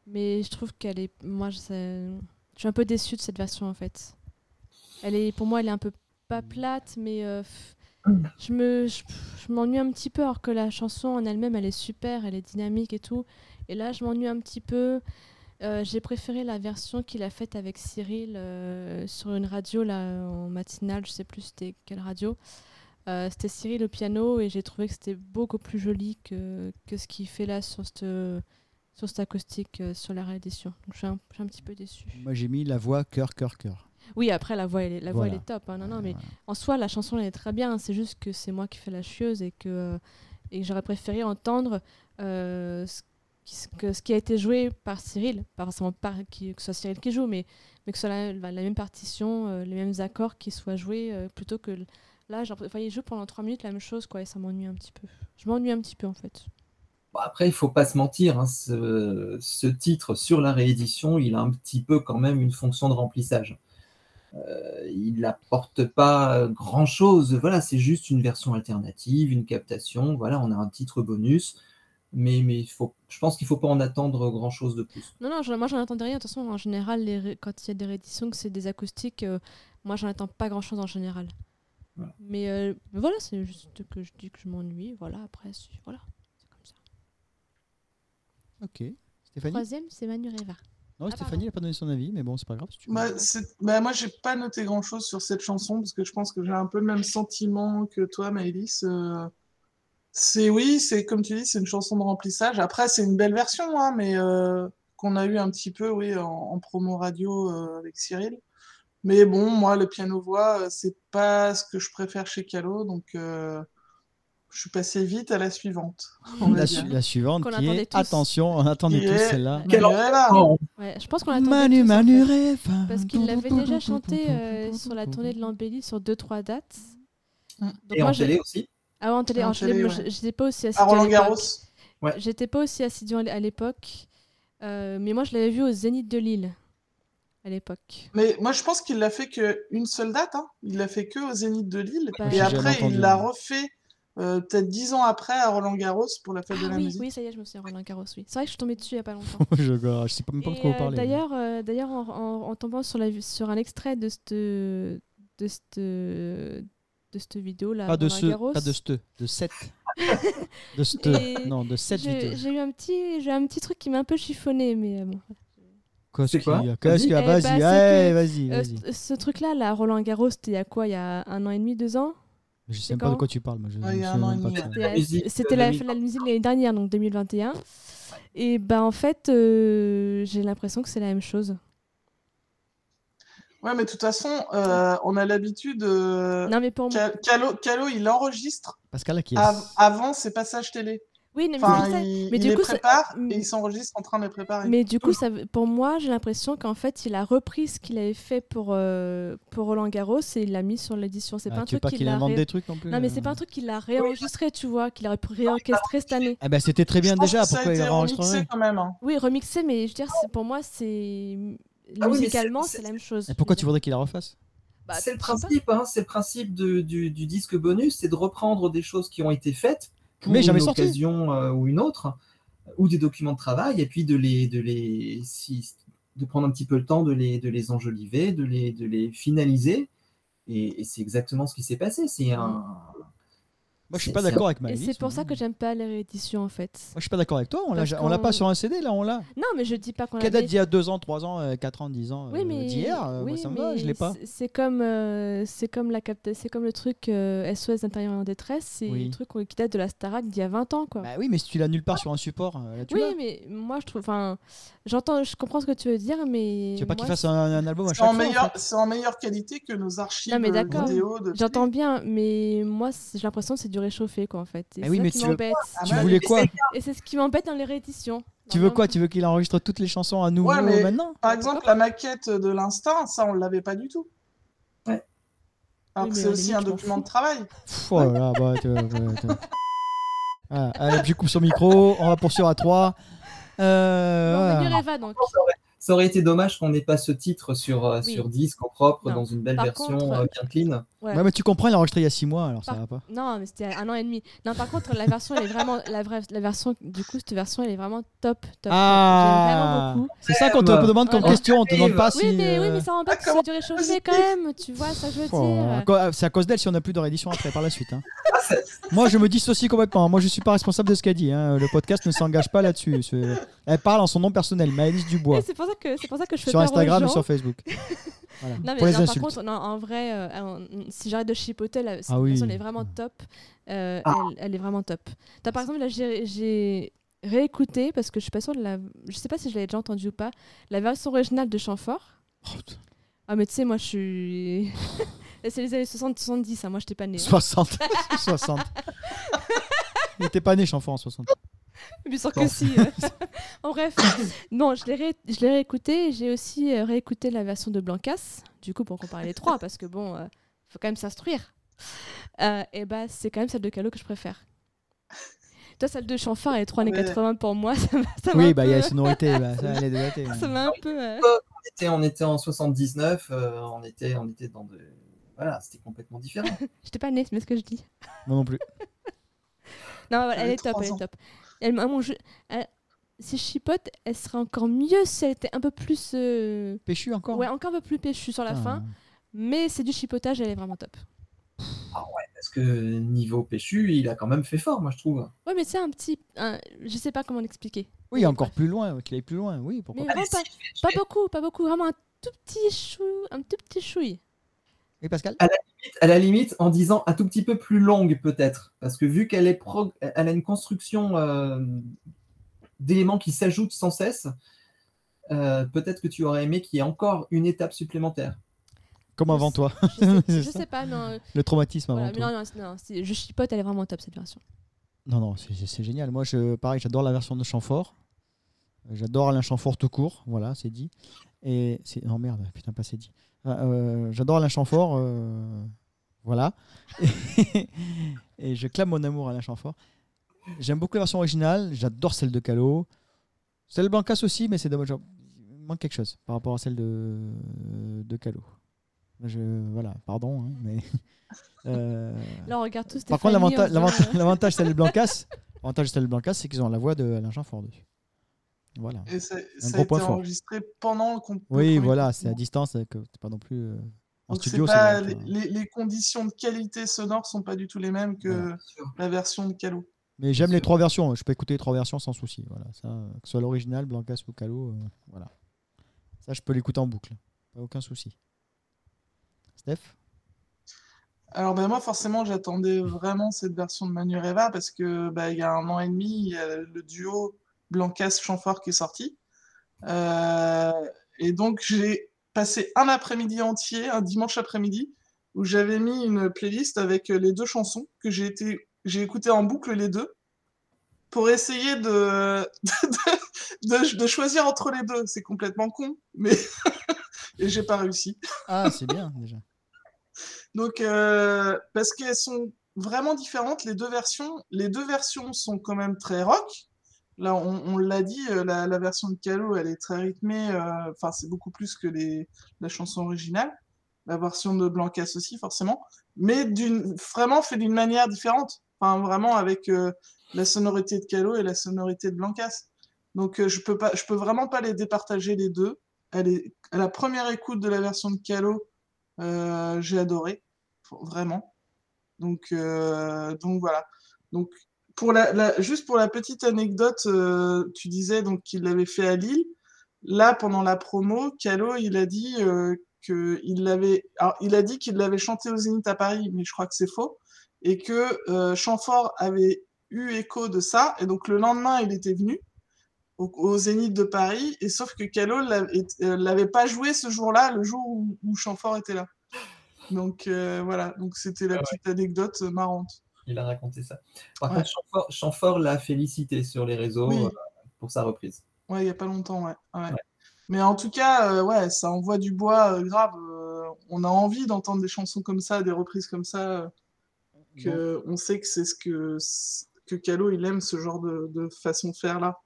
Mais je trouve qu'elle est. Moi, je, ça- je suis un peu déçue de cette version en fait. Elle est, pour moi, elle est un peu pas plate, mais euh, pff, je me, je, je m'ennuie un petit peu. Alors que la chanson en elle-même, elle est super, elle est dynamique et tout. Et là, je m'ennuie un petit peu. Euh, j'ai préféré la version qu'il a faite avec Cyril euh, sur une radio là en matinale, je sais plus c'était quelle radio. Euh, c'était Cyril au piano et j'ai trouvé que c'était beaucoup plus joli que, que ce qu'il fait là sur cette sur cette acoustique euh, sur la réédition. Donc je suis un, je suis un petit peu déçue. Moi j'ai mis La voix, cœur, cœur, cœur. Oui, après la voix elle est, la voix Voilà. elle est top. hein. Non non Ouais, mais voilà. en soi la chanson elle est très bien, c'est juste que c'est moi qui fais la chieuse et que euh, et que j'aurais préféré entendre euh, ce, qui, ce que- ce qui a été joué par Cyril, pas forcément par, qui, que ce soit Cyril qui joue, mais, mais que ce soit la, la- la même partition, euh, les mêmes accords qui soient joués, euh, plutôt que l- là, j'ai l'impression- enfin, il joue pendant 3 minutes la même chose, quoi, et ça m'ennuie un petit peu. Je m'ennuie un petit peu en fait. Bon, après, il faut pas se mentir, hein, ce, ce titre sur la réédition, il a un petit peu quand même une fonction de remplissage. euh, il n'apporte pas grand-chose. Voilà, c'est juste une version alternative, une captation. Voilà, on a un titre bonus, mais, mais il faut, je pense qu'il ne faut pas en attendre grand-chose de plus. Non, non, je- moi j'en attendais rien. De toute façon, en général, les ré- quand il y a des rééditions, que c'est des acoustiques, euh, moi j'en attends pas grand chose en général. Voilà. Mais euh, mais voilà, c'est juste que je dis que je m'ennuie. Voilà, après, c'est- voilà, c'est comme ça. Ok. Stéphanie Troisième, c'est Manu Reva. Non, Ah, Stéphanie n'a pas donné son avis, mais bon, c'est pas grave. Si tu veux. Bah, c'est- bah, moi, j'ai pas noté grand chose sur cette chanson parce que je pense que j'ai un peu le même sentiment que toi, Maëlys. euh, C'est oui, c'est comme tu dis, c'est une chanson de remplissage. Après, c'est une belle version, hein, mais euh, qu'on a eu un petit peu, oui, en, en promo radio euh, avec Cyril. Mais bon, moi, le piano-voix, euh, c'est pas ce que je préfère chez Calo, donc euh, je suis passé vite à la suivante. on va la, dire. su- la suivante Qu'on qui attendait est, tous. attention, on attendait Qui tous est- celle-là. Quel Manuela. Ouais, je pense qu'on l'attendait. Manu, tous, en Manu, fait. rêve. Parce qu'il l'avait déjà chanté euh, sur la tournée de l'embellie sur 2-3 dates. Mm. Donc Et en j'ai- télé Ah, aussi. Ah ouais, en télé, En en télé, télé, moi, ouais. j'- j'étais pas aussi assidue. à à Roland l'époque. Garros. Ouais. J'étais pas aussi assidue à l'époque. Euh, mais moi, je l'avais vu au Zénith de Lille à l'époque. Mais moi, je pense qu'il l'a fait qu'une seule date. hein. Il l'a fait que au Zénith de Lille. Bah, et J'ai jamais après, entendu, il l'a moi. refait euh, peut-être dix ans après à Roland Garros pour la Ah fête de la oui, musique. oui, ça y est, je me souviens, Roland Garros, oui. C'est vrai que je suis tombée dessus il y a pas longtemps. *laughs* je, je sais pas même pas de Et, quoi vous euh, parlez. D'ailleurs, euh, d'ailleurs, en, en- en tombant sur, la, sur un extrait de cette de cette de cette vidéo là, pas de Roland ce, Garros, pas de ce, de cette. de Et- cette. *laughs* Non, de cette j'ai- vidéo. j'ai eu un petit, j'ai eu un petit truc qui m'a un peu chiffonné, mais euh, bon. Qu'est-ce C'est qu'il y a quoi Qu'est-ce qu'il y a Eh ben, Vas-y, c'est allez, que, vas-y, Euh, vas-y. ce- ce truc-là, là, Roland Garros, c'était il y a quoi Il y a un an et demi, deux ans Je sais même pas de quand quoi tu parles. moi, je- Ouais, il y a je sais un an même et pas demi, de ouais. quoi. C'était- musique, C'était euh, la, 2020. la musique l'année dernière, donc 2021. Et ben en fait, euh, j'ai l'impression que c'est la même chose. Ouais, mais de toute façon, euh, on a l'habitude. euh, Non mais pour moi. Ca- Calo, Calo, il enregistre Pascal Akias. av- avant ses passages télé. Oui, non, mais c'est Enfin, ça. il, mais il du les coup, ça- prépare Mm. et il s'enregistre en train de les préparer. Mais du coup, ça, veut- pour moi, j'ai l'impression qu'en fait, il a repris ce qu'il avait fait pour, euh, pour Roland Garros et il l'a mis sur l'édition. C'est Ah, pas un tu veux truc pas qu'il qu'il a. invente ré- des trucs euh non plus Non, mais c'est pas un truc qu'il a réenregistré, tu vois, qu'il aurait pu réorchestrer cette année. Ah bah c'était très Je bien pense déjà, que ça a pourquoi il été remixé enregistrerait quand même. hein. Oui, remixé, mais je veux dire, c'est- pour moi, c'est. Ah mais Musicalement, c'est- c'est la même chose. Et pourquoi je tu veux dire. voudrais qu'il la refasse Bah, c'est le je sais pas. principe, hein, c'est le principe de- du, du disque bonus, c'est de reprendre des choses qui ont été faites pour Mais jamais une sorties. occasion euh, ou une autre, ou des documents de travail, et puis de les, de les, si- de prendre un petit peu le temps de les, de les enjoliver, de les, de les finaliser. Et, et c'est exactement ce qui s'est passé. C'est Mm. un. Moi je suis C'est- pas c'est- d'accord avec Et Maëlys. c'est pour ça moi. que j'aime pas les rééditions, en fait. Moi je suis pas d'accord avec toi, on l'a Parce ja- on l'a qu'on- pas sur un CD là, on l'a. Non, mais je dis pas qu'on Qu'elle date l'avait- d'il y a 2 ans, 3 ans, 4 ans, 10 ans, Oui, euh, mais d'hier, euh, moi oui, ça me va, je l'ai mais pas. c'est- C'est comme euh, c'est comme la capta- c'est comme le truc euh, SOS intérieur en détresse, c'est Oui. le truc qu'on- qui date de la Starac d'il y a 20 ans quoi. Bah oui, mais si tu l'as nulle part sur un support, euh, là tu oui, l'as. mais moi je trouve enfin j'entends je comprends ce que tu veux dire mais Tu veux pas qu'il moi, fasse un, un album à C'est chaque en, fois en meilleur- fait. c'est en meilleure qualité que nos archives euh, Non, mais d'accord. vidéo de J'entends bien mais moi c'est- j'ai l'impression que c'est du réchauffé quoi en fait. Et Ah c'est oui, ça mais qui tu veux- m'embête. Tu bah, voulais mais quoi Et c'est ce qui m'embête dans les rééditions. Tu veux quoi Tu veux qu'il enregistre toutes les chansons à nouveau Ouais, mais- maintenant Par exemple, la maquette de l'instinct, ça, on l'avait pas du tout. Ouais. Alors Oui, mais que à c'est la aussi limite, un je m'en document fous. de travail. Pff, oh là là, bah, tu vois, ouais, tu vois. Ah, allez, je coupe son micro, on va poursuivre à Euh, 3. Non, Ah. mais Reva donc. Ça aurait été dommage qu'on n'ait pas ce titre sur, euh, Oui. sur disque en propre, Non. dans une belle Par version contre, euh, bien clean. Ouais. Ouais, mais tu comprends, il a enregistré il y a 6 mois, alors ça Par- va pas. Non, mais c'était il y a un an et demi. Non, par contre, la version, elle est vraiment. La, vraie- la version, du coup, cette version, elle est vraiment top. top, top. Ah. J'aime vraiment beaucoup. C'est ça qu'on te Ouais. demande comme Voilà. question, on te demande pas si. Oui, mais, oui, euh, mais Ah, ça m'embête que ce soit du réchauffé quand même, tu vois, ça je veux Oh, à dire. co- à- C'est à cause d'elle si on n'a plus de réédition après par la suite. hein. Moi je me dissocie complètement. hein. Moi je suis pas responsable de ce qu'elle dit. hein. Le podcast ne s'engage pas *laughs* là-dessus. C'est- Elle parle en son nom personnel, Maëlys Et Dubois, C'est pour ça que c'est pour ça que je fais sur peur aux Instagram et gens. sur *laughs* Facebook. Voilà. Non, mais Pour les genre, par insultes. contre, non, en vrai, euh, alors, mm, si j'arrête de chipoter, la cette Ah oui. version, elle est vraiment top. Euh, Ah. elle, elle est vraiment top. T'as, par exemple, là, j'ai, j'ai réécouté parce que je suis pas sûre de la. Je sais pas si je l'avais déjà entendue ou pas. La version originale de Chamfort. Oh, putain. Ah, mais tu sais, moi, je suis. *laughs* c'est les années 60-70, hein, moi, j'étais pas née. hein. *laughs* 60. 60. Il était pas né, Chanfort, en 60. Bien sûr Bon. que si. euh. *laughs* en bref, non, je l'ai ré- je l'ai réécouté. et J'ai aussi euh, réécouté la version de Blancas, du coup, pour comparer les trois, parce que bon, euh, faut quand même s'instruire. et bah, c'est quand même celle de Calo que je préfère. Toi, celle de Chanfard et les 3 années Ouais. 80 pour moi, *laughs* ça m'a ça m'a Oui, un bah il y a peu. euh, *laughs* la sonorité. bah, ça, elle est débattée, ça ouais. m'a un peu. euh, était, on était en 79, euh, on, était, on était dans de. Voilà, c'était complètement différent. J'étais pas née, c'est bien ce que je dis. Moi non plus. Non, voilà, Euh, elle J'avais est top, trois elle ans. est top. Elle, m'a- mon jeu- elle- si je chipote, elle serait encore mieux si elle était un peu plus. euh, Péchu encore Ouais, encore un peu plus péchue sur la Putain. fin. Mais c'est du chipotage, elle est vraiment top. Parce que niveau péchu, il a quand même fait fort, moi, je trouve. Ouais, mais c'est un petit. un- je sais pas comment l'expliquer. Oui, encore plus loin, qu'il aille plus loin, oui, pourquoi Mais Allez, vraiment pas, si, je pas vais- beaucoup, pas beaucoup. Vraiment un tout petit chou, un tout *laughs* petit chouille. pas. Et Pascal à la limite en disant un tout petit peu plus longue peut-être, parce que vu qu'elle est prog- elle a une construction euh, d'éléments qui s'ajoutent sans cesse, euh, peut-être que tu aurais aimé qu'il y ait encore une étape supplémentaire. Comme avant toi, Je C'est sais, je ça. sais pas, non. euh, le traumatisme avant voilà, mais toi. non, non, c'est- non, c'est- je chipote, elle est vraiment top cette version. Non, non, c'est- c'est c'est génial. Moi, je, pareil, j'adore la version de Chamfort. Euh, J'adore Alain Chamfort tout court, voilà, c'est dit. Et c'est. Non, merde, putain, pas c'est dit. Ah, euh, J'adore Alain Chamfort, euh, voilà. *laughs* Et je clame mon amour à Alain Chamfort. J'aime beaucoup la version originale, j'adore celle de Calo. Celle de Blancas aussi, mais c'est dommage. genre, Il manque quelque chose par rapport à celle de, de Calo. Je, voilà, pardon, hein, mais. *laughs* euh, Là, on regarde tous par contre, Stéphanie, l'avanta- on se dit, l'avanta- *laughs* euh, l'avantage de celle de Blancas, l'avantage de celle de Blancas, c'est qu'ils ont la voix de Alain Chamfort dessus. Voilà. Et ça, ça gros a été point fort. enregistré pendant le comp- le Oui, premier voilà, c'est confinement. à distance, euh, que c'est pas non plus euh, en Donc, c'est studio. pas- c'est vrai, euh, les, quoi. les- les conditions de qualité sonore sont pas du tout les mêmes que Voilà. la version de Calo. Mais j'aime les trois versions. Je peux écouter les trois versions sans souci. Voilà, ça, euh, que ce soit l'original, Blancas ou Calo, euh, voilà. Ça, je peux l'écouter en boucle, pas aucun souci. Steph, Alors ben moi forcément j'attendais vraiment cette version de Manureva parce que bah, il y a un an et demi il y a le duo Blancas Chamfort qui est sorti Euh, et donc j'ai passé un après-midi entier un dimanche après-midi où j'avais mis une playlist avec les deux chansons que j'ai été j'ai écouté en boucle les deux pour essayer de *laughs* de, de- de choisir entre les deux c'est complètement con mais *laughs* et j'ai pas réussi ah, c'est bien déjà. donc, euh, parce qu'elles sont vraiment différentes, les deux versions. Les deux versions sont quand même très rock. Là, on, on l'a dit, euh, la, la version de Calo, elle est très rythmée. euh, Enfin, c'est beaucoup plus que les, la chanson originale. La version de Blancas aussi, forcément. Mais d'une, vraiment fait d'une manière différente. Enfin, vraiment avec euh, la sonorité de Calo et la sonorité de Blancas. Donc, euh, je peux pas, je peux vraiment pas les départager les deux. Elle est, à la première écoute de la version de Calo, euh, j'ai adoré, f- vraiment. Donc, euh, donc voilà. Donc, pour la, la- juste pour la petite anecdote, euh, tu disais donc qu'il l'avait fait à Lille. Là, pendant la promo, Calo, il a dit euh, que il l'avait. alors, il a dit qu'il l'avait chanté au Zénith à Paris, mais je crois que c'est faux, et que euh, Chamfort avait eu écho de ça, et donc le lendemain, il était venu au, au Zénith de Paris, et sauf que Calo l'a- est- euh, l'avait pas joué ce jour-là, le jour où, où Chamfort était là. Donc euh, voilà, donc c'était la Ah ouais. petite anecdote euh, marrante. Il a raconté ça. Par Ouais. contre, Chamfort- Chamfort l'a félicité sur les réseaux Oui. euh, pour sa reprise. Ouais, il y a pas longtemps, ouais. ouais. Ouais. Mais en tout cas, euh, ouais, ça envoie du bois euh, grave. euh, on a envie d'entendre des chansons comme ça, des reprises comme ça, euh, que on sait que c'est ce que que Calo il aime ce genre de, de façon de faire là.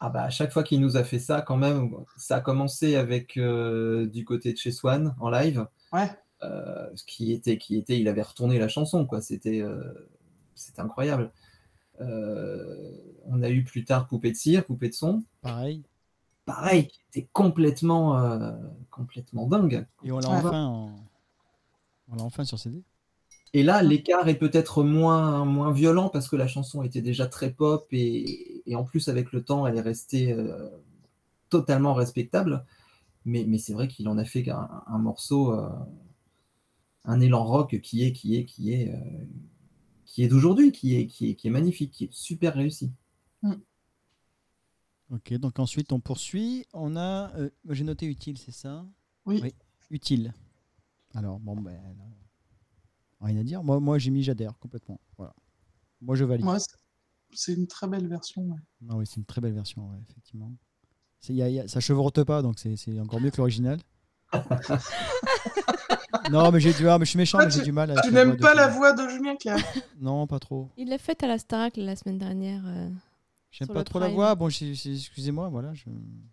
Ah bah à chaque fois qu'il nous a fait ça, quand même, ça a commencé avec euh, du côté de chez Swan en live. Ouais. euh, qui était, qui était, il avait retourné la chanson, quoi. C'était, euh, c'était incroyable. Euh, on a eu plus tard Poupée de cire, Poupée de son, Pareil. pareil, qui était complètement, euh, complètement dingue. Et on l'a Ouais. enfin, en- on l'a enfin sur CD. Et là, l'écart est peut-être moins, moins violent parce que la chanson était déjà très pop et, et en plus avec le temps, elle est restée euh, totalement respectable. Mais, mais c'est vrai qu'il en a fait un, un morceau, euh, un élan rock qui est, qui est, qui est, euh, qui est d'aujourd'hui, qui est, qui est, qui est magnifique, qui est super réussi. Ok, donc ensuite on poursuit. On a, euh, j'ai noté utile, c'est ça Oui. Oui. Utile. Alors bon ben, euh, rien à dire. Moi, moi j'ai mis j'adhère complètement. Voilà. Moi je valide. Moi, c'est- c'est une très belle version. ouais. Non oui, c'est une très belle version, ouais, effectivement. C'est- y a- y a- ça chevrotte pas, donc c'est- c'est encore mieux que *laughs* l'original. non mais j'ai du, ah, mais je suis méchant, Ah, mais j'ai du mal. à Tu cette voix n'aimes de pas la fille. voix de Julien Clerc Non, pas trop. Il l'a faite à la Starac la semaine dernière. euh. J'aime Sur pas le trop la Prime. voix. Bon, j'ai- j'ai- excusez-moi, voilà, je-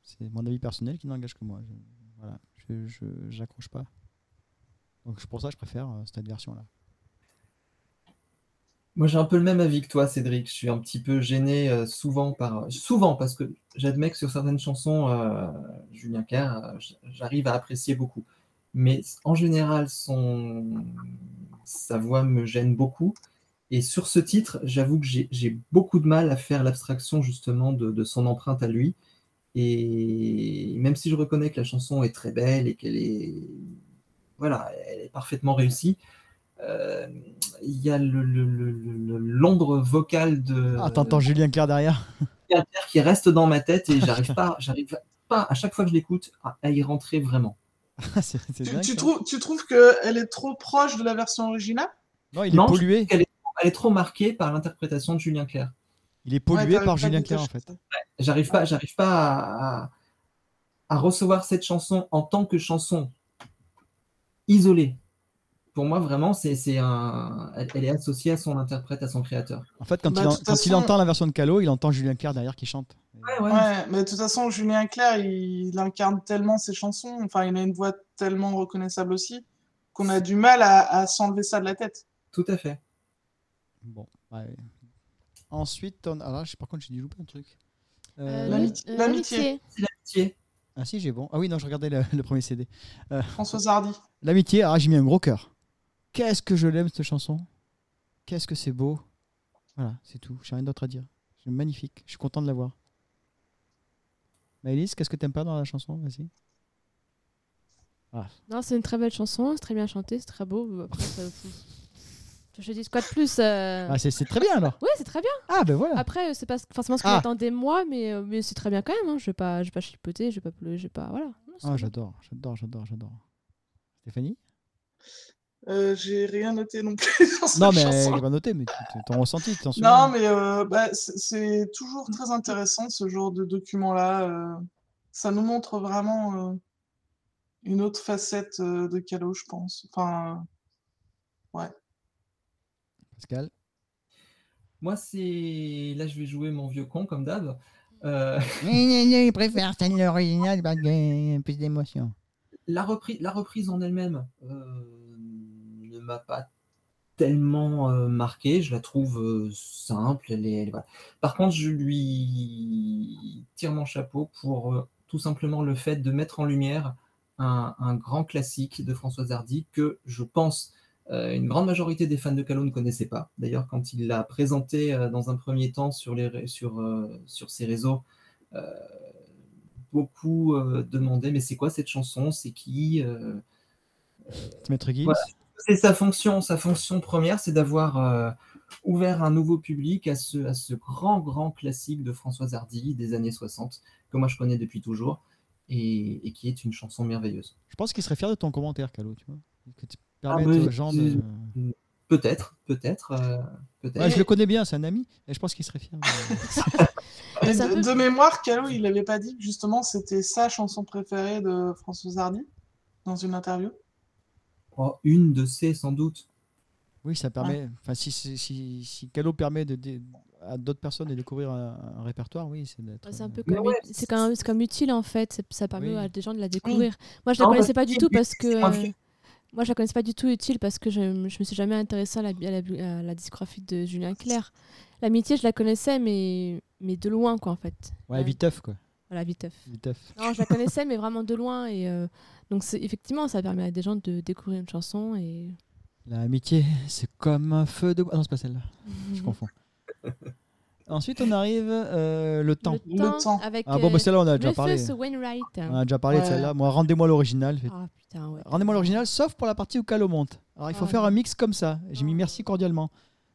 c'est mon avis personnel qui n'engage que moi. Je- voilà, je je- j'accroche pas. Donc c'est pour ça que je préfère euh, cette version-là. Moi, j'ai un peu le même avis que toi, Cédric. Je suis un petit peu gêné euh, souvent par. Souvent, parce que j'admets que sur certaines chansons, euh, Julien Clerc, euh, j- j'arrive à apprécier beaucoup. Mais en général, son... sa voix me gêne beaucoup. Et sur ce titre, j'avoue que j'ai- j'ai beaucoup de mal à faire l'abstraction justement de, de son empreinte à lui. Et même si je reconnais que la chanson est très belle et qu'elle est. Voilà, elle est parfaitement réussie. Euh, il y a le- le- le- le- le- l'ombre vocale Euh, de Ah, t'entends Julien Clerc derrière *laughs* Pierre Pierre qui reste dans ma tête et j'arrive pas, j'arrive pas à chaque fois que je l'écoute à, à y rentrer vraiment. Ah, C'est c'est Tu, dingue, tu ça. trouves, tu trouves qu'elle est trop proche de la version originale Non, il est Non, je- pollué. Elle est trop marquée par l'interprétation de Julien Clerc. Il est pollué Ouais, par t'arrives pas à Julien Clerc en détacher fait. ça. J'arrive pas, j'arrive pas à, à- à recevoir cette chanson en tant que chanson isolée. Pour moi, vraiment, c'est c'est un, elle, elle est associée à son interprète, à son créateur. En fait, quand, Bah, il, en- de toute quand il façon- entend la version de Calo, il entend Julien Clerc derrière qui chante. Ouais, mais de toute façon, Julien Clerc, il, il incarne tellement ses chansons, enfin, il a une voix tellement reconnaissable aussi, qu'on a du mal à, à s'enlever ça de la tête. Tout à fait. Bon, ouais. Ensuite, on... alors, par contre, j'ai dû louper un truc. Euh, l'amitié. euh, l'amitié. Tiens. Ah si, j'ai bon. Ah oui, non, je regardais le, le premier CD. Françoise Hardy. L'amitié, ah, j'ai mis un gros cœur. Qu'est-ce que je l'aime cette chanson Qu'est-ce que c'est beau Voilà, c'est tout. J'ai rien d'autre à dire. C'est magnifique. Je suis content de l'avoir. Maëlys, qu'est-ce que t'aimes pas dans la chanson Vas-y. Ah, Non, c'est une très belle chanson, c'est très bien chanté, c'est très beau. euh, Après, ça- je te dis quoi de plus euh, Ah, c'est c'est très bien *laughs* alors. Oui, c'est très bien. Ah ben voilà. Après, euh, c'est pas forcément ce que Ah. j'attendais moi, mais, euh, mais c'est très bien quand même. hein. Je vais pas, je vais pas chipoter, je vais pas pleurer, je vais pas. Voilà. Non, c'est Ah, très bien. j'adore, j'adore, j'adore, j'adore. Stéphanie Euh, J'ai rien noté non plus *laughs* sur cette Non, mais chanson. j'ai pas noté, mais tu- tu- t'en ressenti, tu t'en Non, souviens. mais euh, bah, c'est- c'est toujours très intéressant ce genre de document-là. euh. ça nous montre vraiment euh, une autre facette euh, de Calo, je pense. Enfin, Pascal Moi, c'est là, je vais jouer mon vieux con comme d'hab. Euh, Il préfère celle l'original parce qu'il y a plus d'émotion. la, reprise, la reprise en elle-même euh, ne m'a pas tellement euh, marqué. Je la trouve euh, simple. Elle est, elle- voilà. Par contre, je lui tire mon chapeau pour euh, tout simplement le fait de mettre en lumière un, un grand classique de Françoise Hardy que je pense euh, une grande majorité des fans de Calo ne connaissaient pas. D'ailleurs, quand il l'a présenté euh, dans un premier temps sur, les, ré- sur, euh, sur ses réseaux, euh, beaucoup euh, demandaient mais c'est quoi cette chanson C'est qui Euh, Tu mets Gibbs Voilà. c'est sa fonction. Sa fonction première, c'est d'avoir euh, ouvert un nouveau public à ce, à ce grand, grand classique de Françoise Hardy des années 60, que moi je connais depuis toujours, et, et qui est une chanson merveilleuse. Je pense qu'il serait fier de ton commentaire, Calo, tu vois. Que tu permettes mais aux gens de. Peut-être, peut-être, euh, peut-être. Ouais, Bah, je le connais bien, c'est un ami, et je pense qu'il serait fier. et c'est un de, peu- de mémoire, Calo, il n'avait pas dit que justement c'était sa chanson préférée de Françoise Hardy dans une interview. Oh, une de ces, sans doute. Oui, ça permet. Enfin, si, si, si, si Calo permet de, dé- à d'autres personnes de découvrir un, un répertoire, oui, c'est d'être. Ouais, Bah, C'est un peu euh, comme, ouais, ut- c'est quand même- c'est comme utile en fait, C'est- ça permet Oui. à des gens de la découvrir. Moi je la Non, connaissais pas parce du que tout parce que. c'est moins euh, fait. moi je la connaissais pas du tout utile parce que je, je me suis jamais intéressée à la, à la- à la discographie de Julien Clerc. L'amitié je la connaissais mais, mais de loin quoi en fait. Ouais, viteuf, quoi. Voilà, viteuf. Viteuf. Non, je la connaissais, mais vraiment de loin. Et euh, donc, c'est- effectivement, ça permet à des gens de découvrir une chanson. Et... L'amitié, c'est comme un feu de bois. Ah non, c'est pas celle-là, Mhm. je confonds. Ensuite, on arrive euh, le temps. Le Le temps, temps. avec Ah bon, bah celle-là, on a déjà parlé. Rufus Wainwright. On a déjà parlé de Ouais. celle-là. Moi, rendez-moi l'original. fait. Ah putain, ouais. Rendez-moi l'original, sauf pour la partie où Calo monte. Alors, il faut Ah, faire oui. un mix comme ça. J'ai mis Ah. merci cordialement.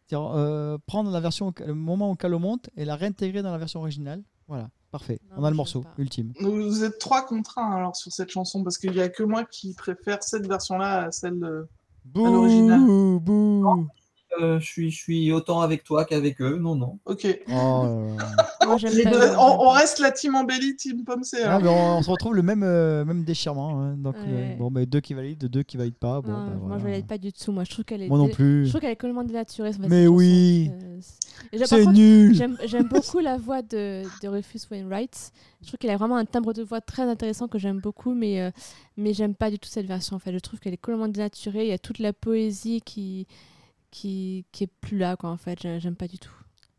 C'est-à-dire, euh, prendre la version, au- le moment où Calo monte et la réintégrer dans la version originale. Voilà, parfait. Non, on a moi, le je morceau veux pas. ultime. Donc, Vous êtes trois contre un alors sur cette chanson parce qu'il n'y a que moi qui préfère cette version-là à celle de. l'original. Bouh, bouh. euh, je, suis, je suis autant avec toi qu'avec eux. Non, non. Ok. Oh là là. Moi, j'aime Euh, *laughs* pas. on, on reste la team Embellie, team Pomme C, Ah, alors. mais on, on se retrouve le même, euh, même déchirement. hein. Donc, euh, Ouais. bon, mais deux qui valident, deux qui valident pas. Bon, Non, bah, Moi, voilà. je valide pas du tout. Moi, je trouve qu'elle est. Moi non dé- plus. Je trouve qu'elle est complètement dénaturée. cette Mais chanson. oui. Euh, c'est- Et j'ai- par C'est contre, nul. J'aime j'aime beaucoup la voix de, de Rufus Wainwright. Je trouve qu'il a vraiment un timbre de voix très intéressant que j'aime beaucoup, mais, euh, mais j'aime pas du tout cette version. En fait, je trouve qu'elle est complètement dénaturée. Il y a toute la poésie qui, qui, qui est plus là, quoi. En fait, J'ai- j'aime pas du tout.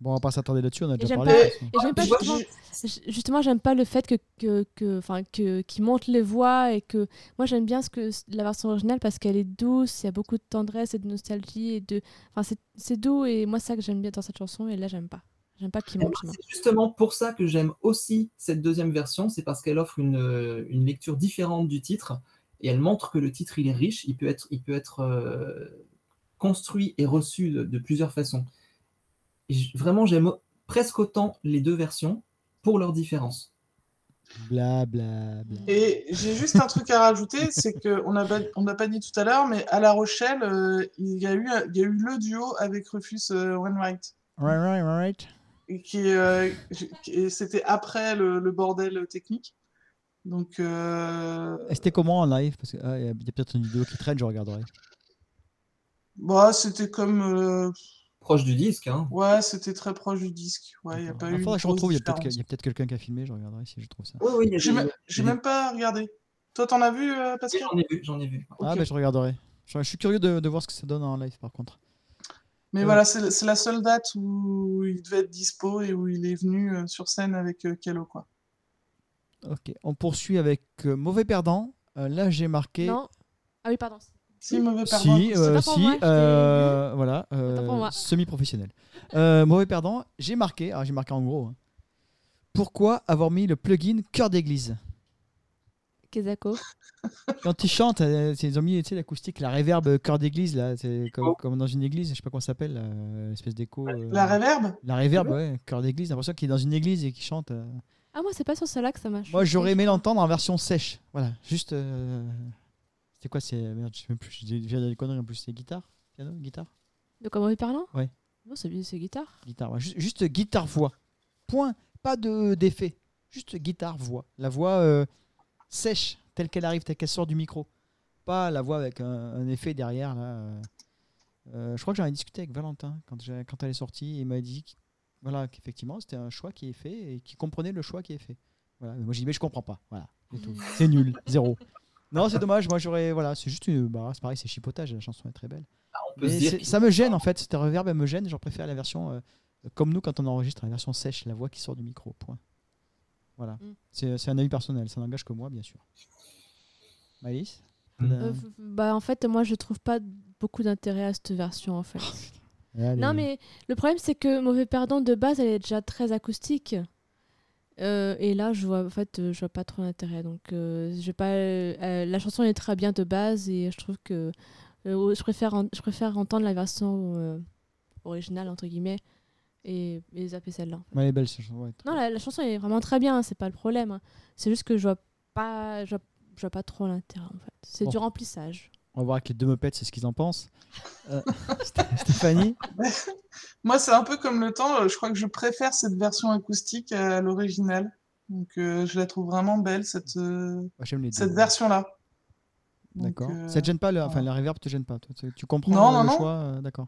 Bon, on va pas s'attarder là-dessus, on a déjà j'aime parlé. de pas- toute façon. Et j'aime pas Tu vois, justement, j'ai- j- justement, j'aime pas le fait que que que enfin que qu'ils montent les voix et que moi j'aime bien ce que la version originale parce qu'elle est douce, il y a beaucoup de tendresse et de nostalgie et de enfin c'est- c'est doux et moi ça que j'aime bien dans cette chanson et là j'aime pas. J'aime pas qu'ils Eh Et moi, ben, montent. les mains. bah, C'est justement pour ça que j'aime aussi cette deuxième version, c'est parce qu'elle offre une, euh, une lecture différente du titre et elle montre que le titre il est riche, il peut être, il peut être euh, construit et reçu de, de plusieurs façons. Et j- vraiment, j'aime presque autant les deux versions pour leurs différences. Bla bla bla. Et j'ai juste un truc à rajouter, *laughs* c'est qu'on n'a pas, on n'a pas dit tout à l'heure, mais à La Rochelle, euh, il, y a eu, il y a eu le duo avec Rufus euh, Wainwright. Right, right, right. Et, qui, euh, qui- et c'était après le, le bordel technique. Donc, euh, Et C'était comment en live Parce que ah, il y a- il y a peut-être une vidéo qui traîne, je regarderai. bah, c'était comme. euh, Proche du disque, hein. ouais, c'était très proche du disque. Ouais, il n'y a D'accord. pas Ah, faudra eu. une que je grosse retrouve, il y a peut-être que- différence. il y a peut-être quelqu'un qui a filmé, je regarderai si je trouve ça. Oui, oui, il y a J'ai des- même- J'ai des- même pas regardé. Toi, t'en as vu, euh, Oui, Pascal J'en ai vu, j'en ai vu. Ah, Ok. bah, je regarderai. Je, je suis curieux de, de voir ce que ça donne en live par contre. Mais Ouais. voilà, c'est c'est la seule date où il devait être dispo et où il est venu euh, sur scène avec euh, Kello, quoi. Ok, on poursuit avec euh, Mauvais Perdant. Euh, là, j'ai marqué. Non. Ah oui, pardon. Si, mauvais perdant. Si, euh, pas pour si, moi, je euh, voilà, pas pour euh, moi. semi-professionnel. Euh, mauvais perdant, j'ai marqué, alors j'ai marqué en gros. hein. Pourquoi avoir mis le plugin cœur d'église Kezako. Quand tu chantes, euh, c'est- ils ont mis tu sais, l'acoustique, la réverb cœur d'église, là, c'est comme, comme dans une église, je sais pas comment ça s'appelle, euh, l'espèce d'écho. euh, Oh. La réverb la réverb, ouais, cœur d'église, j'ai l'impression qu'il est dans une église et qu'il chante. euh. Ah moi c'est pas sur celle-là que ça marche. Moi, j'aurais aimé l'entendre en version sèche, voilà, juste. euh, C'était quoi c'est Merde, je sais même plus, je viens de dire des conneries en plus, c'est guitare Piano Guitare De comment il parlant Ouais. Non, c'est bien, c'est guitare. guitare, ouais. Ju- juste, guitare voix. Point, pas de d'effet, juste guitare voix. La voix euh, sèche, telle qu'elle arrive, telle qu'elle sort du micro. Pas la voix avec un, un effet derrière là. euh. Euh, je crois que j'en ai discuté avec Valentin quand, j'ai- quand elle est sortie. Il m'a dit qu'- voilà qu'effectivement c'était un choix qui est fait et qu'il comprenait le choix qui est fait. Voilà. Mais moi j'ai dit mais je comprends pas. Voilà, c'est tout. C'est nul, zéro. Non, c'est dommage. Moi j'aurais voilà, c'est juste une. bah, c'est pareil, c'est chipotage. La chanson est très belle. On peut Mais se dire c'est- qu'il- ça me gêne en fait, cette reverb elle me gêne, j'en préfère la version euh, comme nous quand on enregistre, la version sèche, la voix qui sort du micro, point. Voilà, Mm. c'est c'est un avis personnel, ça n'engage que moi bien sûr. Maïs Mm. Euh, Euh, f- f- bah en fait moi je trouve pas beaucoup d'intérêt à cette version en fait. allez. non mais le problème c'est que Mauvais Perdant de base elle est déjà très acoustique. Euh, et là je vois en fait euh, je vois pas trop l'intérêt donc euh, j'ai pas euh, euh, la chanson est très bien de base et je trouve que euh, je préfère en- je préfère entendre la version euh, originale entre guillemets et, et zapper celle-là. en fait. Ouais, elle est belle cette chanson, ouais. Non, la, la chanson est vraiment très bien, hein, c'est pas le problème. hein. C'est juste que je vois pas, je vois, je vois pas trop l'intérêt en fait. C'est Bon. du remplissage. On va voir avec les deux meupettes, c'est ce qu'ils en pensent. Euh, *laughs* Sté- Stéphanie Moi, c'est un peu comme le temps. euh, Je crois que je préfère cette version acoustique à l'original. Donc, euh, je la trouve vraiment belle, cette, euh, Moi, J'aime les deux. cette version-là. Donc, D'accord. euh, Ça te gêne pas, le- enfin Oh. voilà. la reverb te gêne pas, toi, tu- tu comprends Non, euh, non, le non. choix, euh, d'accord.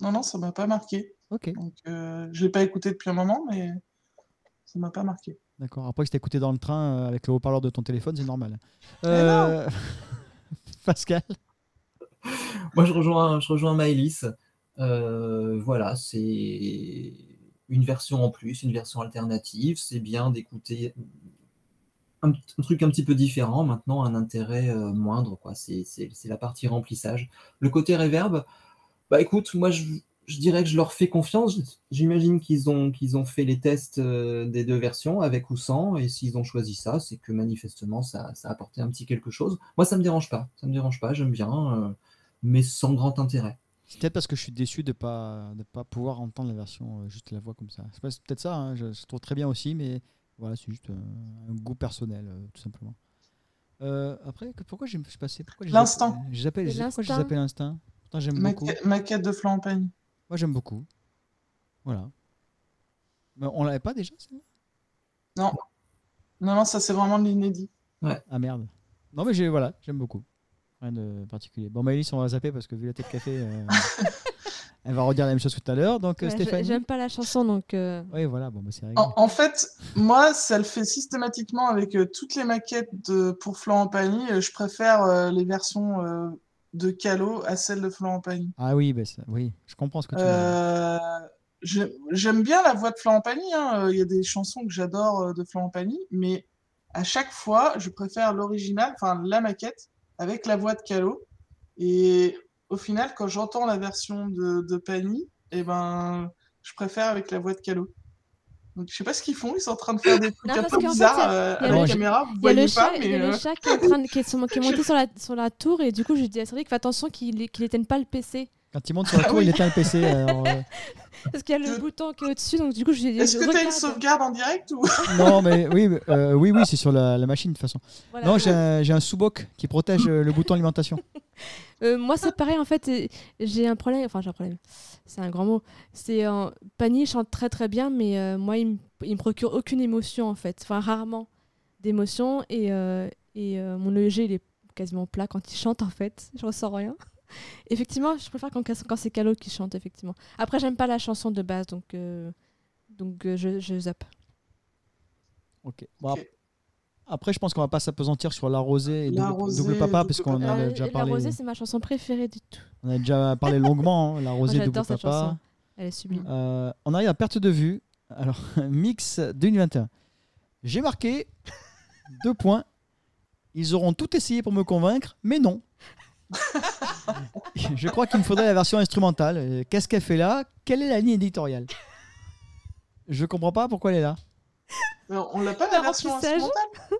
Non, non, ça m'a pas marqué. Ok, Donc, euh, je l'ai pas écouté depuis un moment, mais ça m'a pas marqué. d'accord. Après, si t'as écouté dans le train euh, avec le haut-parleur de ton téléphone, c'est normal. Mais non. Euh, *laughs* Pascal Moi, je rejoins, je rejoins Maëlys. Euh, voilà, c'est une version en plus, une version alternative. C'est bien d'écouter un, p- un truc un petit peu différent. Maintenant, un intérêt euh, moindre, quoi. C'est c'est- c'est la partie remplissage. Le côté réverb, bah écoute, moi, je, je dirais que je leur fais confiance. J'imagine qu'ils ont, qu'ils ont fait les tests euh, des deux versions, avec ou sans. Et s'ils ont choisi ça, c'est que manifestement, ça, ça a apporté un petit quelque chose. Moi, ça me dérange pas. Ça me dérange pas. J'aime bien. euh, mais sans grand intérêt. C'est peut-être parce que je suis déçu de ne pas, de pas pouvoir entendre la version, euh, juste la voix comme ça. C'est pas- c'est peut-être ça, hein, je, je trouve très bien aussi, mais voilà, c'est juste euh, un goût personnel, euh, tout simplement. Euh, après, que- pourquoi j'ai- je suis passé pourquoi j'ai zappé- L'instinct. J'ai zappé- C'est j'ai- Pourquoi j'ai l'instinct. zappé l'instinct Pourtant, j'aime Ma, beaucoup. ma quête de flampe en peigne. Moi, j'aime beaucoup. Voilà. Mais on l'avait pas déjà, celle-là Non, non, ça c'est vraiment de l'inédit. Ah merde. Non, mais j'ai- voilà, j'aime beaucoup. Rien de particulier. Bon, Maëlys, on va zapper parce que vu la tête café, *laughs* euh, elle va redire la même chose que tout à l'heure. Donc, euh, Ouais, j'ai- Stéphanie. J'aime pas la chanson, donc. euh, Oui, voilà, bon, bah, c'est réglé. En, en fait, moi, ça le fait systématiquement avec euh, toutes les maquettes de, pour Florent Pagny. euh, Je préfère euh, les versions euh, de Calo à celles de Florent Pagny. Ah oui, bah, ça- oui, je comprends ce que tu veux dire. Euh, j'ai- J'aime bien la voix de Florent Pagny. hein, euh, Il y a des chansons que j'adore euh, de Florent Pagny, mais à chaque fois, je préfère l'original, enfin la maquette, avec la voix de Calo. Et au final, quand j'entends la version de, de Pagny, eh ben, je préfère avec la voix de Calo. Donc, je sais pas ce qu'ils font, ils sont en train de faire des *laughs* trucs Non, un parce peu qu'en fait, bizarres il y a- euh, il y à a la le- caméra. Vous Il y a voyez le pas, chat, il y mais a le euh, chat qui est, en train de- qui est, sur- qui est *laughs* monté sur la, sur la tour et du coup je dis à Cédric fais attention qu'il est- qu'il éteigne pas le PC Quand il monte sur la tour, Ah oui. il éteint le *laughs* PC. alors, euh, parce qu'il y a le Je- bouton qui est au-dessus donc du coup je dis est-ce je que t'as une regarde. sauvegarde en direct ou Non, mais oui, mais, euh, oui, oui c'est sur la, la machine de toute façon. Voilà. Non, j'ai un, j'ai un sous-boc qui protège euh, le bouton alimentation. Euh, moi c'est pareil en fait et j'ai un problème enfin j'ai un problème c'est un grand mot c'est euh, Pagny chante très très bien mais euh, moi il me- il me procure aucune émotion en fait enfin rarement d'émotion et, euh, et euh, mon EG il est quasiment plat quand il chante en fait je ressens rien *laughs* effectivement je préfère quand, quand c'est Calo qui chante effectivement après j'aime pas la chanson de base donc euh, donc euh, je, je zappe Ok. Bon, *laughs* Ok. ap- Après, je pense qu'on va pas s'apesantir sur la rosée et La double, Rosée, double papa, Double parce qu'on en Euh, a déjà la parlé. rosée c'est ma chanson préférée du tout On a déjà parlé longuement. hein, la rosée Moi, double j'adore papa. cette chanson. elle est sublime Euh, on arrive à perte de vue. Alors, *laughs* mix 2021. J'ai marqué deux points. Ils auront tout essayé pour me convaincre, mais non. Je crois qu'il me faudrait la version instrumentale. Euh, Qu'est-ce qu'elle fait là Quelle est la ligne éditoriale Je comprends pas pourquoi elle est là. Alors, On l'a pas Le la version remplissage. instrumentale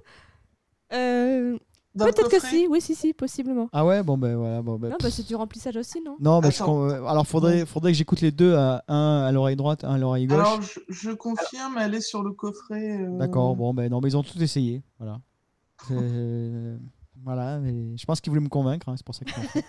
Euh, dans le peut-être que coffret si oui si si possiblement Ah ouais, bon ben voilà. Bon, ben, Non, bah c'est du remplissage aussi, non Non, mais je Attends. com- euh, alors faudrait, faudrait que j'écoute les deux, à, un à l'oreille droite, un à l'oreille gauche. Alors, je, je confirme, elle est sur le coffret. euh, Mmh. D'accord, bon, ben non, mais ils ont tout essayé. Voilà. *laughs* Euh, voilà, mais je pense qu'ils voulaient me convaincre, hein, c'est pour ça que je m'en *laughs* fous.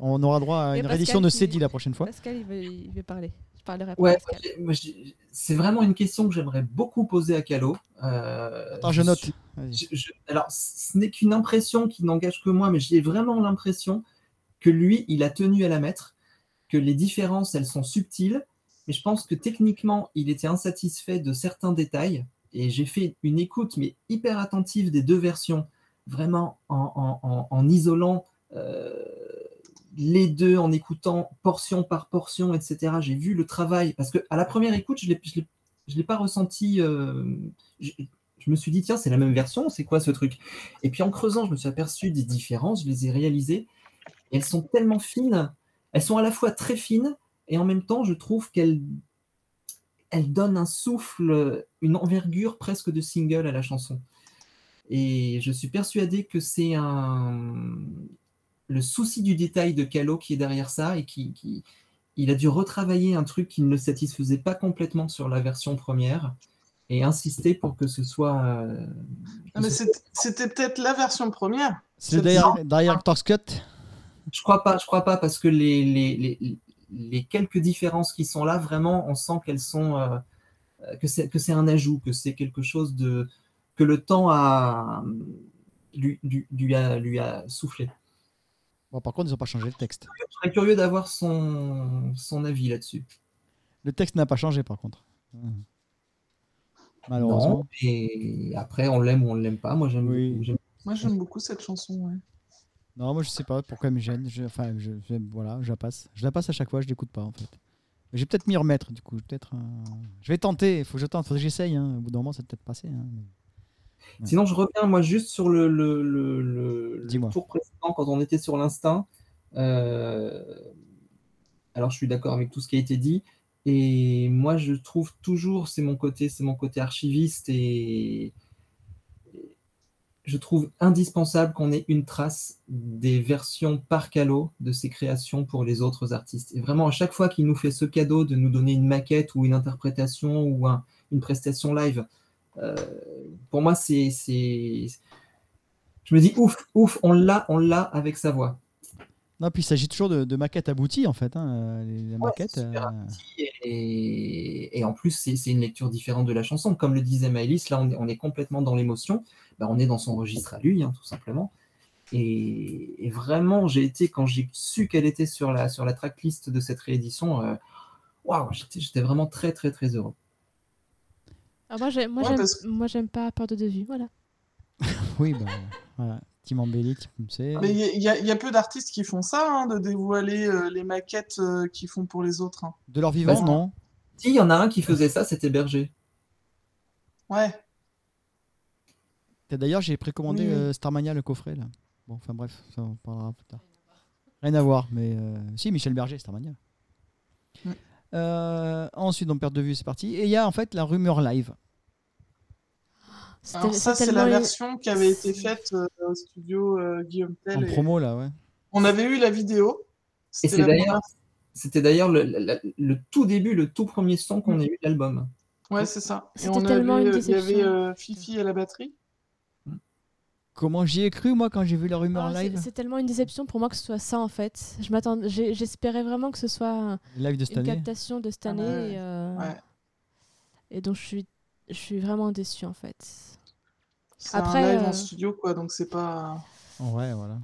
On aura droit à Et une Pascal réédition de qui- Cédi la prochaine fois. Pascal, il veut, il veut parler. Je parlerai après Ouais, Pascal. moi, j'ai- moi, j'ai- c'est vraiment une question que j'aimerais beaucoup poser à Calo. Euh, Attends, je note. suis- Vas-y. je- je- alors, ce n'est qu'une impression qui n'engage que moi, mais j'ai vraiment l'impression que lui, il a tenu à la mettre, que les différences, elles sont subtiles, mais je pense que techniquement, il était insatisfait de certains détails, et j'ai fait une écoute, mais hyper attentive des deux versions, vraiment en, en- en- en isolant euh, les deux, en écoutant portion par portion, etc. J'ai vu le travail, parce que à la première écoute, je ne l'ai, je l'ai- je l'ai pas ressenti... euh, je- je me suis dit, tiens, c'est la même version, c'est quoi ce truc Et puis en creusant, je me suis aperçu des différences, je les ai réalisées. Et elles sont tellement fines, elles sont à la fois très fines, et en même temps, je trouve qu'elles elles donnent un souffle, une envergure presque de single à la chanson. Et je suis persuadé que c'est un... le souci du détail de Calo qui est derrière ça, et qui, qui- il a dû retravailler un truc qui ne le satisfaisait pas complètement sur la version première et insister pour que ce soit. euh, non, Ah, mais c'est- C'était peut-être la version première. C'est je- le Dire- Director's Cut. Je crois pas, je crois pas parce que les, les, les, les quelques différences qui sont là, vraiment, on sent qu'elles sont euh, euh, que c'est que c'est un ajout, que c'est quelque chose de que le temps a hum, lui, lui, lui a lui a soufflé. Bon, par contre, ils ont pas changé le texte. Je serais curieux d'avoir son son avis là-dessus. Le texte n'a pas changé, par contre. Hum. Malheureusement. Non, Et après, on l'aime ou on l'aime pas. Moi, j'aime Oui. beaucoup, j'aime- Moi, j'aime beaucoup cette chanson. ouais. Non. moi je sais pas pourquoi elle me gêne. Je- enfin, je, je- voilà, je la passe. Je la passe à chaque fois, je l'écoute pas en fait. J'ai peut-être m'y remettre du coup. Peut-être. euh, Je vais tenter. Il faut que je tente. Faut que j'essaye. hein. Au bout d'un moment, ça va peut-être passer. hein. Sinon, je reviens moi juste sur le, le, le, le- le Dis-moi. tour précédent quand on était sur l'instinct. Euh, Alors, je suis d'accord avec tout ce qui a été dit. Et moi, je trouve toujours, c'est mon côté, c'est mon côté archiviste et je trouve indispensable qu'on ait une trace des versions par calo de ses créations pour les autres artistes. Et vraiment, à chaque fois qu'il nous fait ce cadeau de nous donner une maquette ou une interprétation ou un- une prestation live, euh, pour moi, c'est, c'est- Je me dis, ouf, ouf, on l'a, on l'a avec sa voix. Non, puis il s'agit toujours de, de maquettes abouties en fait. hein, euh, les, les maquettes. c'est super euh, Et, et en plus, c'est c'est une lecture différente de la chanson. Comme le disait Maëlys, là, on est, on est complètement dans l'émotion. Bah, on est dans son registre à lui, hein, tout simplement. Et, et vraiment, j'ai été, quand j'ai su qu'elle était sur la, sur la tracklist de cette réédition, euh, waouh, j'étais j'étais vraiment très, très, très heureux. Alors Ah, moi, j'ai- moi, Ouais, j'aime- parce moi, j'aime pas peur de Devue. Voilà. Oui, bah, voilà. Team Embelli, Team C. Mais il y, a- il y a- il y a peu d'artistes qui font ça, hein, de dévoiler euh, les maquettes euh, qu'ils font pour les autres. hein. De leur vivant, Bah, non Si, il y en a un qui faisait ça, c'était Berger. Ouais. T'as- D'ailleurs, j'ai précommandé Oui, oui. euh, Starmania, le coffret. Là. Bon, enfin bref, ça on en parlera plus tard. Rien à voir, mais euh, si, Michel Berger, Starmania. Mm. Euh, ensuite, on perd de vue, c'est parti. Et il y a en fait la rumeur live. C'était- Alors ça, c'est tellement la une- version qui avait été c'est- faite euh, au studio euh, Guillaume Tell. En et- promo, là, ouais. On avait eu la vidéo. Et C'était c'est la d'ailleurs, c'était d'ailleurs le, la- le tout début, le tout premier son qu'on ait eu de l'album. première- Ouais, c'est ça. Et C'était on tellement avait, une euh, Il y avait déception. euh, Fifi à la batterie. Comment j'y ai cru, moi, quand j'ai vu la rumeur Ah, c'est- live C'est tellement une déception pour moi que ce soit ça en fait. Je m'attends, j'ai- j'espérais vraiment que ce soit un- Live de cette une année. captation de cette Ah, année. ouais, et, euh, ouais. et donc je suis, je suis vraiment déçue en fait. C'est Après, un live euh, en studio, quoi. Donc c'est pas. Ouais, voilà.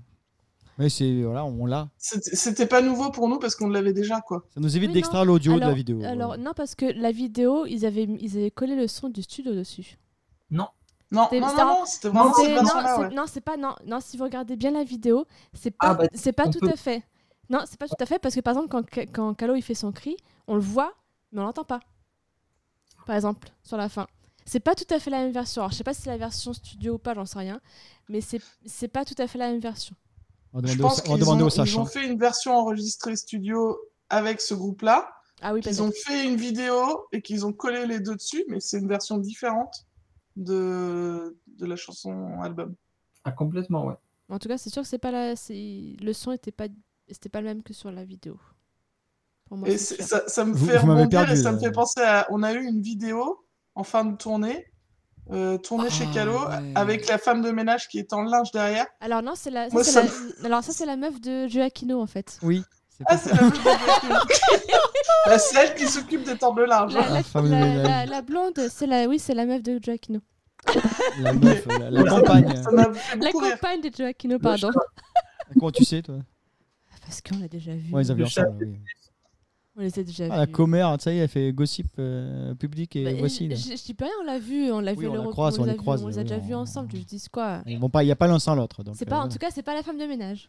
Mais c'est, voilà, on l'a. C'était c'était pas nouveau pour nous parce qu'on l'avait déjà, quoi. Ça nous évite Oui, d'extraire l'audio de la Alors- vidéo. Alors voilà. non parce que la vidéo ils avaient ils avaient collé le son du studio dessus. Non, C'était- non, c'était non, un- non, c'était vraiment C'est- cette non, version-là, c'est- ouais. non, c'est pas non non si vous regardez bien la vidéo c'est pas Ah, bah, c'est pas on tout peut- à fait. Non c'est pas tout à fait parce que par exemple quand Ca- quand Calo il fait son cri on le voit mais on l'entend pas. Par exemple sur la fin. C'est pas tout à fait la même version. Alors, je sais pas si c'est la version studio ou pas, j'en sais rien. Mais c'est c'est pas tout à fait la même version. On va Je demander au, pense on va qu'ils demander ont, au ils ont sachant. fait une version enregistrée studio avec ce groupe-là. Ah oui, Ils peut-être. ont fait une vidéo et qu'ils ont collé les deux dessus, mais c'est une version différente de, de la chanson album. Ah, complètement, ouais. En tout cas, c'est sûr que c'est pas la... c'est- le son était pas... c'était pas le même que sur la vidéo. Pour moi, Et c'est c'est- sûr. ça, ça me Vous- fait vous m'avez rebondir perdu, euh. et ça me là. fait penser à. On a eu une vidéo en fin de tournée, euh, tournée chez Ah, Calo, ouais. avec la femme de ménage qui est en linge derrière. Alors non, c'est la... ça, Moi, c'est ça la- Alors ça, c'est la meuf de Joaquino, en fait. Oui. C'est Ah, pas c'est la meuf *laughs* de- *laughs* Bah, c'est elle qui s'occupe des temps de hein. large. La, la- femme de la- ménage. la- la blonde, c'est la... Oui, c'est la meuf de Joaquino. la meuf, la, la campagne. Ah, Ça m'a fait La beaucoup rire. compagne de Joaquino, pardon. Ah, Comment tu sais, toi Parce qu'on l'a déjà vu. Ouais, ils avaient Le ensemble, oui. On les a déjà Ah, la vus. commère, ça y est, elle fait gossip euh, public et Bah, voici. là. je, je dis pas rien, on l'a vu, on l'a Oui, vu, on à la l'Euro- croise, on les les a vus, croise, on les a oui, déjà vus on- ensemble, je dis quoi Ils vont pas- Il n'y a pas l'un sans l'autre. donc, C'est euh, pas, en voilà. tout cas, c'est pas la femme de ménage.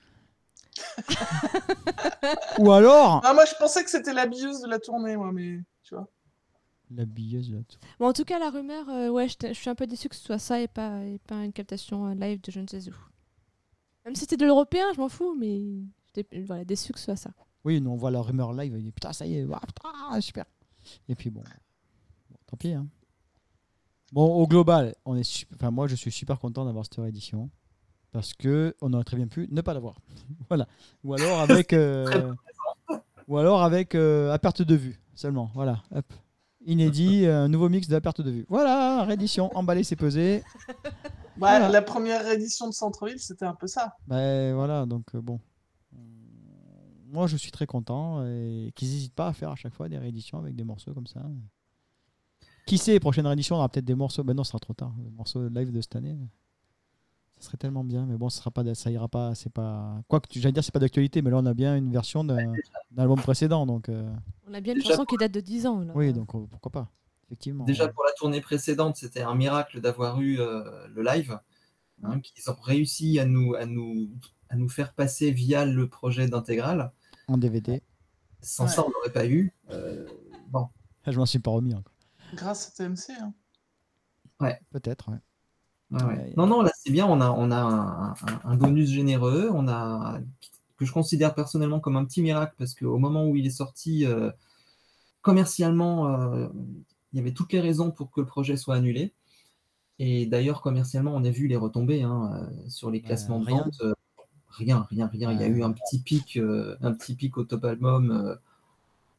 Ou alors Ah, moi, je pensais que c'était l'habilleuse de la tournée, moi, mais tu vois. La billeuse là. tout. Bon, en tout cas, la rumeur, euh, ouais, je, je suis un peu déçue que ce soit ça et pas, et pas une captation euh, live de je ne sais où. Même si c'était de l'européen, je m'en fous, mais j'étais voilà, déçue que ce soit ça. Oui, nous on voit la rumeur live, il dit putain ça y est, ouah, putain, super. Et puis bon, bon, tant pis. hein. Bon, au global, on est sup- enfin, moi je suis super content d'avoir cette réédition parce que on aurait très bien pu ne pas l'avoir. *laughs* voilà. Ou alors avec euh, ou alors avec euh, à perte de vue seulement. Voilà, hop. Inédit, euh, un nouveau mix de la perte de vue. Voilà, réédition, emballé, c'est pesé. Bah, Ah. Voilà. La première édition de Centreville, c'était un peu ça. Ben voilà, donc euh, bon. Euh, Moi, je suis très content et qu'ils n'hésitent pas à faire à chaque fois des rééditions avec des morceaux comme ça. Qui sait, prochaine réédition, on aura peut-être des morceaux. Ben non, ce sera trop tard. Des morceaux live de cette année. Ça serait tellement bien, mais bon, ce sera pas, ça ira pas. C'est pas. Quoi que tu, j'allais dire, c'est pas d'actualité, mais là, on a bien une version d'un d'un album précédent, donc euh, On a bien une Déjà- chanson qui date de 10 ans. là. oui, donc euh, pourquoi pas. Effectivement. Déjà pour la tournée précédente, c'était un miracle d'avoir eu euh, le live, hein, qu'ils ont réussi à nous, à, nous, à nous faire passer via le projet d'intégrale. en DVD. Sans Ouais. ça, on l'aurait pas eu. Euh, bon, Ah, Je m'en suis pas remis encore. Grâce à TMC. hein. Peut-être. ouais. ouais, ouais. Ouais. Non, non, là c'est bien, on a, on a un, un- un bonus généreux, on a que je considère personnellement comme un petit miracle parce qu'au moment où il est sorti, euh, commercialement, euh, il y avait toutes les raisons pour que le projet soit annulé. Et d'ailleurs, commercialement, on a vu les retombées hein, euh, sur les classements de rien. vente. euh, rien, rien, rien. Il y a Ouais. eu un petit pic, euh, un petit pic au top album euh,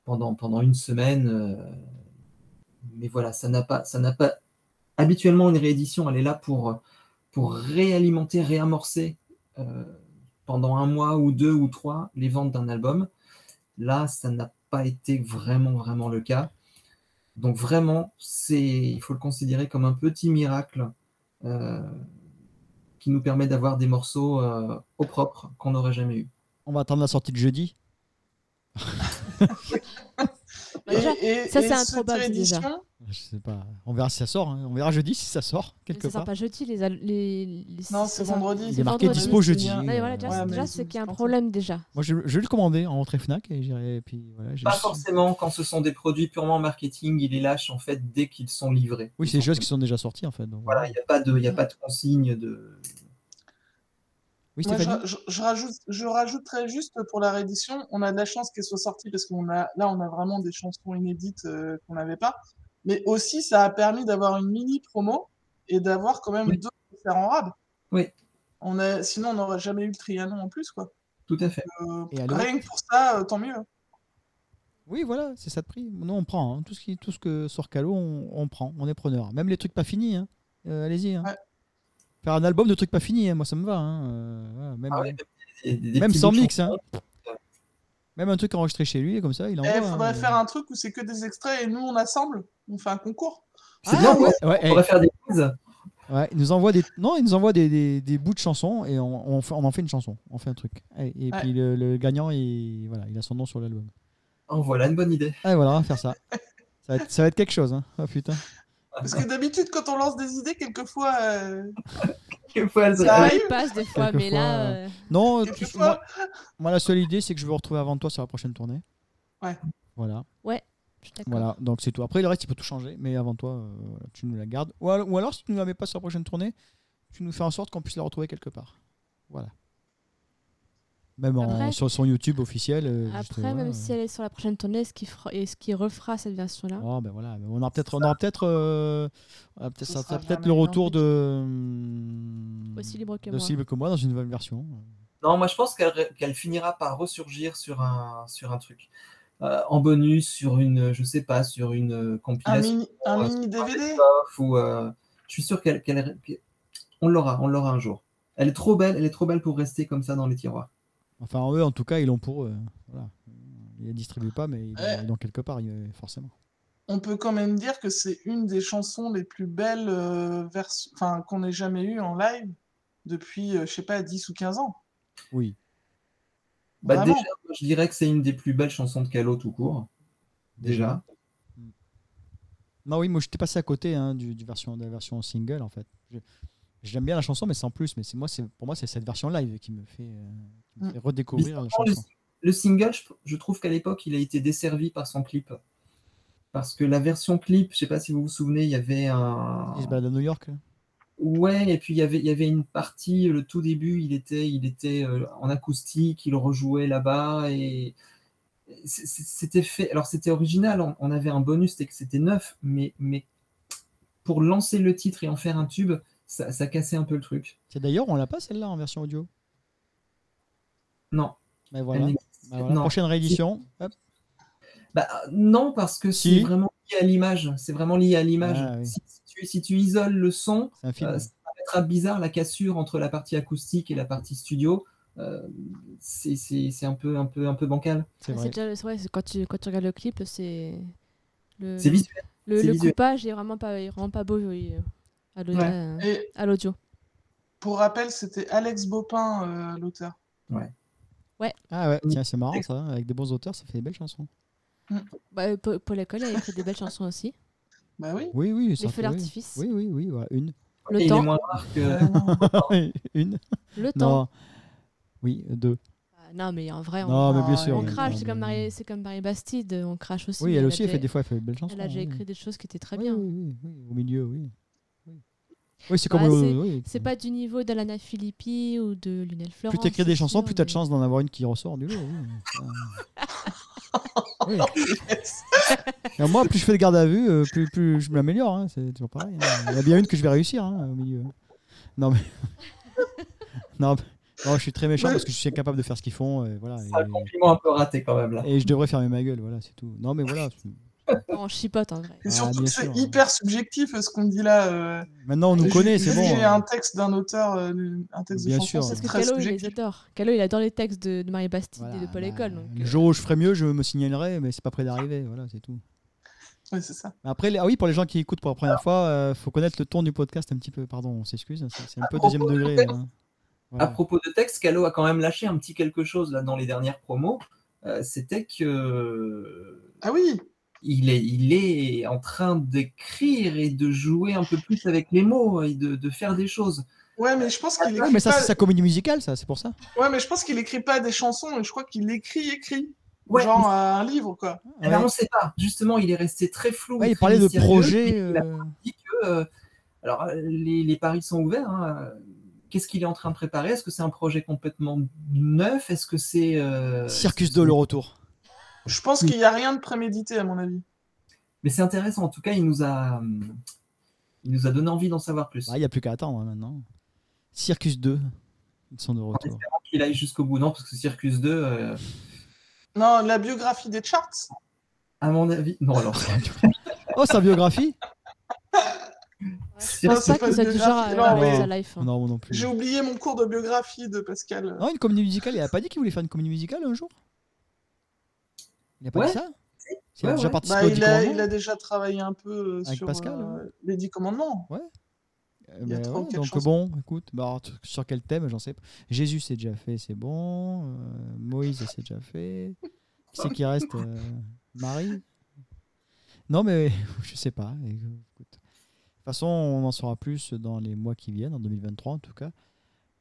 pendant, pendant une semaine. euh, mais voilà, ça n'a pas, ça n'a pas. Habituellement, une réédition, elle est là pour, pour réalimenter, réamorcer euh, pendant un mois ou deux ou trois les ventes d'un album. Là, ça n'a pas été vraiment, vraiment le cas. Donc vraiment, c'est, il faut le considérer comme un petit miracle euh, qui nous permet d'avoir des morceaux euh, au propre qu'on n'aurait jamais eu. On va attendre la sortie de jeudi. Bah, déjà, et, ça, c'est cette improbable, déjà. réédition, Je sais pas. On verra si ça sort. hein. On verra jeudi si ça sort mais quelque ça sort part. pas jeudi, les. al- les, les- Non, c'est ça- vendredi. Il c'est est marqué vendredi. dispo jeudi. Ouais, Ouais, voilà, déjà, Euh, c'est- mais déjà, ils c'est sont qu'il y a un dispensés. problème déjà. Moi, je, je vais le commander en rentrée Fnac et j'irai. et Puis voilà. j'ai- Pas forcément quand ce sont des produits purement marketing, ils les lâchent en fait dès qu'ils sont livrés. Oui, c'est des choses qui sont déjà sorties en fait. donc voilà. Voilà, il n'y a pas de, il y a pas de consigne de. Oui, Moi, Stéphanie. je, je- je rajoute, je rajouterais juste pour la réédition, on a de la chance qu'elle soit sortie parce qu'on a là on a vraiment des chansons inédites euh, qu'on n'avait pas, mais aussi ça a permis d'avoir une mini promo et d'avoir quand même Oui. deux concerts en rab. Oui. On a, sinon on n'aurait jamais eu le Trianon en plus quoi. Tout à fait. Euh, Et allô rien que pour ça, euh, tant mieux. Oui, voilà, c'est ça de prix. Nous, on prend. hein. Tout, ce qui, tout ce que sort Calo, on, on prend. On est preneur. Même les trucs pas finis. hein. Euh, Allez-y. hein. Ouais. Faire un album de trucs pas finis, hein, moi, ça me va. hein. Euh, voilà, même, Ah ouais, des- des- des même petits sans bouts de mix. hein. chansons. Même un truc enregistré chez lui, comme ça, il envoie. Il Eh, faudrait hein. faire un truc où c'est que des extraits et nous on assemble, on fait un concours. C'est Ah, bien. ouais, on- ouais, On ouais. eh, va faire des quiz. Ouais, il nous envoie des non, il nous envoie des, des- des bouts de chansons et on, on fait- on en fait une chanson, on fait un truc. Et, et Ouais. puis le, le gagnant, il voilà, il a son nom sur l'album. En Oh, voilà une bonne idée. *laughs* Ah voilà, on va faire ça. Ça va être, ça va être quelque chose, hein. Ah, putain. Parce que d'habitude quand on lance des idées, quelquefois euh, Que faut elles- Ça elles- Ah, Ouais, oui. il passe des fois, mais Quelquefois, là. euh, Non, tu- moi, quelquefois moi, la seule idée c'est que je veux retrouver avant toi sur la prochaine tournée. Ouais. Voilà, je suis d'accord. voilà, donc c'est tout. Après le reste, il peut tout changer, mais avant toi, euh, voilà, tu nous la gardes. Ou alors, ou alors, si tu nous la mets pas sur la prochaine tournée, tu nous fais en sorte qu'on puisse la retrouver quelque part. Voilà. Même en- Après- sur son YouTube officiel. euh, juste, Après, voilà, même euh. si hein. elle est sur la prochaine tournée, est-ce qu'il fera- est-ce qu'il refera cette version-là Oh, ben voilà, mais on aura peut-être, on aura peut-être, euh, on aura peut-être- Ce ça sera sera peut-être jamais le retour identique. de Aussi libre que de moi. Aussi libre que moi dans une nouvelle version. Non, moi je pense qu'elle ré- qu'elle finira par ressurgir sur un, sur un truc. Euh, en bonus, sur une, je sais pas, sur une euh, un compilation mini, un euh, mini DVD. off ou. euh, je suis sûr qu'elle. qu'elle ré- qu'elle- on l'aura, on l'aura un jour. Elle est trop belle, elle est trop belle pour rester comme ça dans les tiroirs. Enfin eux, en tout cas, ils l'ont pour eux. Voilà. Ils la distribuent pas, mais ils l'ont- Ouais. ils l'ont quelque part, il- forcément. on peut quand même dire que c'est une des chansons les plus belles euh, vers- enfin, qu'on ait jamais eues en live depuis, euh, je sais pas, 10 ou 15 ans. Oui. Bah, Vraiment. déjà, moi, je dirais que c'est une des plus belles chansons de Calo tout court. Déjà. Non, oui, moi j'étais passé à côté hein, du, du version, de la version single en fait. Je- J'aime bien la chanson, mais sans plus. Mais c'est moi, c'est pour moi, c'est cette version live qui me fait, euh, qui me Mm. fait redécouvrir la Bizarrement, le, chanson. le single, je, je trouve qu'à l'époque, il a été desservi par son clip. Parce que la version clip, je sais pas si vous vous souvenez, il y avait un. Ils se baladent à New York. hein. là. Ouais, et puis il y avait, il y avait une partie, le tout début, il était, il était euh, en acoustique, il rejouait là-bas, et c- c- c'était fait. Alors c'était original, on, on avait un bonus, c'était que c'était neuf, mais, mais pour lancer le titre et en faire un tube, ça, ça cassait un peu le truc. C'est d'ailleurs, on l'a pas celle-là en version audio. Non. Mais elle voilà. n'existe- Bah, voilà, non. Prochaine réédition. Hop. Bah, non, parce que Si. c'est vraiment lié à l'image. C'est vraiment lié à l'image. Ah, oui. si, si tu, si tu isoles le son, C'est un film. Euh, ça paraîtra bizarre la cassure entre la partie acoustique et la partie studio. Euh, c'est- c'est c'est un peu, un peu, un peu bancal. c'est Ah, vrai. C'est déjà, c'est vrai, c'est quand tu, quand tu regardes le clip, c'est. Le, C'est visuel. le, c'est le visuel. coupage est vraiment pas, il rend pas beau oui, euh, à l'au- Ouais. à- Et à l'audio. pour rappel, c'était Alex Bopin, euh, l'auteur. Ah ouais, tiens, c'est marrant ça. hein. Avec des bons auteurs, ça fait des belles chansons. Bah, euh, Paul Paul École, il a écrit des belles chansons aussi. *laughs* Bah oui. Oui, oui, Les ça feux fait- oui. d'artifice. Oui, oui, oui, voilà, une. Et Le il est temps. moins rare que. *laughs* Vraiment. une. Le temps. Non. Oui, deux. Ah, Non, mais en vrai, on, euh, Non, mais Ah, bien sûr. on oui. crache. Non, C'est mais- comme, Marie- c'est comme Marie Bastide, on crache aussi. Oui, mais elle aussi, elle a fait des fois, elle fait des belles chansons. Elle a déjà oui. écrit des choses qui étaient très Oui, bien. Oui, oui, oui, au milieu, oui. Oui, Oui, c'est comme. Bah, au- oui, C'est pas du niveau d'Alana Filippi ou de Lunel Florence. Plus t'écris des c'est chansons, sûr, plus t'as de mais- chance d'en avoir une qui ressort du lot. oui. Ah. Oui. Yes. Et moi, plus je fais de garde à vue, euh, plus, plus je m'améliore. hein, C'est toujours pareil. hein. Il y a bien une que je vais réussir hein, au milieu. Non, mais. *laughs* non, mais- non, je suis très méchant parce que je suis incapable de faire ce qu'ils font. euh, voilà, C'est un compliment un peu raté quand même là. et... et je devrais fermer ma gueule, voilà, c'est tout. Non, mais voilà. c'est- en chipote en vrai. Et Ah, surtout, bien que c'est sûr. hyper subjectif euh, ce qu'on dit là. euh, Maintenant, on nous ju- connaît, c'est juste bon. hein. J'ai un texte d'un auteur, euh, un texte Bien de chanson, sûr. Parce c'est que très Calo, il les subjectif. adore. Calo, il adore les textes de, de Marie Bastide Voilà, et de Paul bah, École. Donc, Le euh, jour où je ferai mieux, je me signalerai, mais c'est pas près d'arriver. Voilà, c'est tout. Ouais, c'est ça. Après, les- ah oui, pour les gens qui écoutent pour la première fois, euh, faut connaître le ton du podcast un petit peu. Pardon, on s'excuse. hein, c'est- C'est un peu deuxième propos de degré. texte. hein. À Voilà. propos de texte, Calo a quand même lâché un petit quelque chose là dans les dernières promos. Euh, C'était que Ah oui, il est, il est en train d'écrire et de jouer un peu plus avec les mots et de, de faire des choses. ouais, mais je pense qu'il Ouais, écrit mais ça, pas. c'est sa comédie musicale, ça, c'est pour ça. Ouais, mais je pense qu'il écrit pas des chansons, et je crois qu'il écrit, écrit. Ouais, genre mais- un livre, quoi. Eh ben, on ne sait pas. Justement, il est resté très flou. Ah, Ouais, et il très parlait de mystérieux. projet. Il a euh, dit que, euh, alors, euh, les, les paris sont ouverts. hein. Qu'est-ce qu'il est en train de préparer Est-ce que c'est un projet complètement neuf Est-ce que c'est euh, Circus est-ce que 2, c'est- le retour. Je pense qu'il y a rien de prémédité, à mon avis. Mais c'est intéressant. En tout cas, il nous a, hum, il nous a donné envie d'en savoir plus. Bah, Il n'y a plus qu'à attendre hein, maintenant. Circus 2, ils sont de retour. Qu'il aille jusqu'au bout, non Parce que Circus 2, euh, Non, la biographie des charts. Ah, à mon avis, non. Alors, Oh, sa biographie Je pense *laughs* Circus- c'est pas pas que ça une du genre à biographie, à non, Marie mais- sa life. hein. Non, moi non plus. J'ai oublié mon cours de biographie de Pascal. Non, une comédie musicale, il a pas dit qu'il voulait faire une comédie musicale un jour Il a pas Ouais. dit ça Il a Ouais, déjà ouais. participé Bah, au il, a, Dicomandement il a déjà travaillé un peu euh, Avec sur Pascal, euh, les dix commandements. Euh, il y a bah trois ou ouais, quatre donc chansons. bon, écoute, bah, alors, sur- sur quel thème, j'en sais pas. Jésus c'est déjà fait, c'est bon. Euh, Moïse c'est déjà fait. Qui c'est qui reste euh, Marie Non mais *laughs* je sais pas. Et, euh, écoute. De toute façon, on en saura plus dans les mois qui viennent, en 2023 en tout cas.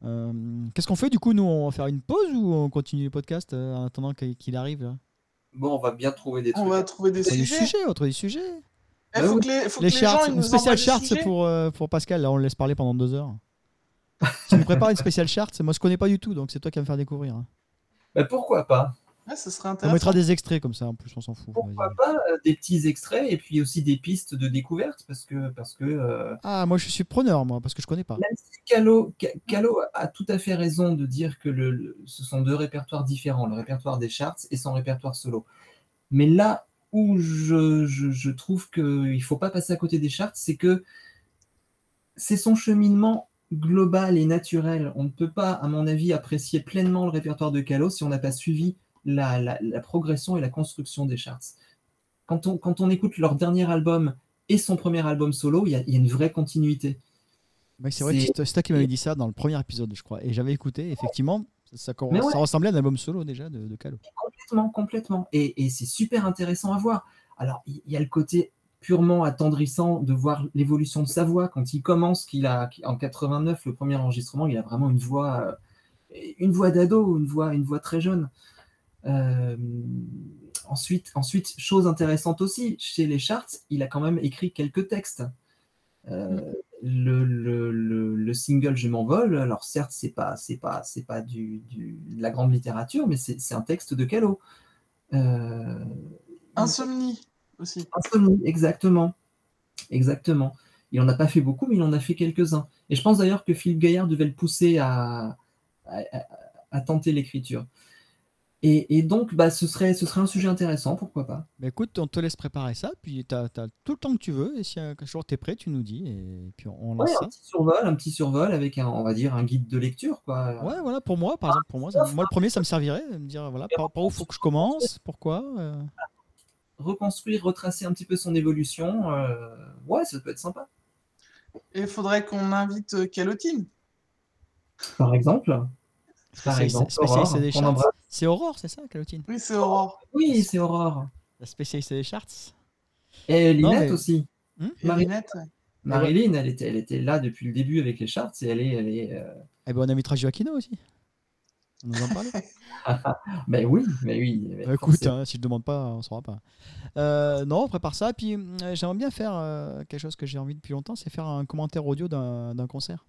Euh, Qu'est-ce qu'on fait du coup Nous, on va faire une pause ou on continue le podcast euh, en attendant qu'il qu'il arrive là bon, on va bien trouver des trucs. On va trouver des Autre du sujets. sujet, autre du sujet. Eh, Bah faut oui. que les, faut que Ah les les charts, gens, ils une nous spéciale envoient des chart sujets. pour, euh, pour Pascal. Là, on le laisse parler pendant deux heures. tu me prépares une spéciale chart Moi, je connais pas du tout, donc c'est toi qui vas me faire découvrir. hein. Bah, pourquoi pas Ouais, ce serait On intéressant. mettra des extraits comme ça, en plus, on s'en fout. pourquoi Vas-y. pas euh, des petits extraits et puis aussi des pistes de découverte parce que parce que euh, Ah, moi, je suis preneur, moi, parce que je connais pas. même si Calo, Ca- Calo a tout à fait raison de dire que le, le- ce sont deux répertoires différents, le répertoire des charts et son répertoire solo. Mais là où je, je- je trouve qu'il ne faut pas passer à côté des charts, c'est que c'est son cheminement global et naturel. On ne peut pas, à mon avis, apprécier pleinement le répertoire de Calo si on n'a pas suivi la, la- la progression et la construction des charts. Quand on, quand on écoute leur dernier album et son premier album solo, il y a- il y a une vraie continuité. Mec, c'est vrai que c'est- c'est toi- c'est toi qui m'avais dit ça dans le premier épisode, je crois. Et j'avais écouté, effectivement, ça, ça cor- Mais ouais. ça ressemblait à un album solo déjà de, de Calo. Complètement, complètement. Et, et c'est super intéressant à voir. Alors, il il y, a le côté purement attendrissant de voir l'évolution de sa voix quand il commence, qu'il a qu'il- en 89 le premier enregistrement, il a vraiment une voix, euh, une voix d'ado, une voix, une voix très jeune. Euh, ensuite, ensuite, chose intéressante aussi, chez les charts, il a quand même écrit quelques textes. Euh, le, le- le- le single Je m'envole, alors certes, c'est pas, c'est pas, c'est pas du, du- de la grande littérature, mais c'est c'est un texte de Callot. Euh, Insomnie aussi. Insomnie, exactement. Exactement. Il en a pas fait beaucoup, mais il en a fait quelques-uns. Et je pense d'ailleurs que Philippe Gaillard devait le pousser à, à- à- à tenter l'écriture. Et, et donc, bah, ce, serait, ce serait un sujet intéressant, pourquoi pas. Mais écoute, on te laisse préparer ça, puis t'as as tout le temps que tu veux. Et si un jour t'es prêt, tu nous dis, et puis on, on lance Ouais, un ça. petit survol, un petit survol avec un, on va dire, un guide de lecture, quoi. Ouais, voilà, pour moi, par exemple, pour moi, ça- moi le premier, ça me servirait, de me dire, voilà, par, par où faut que je commence, pourquoi. euh. reconstruire, retracer un petit peu son évolution. euh, ouais, ça peut être sympa. Et il faudrait qu'on invite euh, Calotine. Par exemple. Par Spécialiste- exemple, spécialiste Aurore, des qu'on charts. embrasse. C'est Aurore, c'est ça, Calotine Oui, c'est Aurore. Oui, c'est Aurore. La spécialiste des charts Et Non, Linette mais- aussi. Et Marie- Linette, ouais. Marilyn, elle était, elle était là depuis le début avec les charts et elle est. Elle est euh, Eh ben, on invitera Joaquino aussi. On nous en parle. Ben oui, mais oui. mais Bah, écoute, forcément. hein, si je demande pas, on saura pas. Euh, non, on prépare ça. Puis euh, j'aimerais bien faire euh, quelque chose que j'ai envie depuis longtemps, c'est faire un commentaire audio d'un d'un concert.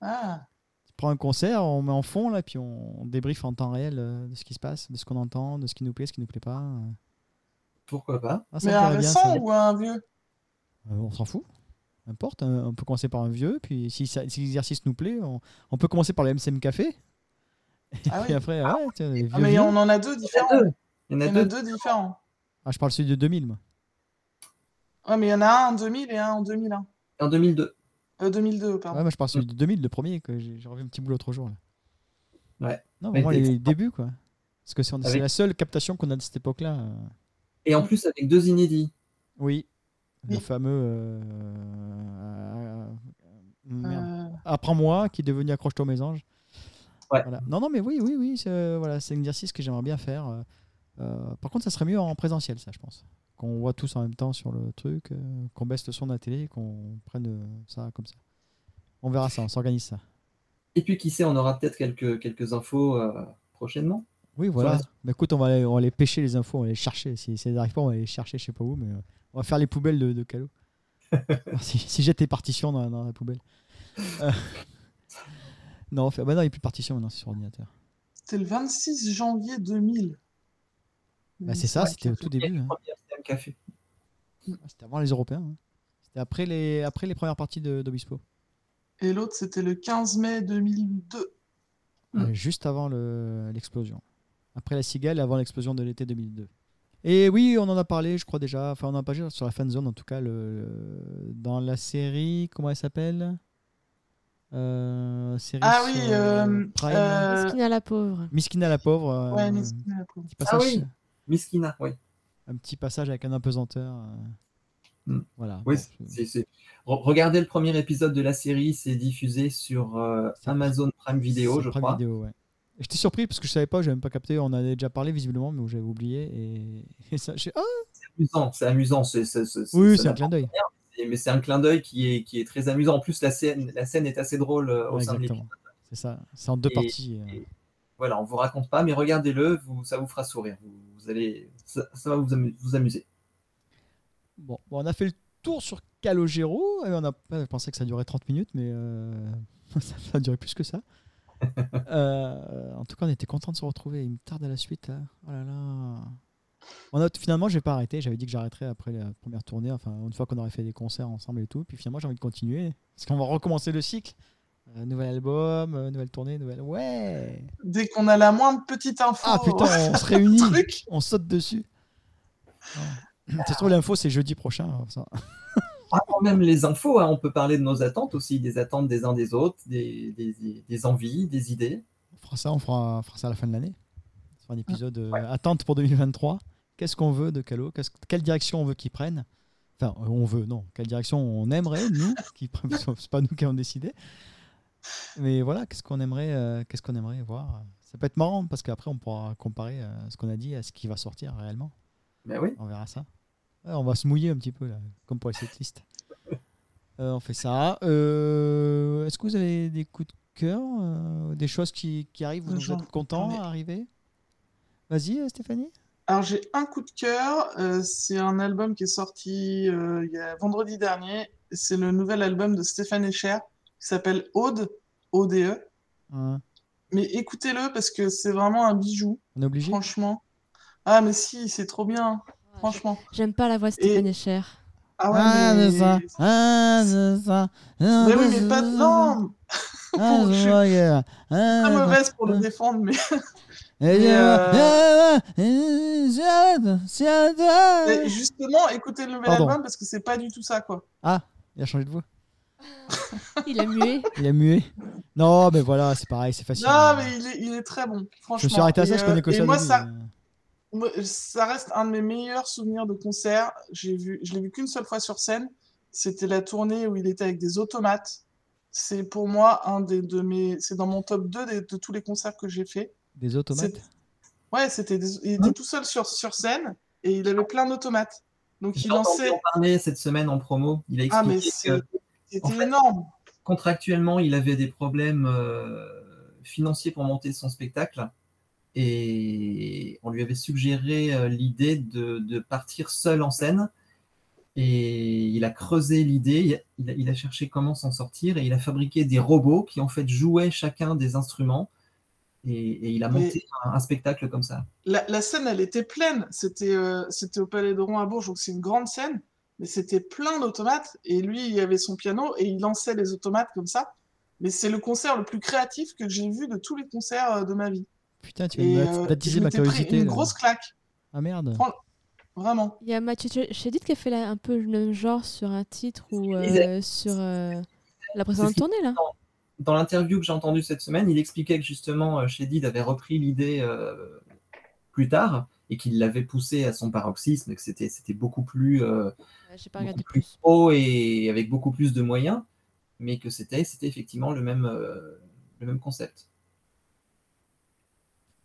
Ah, Tu prends un concert, on met en fond là, puis on, on débriefe en temps réel euh, de ce qui se passe, de ce qu'on entend, de ce qui nous plaît, ce qui nous plaît pas. Pourquoi pas Ah, ça mais me un plairait bien, ça. récent ou un vieux Euh, on s'en fout. N'importe, hein, on peut commencer par un vieux, puis si, ça- si l'exercice nous plaît, on, on peut commencer par le MCM Café. *laughs* Ah Et oui. après, ouais, tiens, les Ah, vieux, mais vieux. on en a deux Il y en différents. a deux. Il y en Il y en a a deux. deux différents. Ah, je parle celui de 2000, moi. Ouais, mais il y en a un en 2000 et un en 2001. En 2002. Euh, 2002, pardon. Ouais, moi je parle celui de 2000, le premier, que j'ai j'ai revu un petit bout l'autre jour. Là. Ouais. Non, Mais moi c'est- les débuts, quoi. Parce que c'est on- c'est Avec- la seule captation qu'on a de cette époque-là. euh. Et en plus avec deux inédits. Oui. Le Oui. fameux. euh, euh, euh, merde. Euh, Apprends-moi, qui est devenu Accroche-toi aux mes anges. Ouais. Voilà. Non, non, mais oui, oui, oui. C'est euh, voilà, c'est un exercice que j'aimerais bien faire. euh, euh, par contre, ça serait mieux en présentiel, ça, je pense. Qu'on voit tous en même temps sur le truc, euh, qu'on baisse le son de la télé, qu'on prenne euh, ça comme ça. On verra ça, on s'organise ça. Et puis qui sait, on aura peut-être quelques, quelques infos euh, prochainement. Oui, voilà. les- Mais écoute, on va, aller, on va aller pêcher les infos, on va les chercher. Si, si elles n'arrivent pas, on va les chercher, je sais pas où, mais euh, on va faire les poubelles de, de Calo. si si j'ai tes partitions dans, la- dans la poubelle. Euh, non, on fait- bah non, il n'y a plus de partitions maintenant, c'est sur ordinateur. C'était le 26 janvier Mmh, 2000. Bah, c'est ça, Ouais, c'était au tout début. hein. Première Slam Café. C'était avant les Européens. hein. C'était après les, après les premières parties de- d'Obispo. Et l'autre, c'était le 15 mai 2002. Mm. Euh, juste avant le- l'explosion. après la cigale, et avant l'explosion de l'été 2002. Et oui, on en a parlé, je crois déjà. Enfin, on en a parlé sur la fan zone, en tout cas, le, dans la série, comment elle s'appelle Euh, série Ah oui, sur, euh, Prime. euh, Miskina la pauvre. Miskina la pauvre. euh, Ouais, Ah mais un, c'était la première. petit passage, oui. Miskina, oui. un petit passage avec un apesanteur. euh, Mm. Voilà. oui Bon, c'est- c'est- c'est- c'est- Re- Regardez le premier épisode de la série, c'est diffusé sur euh, C'est- Amazon Prime Video, c'est je Prime crois. Video, ouais. Et J'étais surpris parce que je savais pas, j'avais même pas capté. On en avait déjà parlé visiblement, mais j'avais oublié. Et, *laughs* et ça, j'ai- Ah C'est amusant, c'est amusant. c'est- c'est- c'est- c'est- oui, ça c'est un n'a- clin d'œil. mais c'est un clin d'œil qui est, qui est très amusant. En plus, la scène, la scène est assez drôle euh, au Ouais, sein de exactement. l'épisode. C'est ça. C'est en deux Et- parties. euh. Voilà, on vous raconte pas, mais regardez-le, vous- ça vous fera sourire. Vous, vous allez, ça, ça va vous, amu- vous amuser. Bon, bon, on a fait le tour sur Calogero. Et on a pas- je pensais que ça durait 30 minutes, mais euh, *laughs* ça ça a duré plus que ça. Euh, en tout cas, on était content de se retrouver. Il me tarde à la suite. Là. Oh là là. On a, finalement, j'ai pas arrêté. J'avais dit que j'arrêterais après la première tournée. Enfin, une fois qu'on aurait fait des concerts ensemble et tout. Puis finalement, j'ai envie de continuer. Parce qu'on va recommencer le cycle. Euh, nouvel album, euh, nouvelle tournée, nouvelle. Ouais! Dès qu'on a la moindre petite info, Ah putain, on se réunit! Oh. truc, on saute dessus. Ça se trouve, l'info, c'est jeudi prochain. alors, ça. Ah, quand même les infos, hein, on peut parler de nos attentes aussi, des attentes des uns des autres, des, des- des- des envies, des idées. On fera ça, on fera, on fera ça à la fin de l'année. On fera un épisode euh, attente pour 2023. Qu'est-ce qu'on veut de Calo Qu'est-ce- Quelle direction on veut qu'ils prennent Enfin, euh, on veut, non. Quelle direction on aimerait, nous *laughs* qui prennent- sauf- C'est pas nous qui avons décidé. Mais voilà, qu'est-ce qu'on aimerait, euh, qu'est-ce qu'on aimerait voir Ça peut être marrant parce qu'après, on pourra comparer euh, ce qu'on a dit à ce qui va sortir réellement. Mais Ben oui. On verra ça. Ouais, on va se mouiller un petit peu, là, comme pour les cyclistes. Euh, on fait ça. Euh, Est-ce que vous avez des coups de cœur euh, Des choses qui, qui arrivent Vous Euh, J'en- êtes content j'en ai. à arriver Vas-y, euh, Stéphanie. Alors j'ai un coup de cœur, euh, c'est un album qui est sorti euh, il y a vendredi dernier, c'est le nouvel album de Stéphane Escher qui s'appelle Aude, O-D-E. Hein, Mais écoutez-le parce que c'est vraiment un bijou, on est obligé franchement. Ah mais si, c'est trop bien, franchement. J'aime pas la voix de Stéphane Escher. Ah ouais, Ah, mais... c'est ça. Ah, c'est ça. Ah, Mais oui, mais c'est pas... ça. Non, Ah, je c'est suis vrai que- Ah, pas c'est vrai. mauvaise pour le défendre, *laughs* mais Eh bien, euh, euh, c'est à toi, c'est à toi. mais justement, écoutez le nouvel Pardon. album parce que c'est pas du tout ça, quoi. Ah, il a changé de voix. Il a mué. Il a mué. Non, mais voilà, c'est pareil, c'est facile. Non, mais il est, il est très bon, franchement. Je me suis arrêté à ça, Et, je euh, connais que et ça. moi, de lui, ça, euh. Moi, Ça reste un de mes meilleurs souvenirs de concert. J'ai vu, je l'ai vu qu'une seule fois sur scène. C'était la tournée où il était avec des automates. C'est pour moi un des de mes, c'est dans mon top 2 des- de tous les concerts que j'ai fait. Des automates C'est- Ouais, c'était des- il était tout seul sur, sur scène et il avait plein d'automates. Donc il J'ai entendu lançait. en parler cette semaine en promo. Il a Ah mais expliqué c'est- que c'était en fait- énorme. contractuellement, il avait des problèmes euh, financiers pour monter son spectacle. Et on lui avait suggéré euh, l'idée de, de partir seul en scène. Et il a creusé l'idée, il a, il a cherché comment s'en sortir, et il a fabriqué des robots qui en fait jouaient chacun des instruments. Et, et il a Mais- monté un, un spectacle comme ça. La, la scène, elle était pleine. C'était euh, c'était au Palais d'Oron à Bourges, donc c'est une grande scène, mais c'était plein d'automates. Et lui, il avait son piano et il lançait les automates comme ça. Mais c'est le concert le plus créatif que j'ai vu de tous les concerts euh, de ma vie. Putain, tu Et viens de euh, baptiser je ma m'étais pris curiosité. une là. grosse claque. Ah merde. Franck- Vraiment. Il y a Mathieu Ch- Chédid qui a fait là, un peu le même genre sur un titre ou euh, Exact. sur euh, la précédente C'est- tournée là. Dans l'interview que j'ai entendue cette semaine, il expliquait que justement euh, Shedid avait repris l'idée euh, plus tard et qu'il l'avait poussé à son paroxysme, que c'était c'était beaucoup plus euh, Euh, J'ai pas beaucoup regardé plus plus. haut et avec beaucoup plus de moyens, mais que c'était c'était effectivement le même euh, le même concept.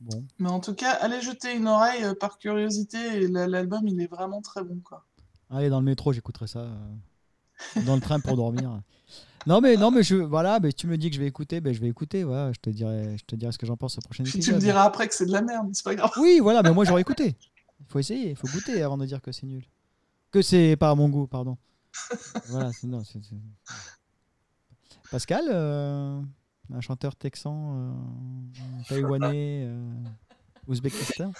Bon. Mais en tout cas, allez jeter une oreille euh, par curiosité. et la- L'album, il est vraiment très bon. Quoi. Allez, dans le métro, j'écouterai ça. euh, dans le train pour dormir. Non, mais, non, mais je, voilà, mais tu me dis que je vais écouter, ben, je vais écouter. Voilà, je, te dirai, je te dirai ce que j'en pense au prochain Puis épisode. tu me diras après que c'est de la merde, mais c'est pas grave. Oui, voilà, mais moi j'aurais écouté. Il faut essayer, il faut goûter avant de dire que c'est nul. Que c'est pas à mon goût, pardon. Voilà, c'est non. c'est- c'est- Pascal, euh, un chanteur texan, euh, taïwanais, euh, ouzbékistan.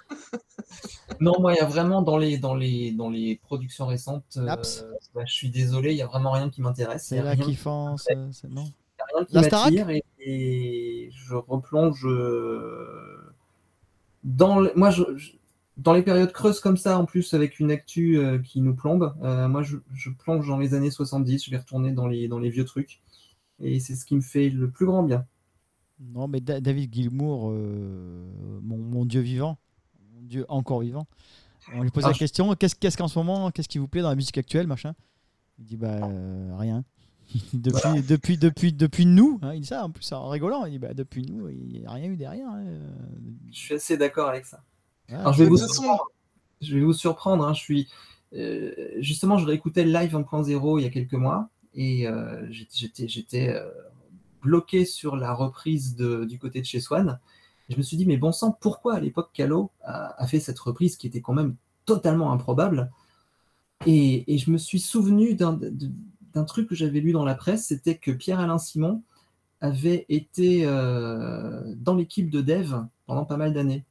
Non, moi, il y a vraiment dans les, dans les, dans les productions récentes, euh, Naps. bah, je suis désolé, il y a vraiment rien qui m'intéresse. Il y C'est a la rien- il kiffance. euh, c'est- Non. y a rien qui La Starac m'attire et, et je replonge euh, dans le- moi je, je- dans les périodes creuses comme ça en plus avec une actu euh, qui nous plombe. euh, moi, je, je plonge dans les années 70, je vais retourner dans les, dans les vieux trucs et c'est ce qui me fait le plus grand bien. Non, mais Da- David Gilmour, euh, mon, mon Dieu vivant, mon Dieu encore vivant. On lui pose Ah, la je- question qu'est-ce qu'est-ce qu'en ce moment, qu'est-ce qui vous plaît dans la musique actuelle, machin Il dit Ah. bah euh, rien. *laughs* depuis, depuis, depuis, depuis nous, hein, il dit ça en plus en rigolant. Il dit bah depuis nous, il n'y a rien eu derrière. hein, euh, Je suis assez d'accord avec ça. voilà. Alors, je vais vous de toute façon- surprendre. Je vais vous surprendre. hein, Je suis euh, justement, je réécoutais le live 1.0 il y a quelques mois et euh, j'étais- j'étais j'étais euh, bloqué sur la reprise de- du côté de chez Swan. Je me suis dit mais bon sang, pourquoi à l'époque Calo a, a fait cette reprise qui était quand même totalement improbable Et, et je me suis souvenu d'un d'un truc que j'avais lu dans la presse, c'était que Pierre-Alain Simon avait été euh, dans l'équipe de Dev pendant pas mal d'années.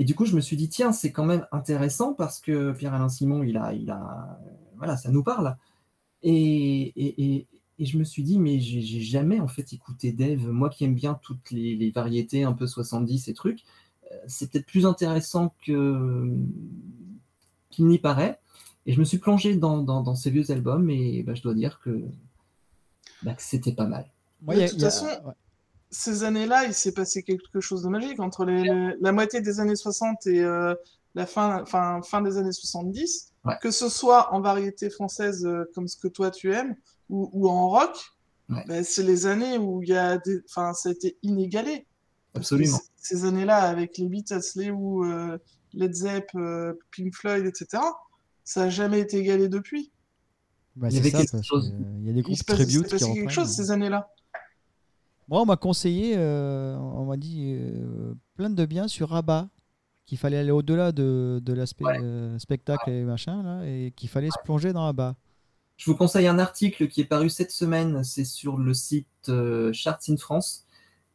Et du coup, je me suis dit, tiens, c'est quand même intéressant parce que Pierre-Alain Simon, il a, il a, voilà, ça nous parle. Et, et, et- et je me suis dit, mais j'ai j'ai jamais en fait écouté Dave. Moi qui aime bien toutes les, les variétés un peu 70 et trucs, euh, c'est peut-être plus intéressant que qu'il n'y paraît. Et je me suis plongé dans, dans, dans ces vieux albums et bah, je dois dire que, bah, que c'était pas mal. Moi, de il y a- toute il y a- façon, ouais. Ces années-là, il s'est passé quelque chose de magique. Entre les- la moitié des années 60 et euh, la fin, fin, fin des années 70, Ouais. que ce soit en variété française euh, comme ce que toi tu aimes ou, ou en rock, Ouais. bah, c'est les années où il y a des, enfin, ça a été inégalé. Parce que Absolument. c- Ces années-là, avec les Beatles, les Who, euh, Led Zepp, euh, Pink Floyd, etc., ça n'a jamais été égalé depuis. Bah, il y c'est avait ça, quelque parce que, chose. euh, Il y a des Il se groupes passe- il s'est tribute qui passé quelque reprennent. hein. chose ces années-là. Moi, on m'a conseillé, euh, on m'a dit euh, plein de bien sur Rabat, qu'il fallait aller au-delà de, de l'aspect Ouais. euh, spectacle et machin, là, et qu'il fallait se plonger dans Rabat. Je vous conseille un article qui est paru cette semaine, c'est sur le site euh, Charts in France,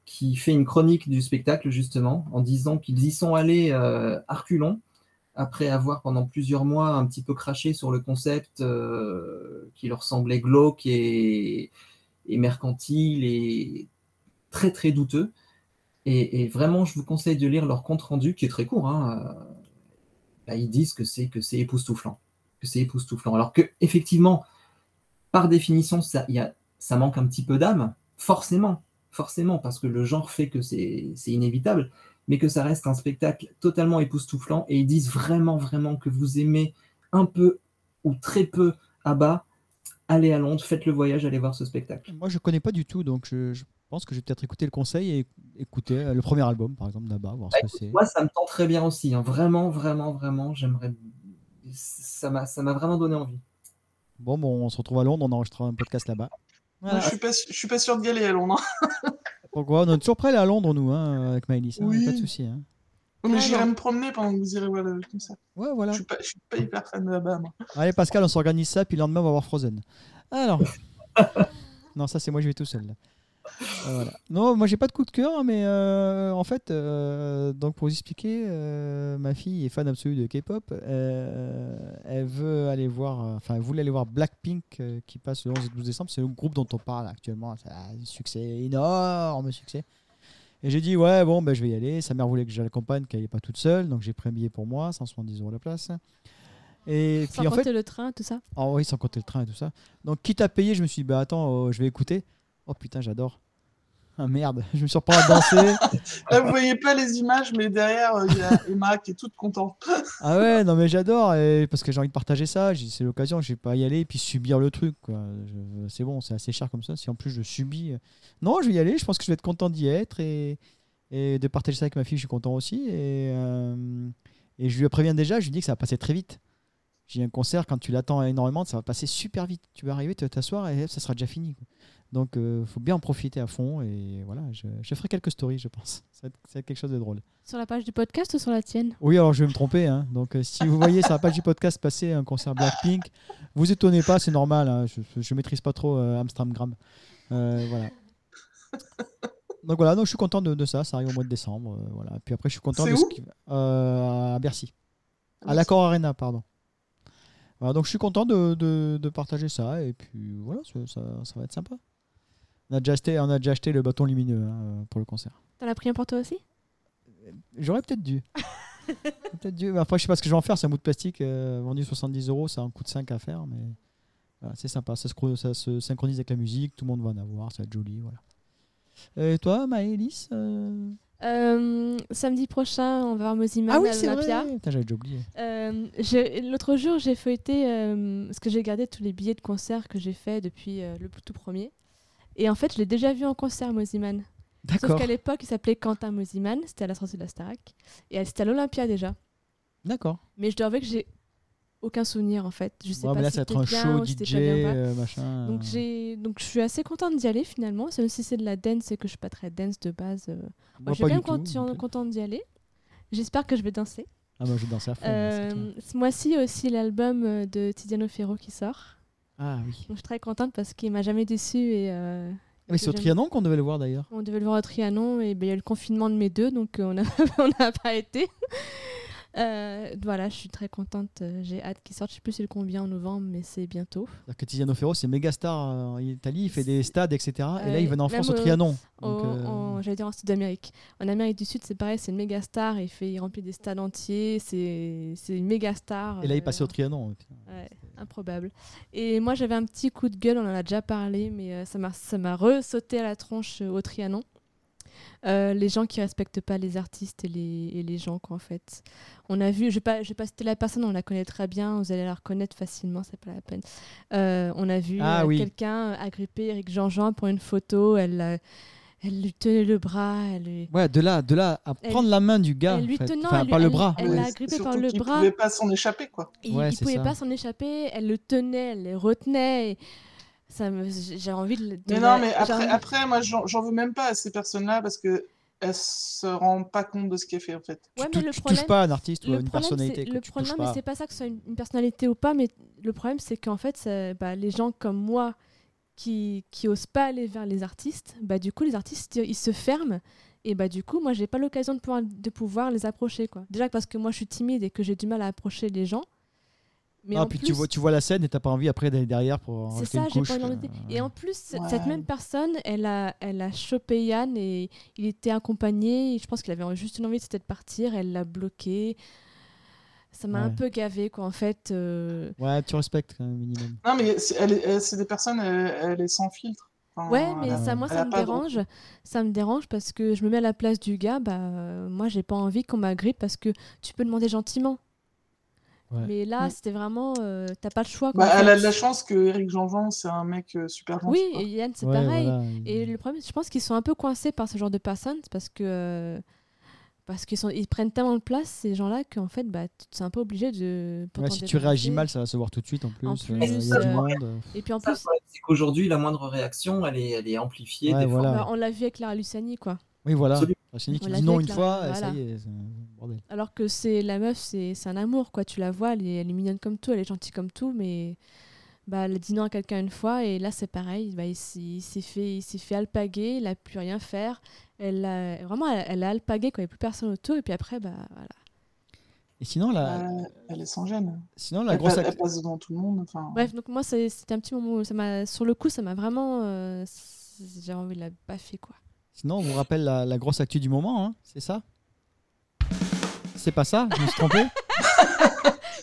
qui fait une chronique du spectacle justement, en disant qu'ils y sont allés euh, à reculons, après avoir pendant plusieurs mois un petit peu craché sur le concept euh, qui leur semblait glauque et, et mercantile et très très douteux. Et, et vraiment, je vous conseille de lire leur compte rendu, qui est très court. hein, euh, bah, ils disent que c'est que c'est époustouflant, que c'est époustouflant. Alors que effectivement, par définition, ça, il y a- ça manque un petit peu d'âme, forcément, forcément, parce que le genre fait que c'est c'est inévitable, mais que ça reste un spectacle totalement époustouflant et ils disent vraiment, vraiment que vous aimez un peu ou très peu à bas, allez à Londres, faites le voyage, allez voir ce spectacle. Moi, je connais pas du tout, donc je, je pense que je vais peut-être écouter le conseil et écouter euh, le premier album, par exemple, d'Abba, voir ce que c'est. Moi, ça me tend très bien aussi, hein. vraiment, vraiment, vraiment, j'aimerais. Ça m'a ça m'a vraiment donné envie. Bon, bon, on se retrouve à Londres, on enregistrera un podcast là-bas. Voilà. Je suis pas, su- je suis pas sûr d'y aller à Londres. Pourquoi On est toujours prêts là, à Londres, nous, hein, avec Maëlys, hein, Oui. pas de souci. hein. Non, mais Ah, j'irai non. me promener pendant que vous irez voir le concert. Ouais, voilà. Je suis pas, je suis pas hyper fan de là-bas, moi. Allez, Pascal, on s'organise ça, puis le lendemain, on va voir Frozen. Alors. non, ça, c'est moi, je vais tout seul. là. Euh, voilà. Non, moi, j'ai pas de coup de cœur, mais euh, en fait, euh, donc pour vous expliquer, euh, ma fille est fan absolue de K-pop. Euh, elle veut aller voir, euh, enfin, elle voulait aller voir Blackpink euh, qui passe le 11 et 12 décembre. C'est le groupe dont on parle actuellement. C'est un succès énorme, succès. Et j'ai dit, ouais, bon, ben, je vais y aller. Sa mère voulait que je l'accompagne, qu'elle n'est pas toute seule. Donc j'ai pris un billet pour moi, 170 euros la place. Et Sans puis en fait, compter le train, tout ça. ah oui, sans compter le train et tout ça. Donc, quitte à payer, je me suis dit, bah attends, euh, je vais écouter. Oh putain, j'adore. Ah merde, *laughs* je me suis repas à danser. Là, vous voyez pas les images, mais derrière, euh, il *laughs* y a Emma qui est toute contente. Ah ouais, non mais j'adore, et- parce que j'ai envie de partager ça. J'ai dit, C'est l'occasion, je vais pas y aller et puis subir le truc. quoi. Je- C'est bon, c'est assez cher comme ça. Si en plus je subis. euh, Non, je vais y aller, je pense que je vais être content d'y être et, et de partager ça avec ma fille, je suis content aussi. Et, euh, et je lui préviens déjà, je lui dis que ça va passer très vite. J'ai un concert, quand tu l'attends énormément, ça va passer super vite. Tu vas arriver, tu vas t'asseoir et hop, ça sera déjà fini. quoi. Donc, euh, faut bien en profiter à fond. Et voilà, je, je ferai quelques stories, je pense. Ça va être- ça va être quelque chose de drôle. Sur la page du podcast ou sur la tienne Oui, alors je vais me tromper. hein. Donc, euh, si vous voyez sur la page du podcast passer un concert Blackpink, vous étonnez pas, c'est normal. hein. Je- Je ne maîtrise pas trop euh, Amstramgram. Euh, voilà. Donc voilà, donc je suis content de, de ça. Ça arrive au mois de décembre. euh, voilà. Puis après, je suis content C'est de ce où qui va- euh, à Bercy, à l'Accor Arena, pardon. Voilà, donc je suis content de, de- de partager ça. Et puis voilà, ça, ça- ça va être sympa. On a déjà acheté, on a déjà acheté le bâton lumineux hein, pour le concert. T'en as pris un pour toi aussi J'aurais peut-être dû. J'aurais peut-être dû. Mais Après, je sais pas ce que je vais en faire. C'est un bout de plastique euh, vendu 70 euros. Ça a un coût de 5 à faire. Mais voilà, c'est sympa. Ça se, cro- ça se synchronise avec la musique. Tout le monde va en avoir. Ça va être joli. Voilà. Et toi, Maëlys euh, Euh, Samedi prochain, on va voir Ah Moziman à l'Olympia. Putain, j'avais déjà oublié. Euh, j'ai- L'autre jour, j'ai feuilleté, euh, parce que j'ai gardé tous les billets de concert que j'ai fait depuis euh, le tout premier. Et en fait, je l'ai déjà vu en concert, Moziman. Sauf D'accord. qu'à l'époque, il s'appelait Quentin Moziman, c'était à la sortie de la Starac. Et c'était à l'Olympia déjà. D'accord. Mais je dois avouer que j'ai aucun souvenir en fait. Je sais Ouais, pas mais là, si ça va être c'était un bien show ou si c'était DJ, pas bien ou pas. euh, machin. Donc j'ai donc je suis assez contente d'y aller finalement. C'est aussi c'est de la dance et que je suis pas très dance de base. euh. Moi, Moi, je suis Bah, pas bien du tout, content- non plus. contente d'y aller. J'espère que je vais danser. Ah, moi, je vais danser à fond. Euh, c'est clair. ce mois-ci il y a aussi l'album euh, de Tiziano Ferro qui sort. Ah oui. Donc je suis très contente parce qu'il m'a jamais déçu et euh, Mais c'est au j'aime- Trianon qu'on devait le voir d'ailleurs. on devait le voir au Trianon et ben, il y a eu le confinement de mes deux donc euh, on n'a *laughs* on n'a pas été. Euh, voilà, je suis très contente. euh, J'ai hâte qu'il sorte. Je sais plus c'est le combien en novembre, mais c'est bientôt. C'est-à-dire que Tiziano Ferro, c'est méga star euh, en Italie. Il fait des stades, etc. et là, Ouais, il venait en même France au au- Trianon. Donc, En- euh, en- J'allais dire en Sud-Amérique. En Amérique du Sud, c'est pareil, c'est une méga star. Il, fait, il remplit des stades entiers. C'est c'est une méga star. Et là, il euh, passait au Trianon. ouais, improbable. Et moi, j'avais un petit coup de gueule, on en a déjà parlé, mais euh, ça m'a- ça m'a re-sauté à la tronche euh, au Trianon. Euh, les gens qui respectent pas les artistes et les, et les gens, quoi, en fait. On a vu, je vais pas, je vais pas citer la personne, on la connaît très bien, vous allez la reconnaître facilement, c'est pas la peine. Euh, on a vu Ah euh, oui. quelqu'un agripper Eric Jean-Jean pour une photo, elle, euh, elle lui tenait le bras, elle euh, lui. Ouais, de là, de là à Elle- prendre la main du gars, elle lui en fait. tenant, enfin, elle lui- pas le elle- bras. elle Ouais, l'a c'est grippé surtout par le qu'il bras. pouvait pas s'en échapper, quoi. Il, Ouais, il c'est pouvait ça. pas s'en échapper, elle le tenait, elle le retenait. et Ça me, j'ai envie de. le- de Mais la- non, mais j'ai après, envie- après moi, j'en j'en veux même pas à ces personnes-là parce que elles se rendent pas compte de ce qu'elle fait, en fait. Ouais, tu, mais le tu problème, touches pas à un artiste ou à le une problème, personnalité. c'est- quoi, le tu touches problème, mais pas. c'est pas ça que ce soit une, une personnalité ou pas, mais le problème, c'est qu'en fait, ça- bah, les gens comme moi qui qui osent pas aller vers les artistes, bah du coup, les artistes ils se ferment. Et bah du coup, moi, j'ai pas l'occasion de pouvoir, de pouvoir les approcher, quoi. Déjà parce que moi, je suis timide et que j'ai du mal à approcher les gens. Mais Ah, en puis tu plus- vois, tu vois la scène et t'as pas envie après d'aller derrière pour en C'est rajouter ça, une j'ai couche. pas envie d'en euh, rajouter. Et en plus, c- Ouais. cette même personne, elle a, elle a chopé Yann et il était accompagné. et je pense qu'il avait juste une envie, c'était de partir. Elle l'a bloqué. Ça m'a un Ouais. peu gavé, quoi, en fait. euh. Ouais, tu respectes quand même minimum. Non, mais c'est elle est- elle- c'est des personnes, elle, elle est sans filtre. Enfin, Ouais, mais elle a- ça, moi, Ah. elle a ça me pas de dérange. Ça me dérange parce que je me mets à la place du gars. Bah, euh, moi, j'ai pas envie qu'on m'agrippe parce que tu peux demander gentiment. Ouais. Mais là, Mm. c'était vraiment. euh, T'as pas le choix. quoi, Bah, en elle a de fait. la chance que Eric Jean-Jean, c'est un mec euh, super gentil. Oui, quoi. et Yann, c'est Ouais, pareil. voilà. Et le problème, je pense qu'ils sont un peu coincés par ce genre de personnes c'est parce que euh, parce qu'ils sont ils prennent tellement de place ces gens-là qu'en fait bah tu- c'est un peu obligé de pour Ouais, t'en si tu réagis débarrasser. mal, ça va se voir tout de suite en plus. En euh, il y a plus, du euh, monde. Et puis en Ça, le plus problème, C'est qu'aujourd'hui, la moindre réaction, elle est, elle est amplifiée. Ouais, déformée. voilà. bah, on l'a vu avec Lara Luciani quoi. Oui, voilà. Absolument. C'est une qui On l'a dit vu non avec une la- fois, et ça voilà. y est, c'est un bordel. Alors que c'est la meuf c'est c'est un amour quoi, tu la vois, elle est, elle est mignonne comme tout, elle est gentille comme tout mais bah elle a dit non à quelqu'un une fois et là c'est pareil, bah, il s'est il s'est fait il s'est fait alpaguer, il a pu rien faire. Elle a, vraiment elle, elle a alpagué quoi, il n'y a plus personne autour et puis après bah voilà. Et sinon, la, Euh, elle est sans gêne. sinon, la elle, grosse pa- act- elle passe devant tout le monde. Enfin, Bref, donc moi, c'est- c'était un petit moment où ça m'a, sur le coup, ça m'a vraiment, euh, c'est- j'ai envie de la baffer quoi. Sinon, on vous rappelle la, la grosse actu du moment, hein, c'est ça C'est pas ça Je me suis trompé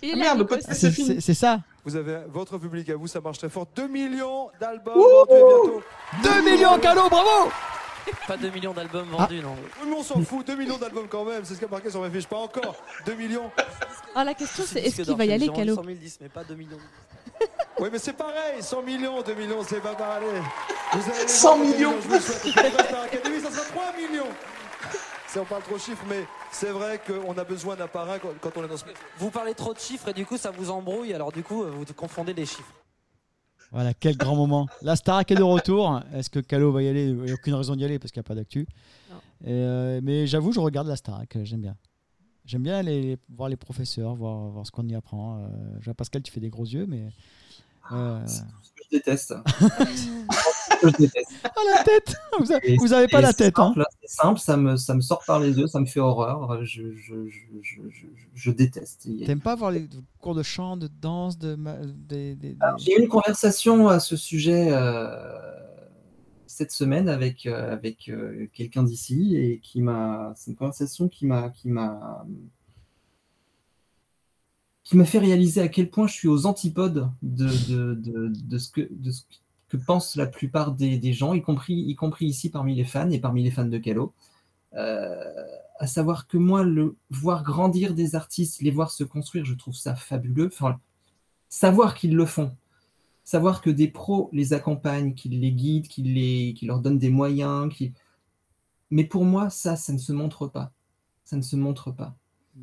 Il est là, Ah, merde, le Nikos. podcast C'est c'est fini. c'est- c'est ça Vous avez votre public à vous, ça marche très fort. 2 millions d'albums vendus et bientôt. 2 millions cadeaux, bravo Pas 2 millions d'albums vendus, non. Oui, mais on s'en fout, 2 millions d'albums quand même, c'est ce qui a marqué sur ma fiche. Pas encore 2 millions. Alors Ah, la question c'est Disque est-ce qu'il d'or, va y j'ai aller, vendu Calo 100 000 disques, mais pas 2 millions. Oui, mais c'est pareil, 100 millions, 2 millions, c'est pas pareil. Vous allez les 100 voir, 2 millions. Je vous le souhaite. Pour la Star Academy, ça sera 3 millions. Si on parle trop chiffres, mais c'est vrai qu'on a besoin d'un parrain quand quand on annonce. Vous parlez trop de chiffres et du coup ça vous embrouille, alors du coup vous confondez les chiffres. Voilà, quel grand moment. La Starac est de retour. Est-ce que Calo va y aller Il n'y a aucune raison d'y aller parce qu'il n'y a pas d'actu. Non. Et, euh, mais j'avoue, je regarde la Starac, euh, j'aime bien. J'aime bien aller les- voir les professeurs, voir, voir ce qu'on y apprend. Euh, je vois Pascal, tu fais des gros yeux, mais. euh, *laughs* Je déteste. je déteste. Ah, la tête Vous avez, Et- vous avez pas et la c'est tête, hein simple, C'est simple, ça me, ça me sort par les yeux, ça me fait horreur. Je, je, je, je, je, je déteste. Il y a- T'aimes pas voir les cours de chant, de danse, de. ma- des- des- des- Alors, J'ai eu une conversation à ce sujet euh, cette semaine avec, euh, avec euh, quelqu'un d'ici et qui m'a. C'est une conversation qui m'a qui m'a qui m'a fait réaliser à quel point je suis aux antipodes de, de, de, de ce que de ce que pensent la plupart des, des gens, y compris y compris ici parmi les fans et parmi les fans de Calo. Euh, à savoir que moi, le voir grandir des artistes, les voir se construire, je trouve ça fabuleux. Enfin, savoir qu'ils le font, savoir que des pros les accompagnent, qu'ils les guident, qu'ils les, qu'ils leur donnent des moyens. qu'ils- Mais pour moi, ça, ça ne se montre pas. Ça ne se montre pas.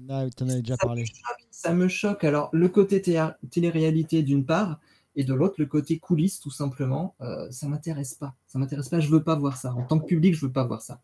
Ah, oui, T'en avais déjà parlé. Ça me choque. Alors, le côté téa- télé-réalité d'une part, et de l'autre, le côté coulisses, tout simplement, euh, ça m'intéresse pas. Ça m'intéresse pas, je veux pas voir ça. En tant que public, je veux pas voir ça.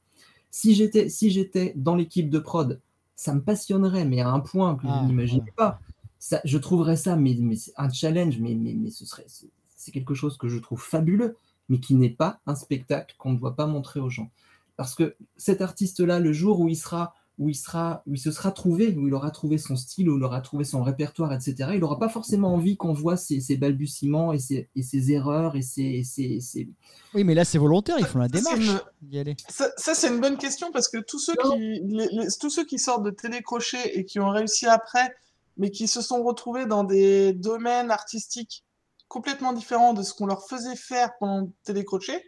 Si j'étais si j'étais dans l'équipe de prod, ça me passionnerait, mais à un point que Ah, je n'imagine pas. Ça, je trouverais ça mais, mais c'est un challenge, mais, mais, mais ce serait c'est- c'est quelque chose que je trouve fabuleux, mais qui n'est pas un spectacle qu'on ne doit pas montrer aux gens. Parce que cet artiste-là, le jour où il sera où il, sera, où il se sera trouvé, où il aura trouvé son style, où il aura trouvé son répertoire, etc., il n'aura pas forcément envie qu'on voit ses, ses balbutiements et ses, et ses erreurs et ses, et ses- et ses- Oui, mais là, c'est volontaire, ils font la Ça, c'est démarche une- d'y aller. Ça, ça, c'est une bonne question parce que tous ceux, qui, les- les- tous ceux qui sortent de télécrochet et qui ont réussi après, mais qui se sont retrouvés dans des domaines artistiques complètement différents de ce qu'on leur faisait faire pendant télécrochet,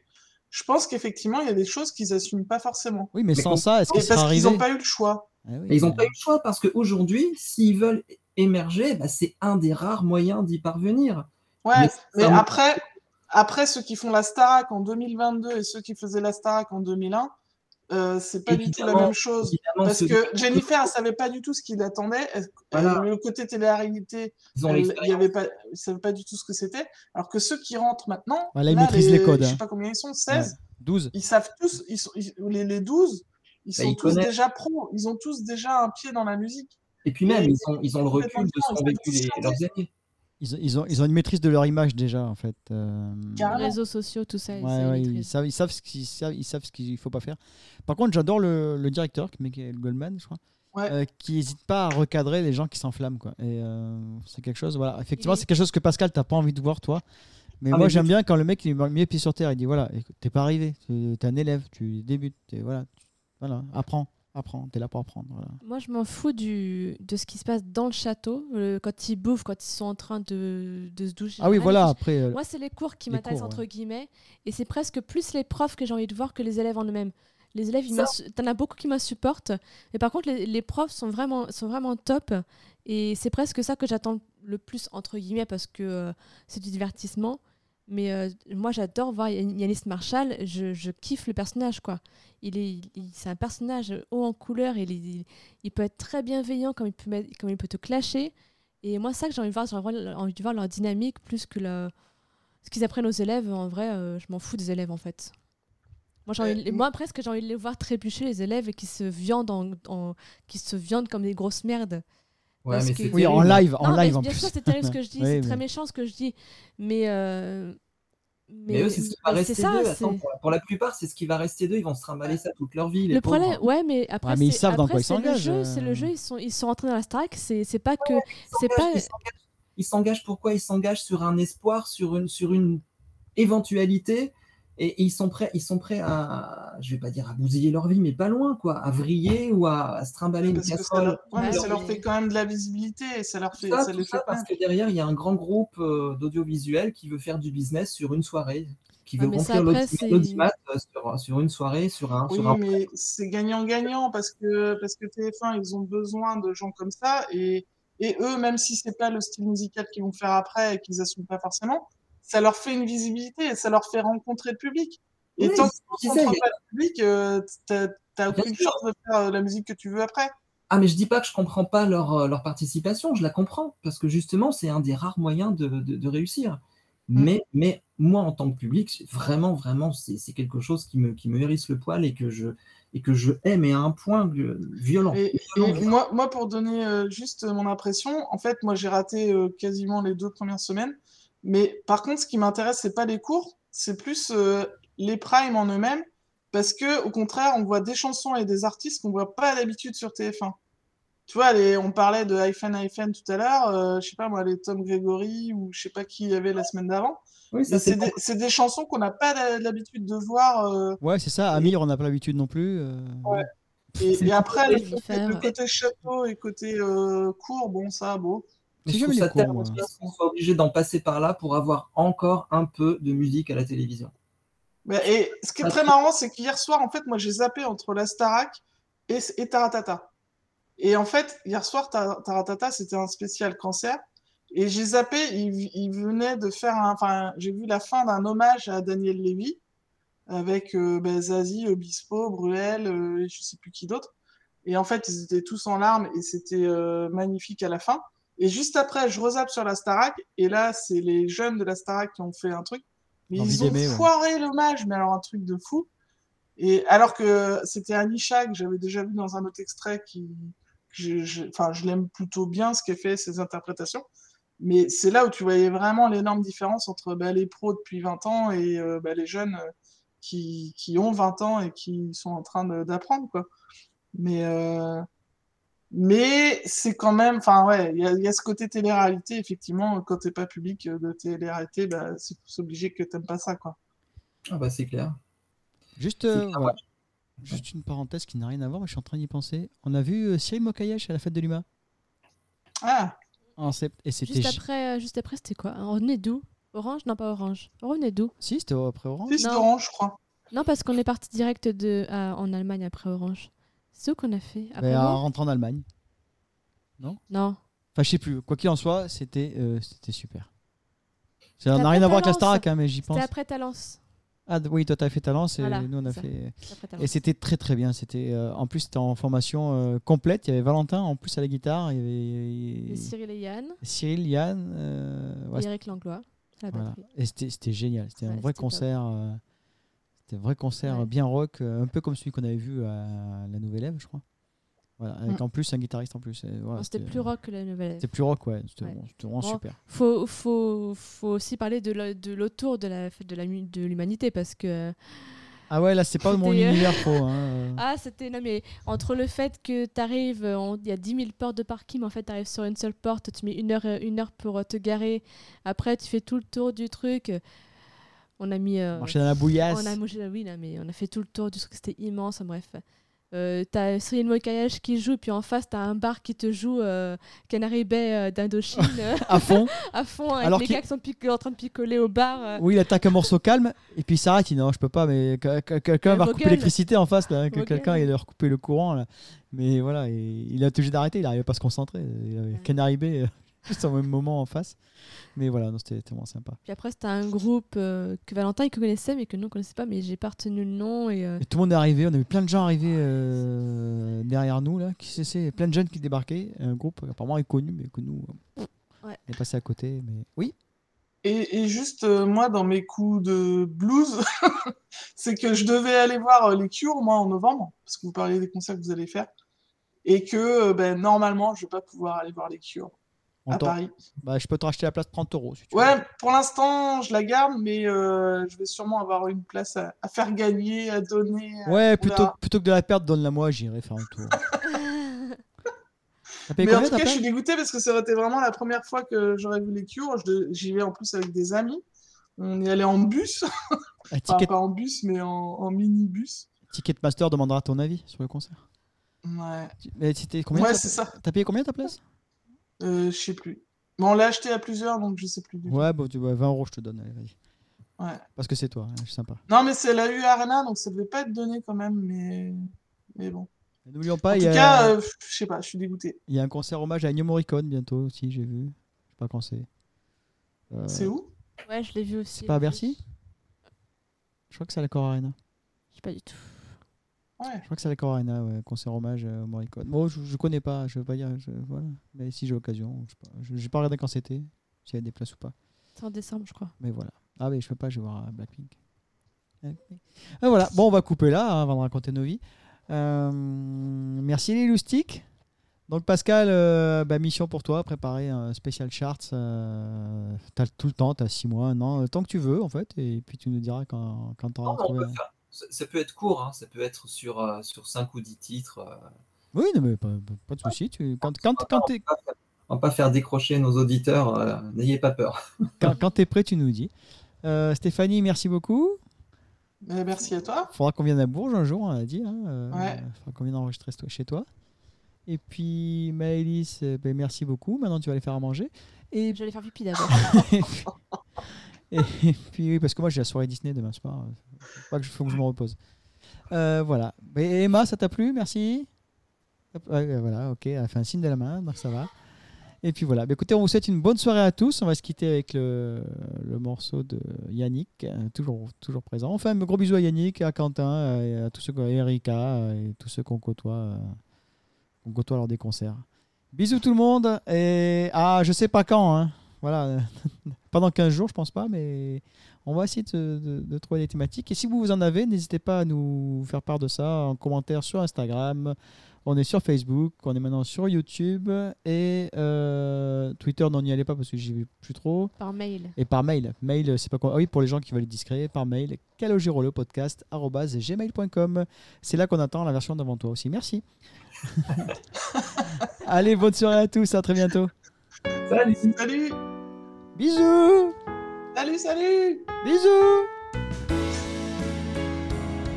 je pense qu'effectivement, il y a des choses qu'ils n'assument pas forcément. Oui, mais, Mais sans qu'on- ça, est-ce Et qu'ils seraient parce qu'ils arrivés n'ont pas eu le choix. Ah oui, Et ils n'ont mais- pas eu le choix parce qu'aujourd'hui, s'ils veulent émerger, bah, c'est un des rares moyens d'y parvenir. Ouais, mais, ça me- après, après, ceux qui font la Starac en 2022 et ceux qui faisaient la Starac en 2001, euh, c'est pas du tout la Évidemment, même chose. Évidemment, Parce ceux que Jennifer, elle savait pas du tout ce qui l'attendait. Elle- Voilà. elle- Le côté télé-réalité, qui ont elle l'expérience, ne avait pas, elle savait pas du tout ce que c'était. Alors que ceux qui rentrent maintenant, Voilà, ils maîtrisent les codes, Je hein. sais pas combien ils sont, 16. 12. Ils savent tous, ils sont, ils- les, les 12, ils Bah, sont ils tous connaissent. déjà pros. Ils ont tous déjà un pied dans la musique. et puis même, ils- ils ont, ils ont le recul de ce qu'ont vécu les- leurs années. Ils, ont- ils ont, ils ont une maîtrise de leur image déjà, en fait. Euh, Carrément. réseaux sociaux, tout ça. ouais, ça, ils ouais, ils, maîtrisent. savent, ils savent ce qu'ils savent- ils savent ce qu'il ne faut pas faire. Par contre, j'adore le, le directeur, Michael Goldman, je crois, Ouais. euh, qui n'hésite pas à recadrer les gens qui s'enflamment. Quoi. Et euh, c'est quelque chose, voilà. Effectivement, Il est- c'est quelque chose que Pascal, tu pas envie de voir, toi. Mais Ah, moi, mais j'aime je- bien quand le mec, il met les pieds sur terre. Il dit voilà, écoute, t'es pas arrivé, tu es un élève, tu débutes, t'es- voilà, tu- voilà, apprends, apprends, t'es là pour apprendre. voilà. Moi, je m'en fous du, de ce qui se passe dans le château, le- quand ils bouffent, quand ils sont en train de, de se doucher. Ah oui, Rien voilà, à fiche. après. euh, Moi, c'est les cours qui Les m'intéressent, cours, ouais. entre guillemets, et c'est presque plus les profs que j'ai envie de voir que les élèves en eux-mêmes. Les élèves, ils Ça- m'insu- t'en as beaucoup qui m'insupportent, mais par contre, les, les profs sont vraiment, sont vraiment top, et c'est presque ça que j'attends le plus, entre guillemets, parce que euh, c'est du divertissement. Mais euh, moi, j'adore voir Yann- Yanis Marshall, je, je kiffe le personnage, quoi. Il est, il- c'est un personnage haut en couleur, il, est- il, il peut être très bienveillant, comme il peut, mettre- comme il peut te clasher, et moi, c'est ça que j'ai envie de voir, j'ai envie de voir leur dynamique plus que le ce qu'ils apprennent aux élèves, en vrai, euh, je m'en fous des élèves en fait. Moi, j'ai envie de- Euh, moi presque, j'ai envie de les voir trébucher les élèves et qui se viandent, en, en- qui se viandent comme des grosses merdes. Ouais, Parce mais que- c'est Oui, en terrible. live, en Non, mais live en bien plus. sûr, c'est terrible *laughs* ce que je dis, Oui, c'est mais- très méchant ce que je dis, mais euh, Mais eux, c'est ce qui va mais rester c'est ça, d'eux. c'est- Attends, pour, la, pour la plupart, c'est ce qui va rester d'eux. Ils vont se trimballer ça toute leur vie. les Le pauvres. problème, ouais, mais après, mais ils c'est- savent dans après, quoi ils c'est le s'engagent, jeu, euh. C'est le jeu, ils sont, ils sont rentrés dans la strike, c'est c'est pas que. C'est s'engagent, pas- ils s'engagent- Ils s'engagent pourquoi Ils s'engagent sur un espoir, sur une, sur une éventualité. Et, et ils sont prêts, ils sont prêts à, je vais pas dire à bousiller leur vie, mais pas loin, quoi, à vriller ou à, à se trimballer une Parce que ça casserole. leur... ouais, mais Ouais, ça leur mais- fait quand même de la visibilité et ça leur fait, Ça, ça tout les fait ça pas. parce que derrière, il y a un grand groupe euh, d'audiovisuel qui veut faire du business sur une soirée, qui Ah, veut mais ça, remplir après, l'audi- c'est- l'audimat euh, sur, sur une soirée, sur un, Oui, sur un mais c'est gagnant-gagnant parce que, parce que TF1, ils ont besoin de gens comme ça et, et eux, même si c'est pas le style musical qu'ils vont faire après et qu'ils assument pas forcément, ça leur fait une visibilité et ça leur fait rencontrer le public. Et Oui, tant c'est que ce tu qu'ils rencontres essayent. pas le public, euh, t'as t'as Bien aucune sûr. chance de faire euh, la musique que tu veux après. Ah, mais je dis pas que je comprends pas leur, euh, leur participation, je la comprends, parce que justement, c'est un des rares moyens de, de- de réussir. Mm. Mais, mais moi, en tant que public, c'est vraiment, vraiment, c'est c'est quelque chose qui me, qui me hérisse le poil et que je, et que je hais, mais à un point euh, violent. *laughs* Et, Non, et mais- moi, moi, pour donner euh, juste mon impression, en fait, moi, j'ai raté euh, quasiment les deux premières semaines. Mais par contre, ce qui m'intéresse, c'est pas les cours, c'est plus euh, les primes en eux-mêmes, parce que au contraire, on voit des chansons et des artistes qu'on voit pas d'habitude sur TF1. Tu vois, les, on parlait de iPhone iPhone tout à l'heure, euh, je sais pas moi, les Tom Gregory ou je sais pas qui il y avait la semaine d'avant. Oui, Mais ça, C'est c'est des, c'est des chansons qu'on n'a pas la- l'habitude de voir. euh, Ouais, c'est ça. Amir, on n'a pas l'habitude non plus. euh, Ouais. Et, C'est et après, le compliqué de côté, faire. le côté château et côté euh, cours, bon, ça, bon. Mais J'ai je jamais trouve les ça cours, tellement moi. bien hein. qu'on soit obligé d'en passer par là pour avoir encore un peu de musique à la télévision. Mais- Et ce qui est très marrant, c'est qu'hier soir, en fait, moi, j'ai zappé entre la Starac et, et Taratata. Et en fait, hier soir, Ta- Taratata, c'était un spécial cancer. Et j'ai zappé, il, il venait de faire un. Enfin, j'ai vu la fin d'un hommage à Daniel Lévy, avec euh, ben, Zazie, Obispo, Bruel, euh, et je sais plus qui d'autre. Et en fait, ils étaient tous en larmes et c'était euh, magnifique à la fin. Et juste après, je rezappe sur la Starac. Et là, c'est les jeunes de la Starac qui ont fait un truc. Mais Envie ils ont d'aimer, ouais. foiré l'hommage, mais alors un truc de fou. Et alors que c'était Anisha que j'avais déjà vu dans un autre extrait qui, que je, je- enfin, je l'aime plutôt bien ce qu'elle fait, ses interprétations. Mais c'est là où tu voyais vraiment l'énorme différence entre bah, les pros depuis 20 ans et euh, bah, les jeunes euh, qui, qui ont 20 ans et qui sont en train de- d'apprendre, quoi. Mais, euh, mais c'est quand même, enfin, ouais, il y a, il y a ce côté télé-réalité, effectivement, quand t'es pas public euh, de télé-réalité, bah, c'est c'est obligé que t'aimes pas ça, quoi. Ah bah c'est clair. Juste, C'est euh, clair, voilà. Juste une parenthèse qui n'a rien à voir, mais je suis en train d'y penser. On a vu euh, Cyril Mokayesh à la fête de Lima. Ah, En sept- Et c'était. Juste gé- après, euh, juste après c'était quoi On revenait d'où Orange Non, pas Orange. On revenait d'où Si, c'était après Orange. plus Non. d'orange, je crois. Non, parce qu'on est parti direct de, à- en Allemagne après Orange. C'est où qu'on a fait Après Mais en Orange rentrant en Allemagne. Non. Enfin, je sais plus. Quoi qu'il en soit, c'était euh, c'était super. Ça n'a après rien à voir avec la Talence. Starac, hein, mais j'y pense. C'était après Talence. Ah d- oui, toi t'as fait Talence et Voilà, nous on a ça. fait. C'était après Et Talence. c'était très très bien. C'était euh, en plus c'était en formation euh, complète. Il y avait Valentin en plus à la guitare. Il y Il y avait a Cyril et Yann, Cyril, Yann. euh, ouais, et Eric Langlois, à la Voilà. batterie. Et c'était c'était génial. C'était un Ouais, vrai c'était top. concert. euh, C'était un vrai concert Ouais. bien rock, euh, un peu comme celui qu'on avait vu à la Nouvelle Ève, je crois. Voilà, avec Mm. en plus un guitariste en plus. et voilà, Non, C'était plus rock que la nouvelle. euh, C'était plus rock, ouais. C'était Ouais. bon, c'était vraiment Rock. super. Faut, faut, faut aussi parler de la- de l'autour de la de la mu- de l'humanité parce que euh, Ah ouais, là c'est pas mon C'était, euh, univers pro. hein, euh. *laughs* ah c'était non mais entre le fait que t'arrives euh, on- il y a 10 000 portes de parking mais en fait t'arrives sur une seule porte tu mets une heure euh, une heure pour euh, te garer après tu fais tout le tour du truc on a mis euh, Marcher dans la bouillasse. On a mangé la oui, là, mais on a fait tout le tour du truc, c'était immense, hein, bref. Euh, t'as Cyril Mokayesh qui joue, puis en face, t'as un bar qui te joue euh, Canary Bay euh, d'Indochine *laughs* euh, À fond. à fond, avec Alors les qu'il- gars qui sont pic- en train de picoler au bar. euh, Oui, il attaque un morceau calme et puis il s'arrête. Il dit non, je peux pas, mais que- que- quelqu'un Euh, va recouper Vogel. l'électricité en face. Là, hein, que Vogel. quelqu'un il a recoupé le courant. Là. Mais voilà, et il a été obligé d'arrêter. Il n'arrivait pas à se concentrer. Il avait Ouais. Canary Bay, euh, *laughs* juste au même moment en face. Mais voilà, non, c'était tellement sympa. Puis après, c'était un groupe euh, que Valentin il connaissait, mais que nous on connaissait pas, mais j'ai pas retenu le nom. Et, euh, Et tout le monde est arrivé. On a vu plein de gens arriver Ah, euh, derrière nous. Là. Qui c'est, c'est Plein de jeunes qui débarquaient. Un groupe apparemment inconnu, mais que nous, euh, Ouais. on est passé à côté. Mais... Oui, Et, et juste, euh, moi, dans mes coups de blues, *laughs* c'est que je devais aller voir euh, les Cures, moi, en novembre, parce que vous parliez des concerts que vous allez faire, et que, euh, ben, normalement, je vais pas pouvoir aller voir les Cures on à t'en- Paris. bah, je peux te racheter la place 30 euros. Si tu Ouais, veux. pour l'instant, je la garde, mais euh, je vais sûrement avoir une place à, à faire gagner, à donner. à- Ouais, plutôt, verra. plutôt que de la perdre, donne-la moi. J'irai faire un tour. T'as payé Mais en combien ta tout cas, je place suis dégoûtée parce que ça aurait été vraiment la première fois que j'aurais vu les cures. Je- J'y vais en plus avec des amis. On est allé en bus. Ah, Enfin, Ticket, pas en bus, mais en, en minibus. Ticketmaster demandera ton avis sur le concert. Ouais, Tu- Mais c'était combien ouais ta- c'est ça. T'as payé combien ta place Euh, je sais plus. Mais on l'a acheté à plusieurs, donc je sais plus. du tout. Ouais, bon, tu vois, 20 euros, je te donne. Allez, vas-y. Ouais. Parce que c'est toi, hein, je suis sympa. Non, mais c'est la U Arena, donc ça devait pas être donné quand même, mais, mais bon. Et N'oublions pas, en il Ah, y, tout a- cas, euh, je sais pas, je suis dégoûté. il y a un concert hommage à Ennio Morricone bientôt aussi, j'ai vu. Je sais pas quand c'est. Euh, C'est où Ouais, je l'ai vu aussi. C'est pas à Bercy Je crois que c'est à la Cor Arena. Je sais pas du tout. Ouais. Je crois que c'est à la Cor Arena, ouais, concert hommage euh, au Morricone. Bon, je, je connais pas, je veux pas dire. je- voilà. Mais si j'ai l'occasion, je sais pas. Je- j'ai pas regardé quand c'était, s'il y avait des places ou pas. C'est en décembre, je crois. Mais voilà. Ah mais je peux pas, je vais voir euh, Blackpink. Blackpink. Ah, voilà, bon on va couper là hein, avant de raconter nos vies. Euh, merci les loustiques. Donc Pascal, euh, bah, mission pour toi, préparer un spécial charts. euh, t'as tout le temps, t'as 6 mois, un an, euh, tant que tu veux en fait, et puis tu nous diras quand, quand t'auras Non, mais on trouvé. peut faire- ça, ça peut être court, hein, ça peut être sur, euh, sur 5 ou 10 titres. euh, Oui, non, mais pas, pas de souci. Tu... Quand, quand, quand t'es on va pas faire décrocher nos auditeurs, euh, n'ayez pas peur. quand, quand t'es prêt, tu nous dis. Euh, Stéphanie, merci beaucoup. Euh, Merci à toi. Faudra qu'on vienne à Bourges un jour, on a dit. Hein. euh, Ouais. Faudra qu'on vienne enregistrer toi- chez toi. Et puis, Maëlys, euh, ben, merci beaucoup. Maintenant, tu vas aller faire à manger. Et, Je vais aller faire pipi d'abord. *laughs* et puis, et puis, oui, parce que moi, j'ai la soirée Disney demain soir. Faut Pas que je, faut que je me repose. Euh, voilà. Et Emma, ça t'a plu Merci. Hop, ouais, ouais, voilà, ok. Elle a fait un signe de la main, donc ça va. Et puis voilà. Ben, écoutez, on vous souhaite une bonne soirée à tous. On va se quitter avec le, le morceau de Yannick, euh, toujours, toujours présent. Enfin, un gros bisou à Yannick, à Quentin, euh, et à tous ceux, à Erika, euh, et tous ceux qu'on côtoie, euh, qu'on côtoie lors des concerts. Bisous tout le monde. Et ah, je sais pas quand. hein. Voilà. Pendant 15 jours, je pense pas, mais on va essayer de, de- de trouver des thématiques. Et si vous, vous en avez, n'hésitez pas à nous faire part de ça en commentaire sur Instagram. On est sur Facebook, on est maintenant sur YouTube et euh, Twitter, non, n'y allez pas parce que j'y vais plus trop. Par mail. Et par mail. Mail, c'est pas quoi. Ah oui, pour les gens qui veulent être discrets, par mail, calogirolopodcast.gmail.com. C'est là qu'on attend la version d'avant toi aussi. Merci. Allez, bonne soirée à tous, à très bientôt. Salut Salut Bisous Salut, salut Bisous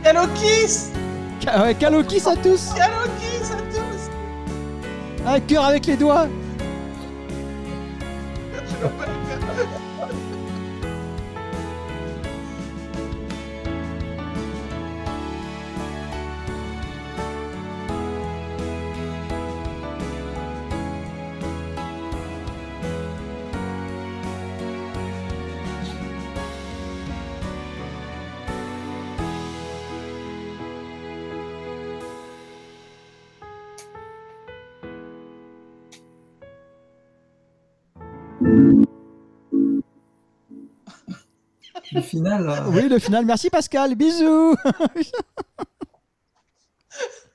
Hello Kiss Ca- ouais, Calokis à euh, tous Hello Kiss à tous Un cœur avec les doigts Le final. euh, euh, Oui, le final. Merci Pascal, bisous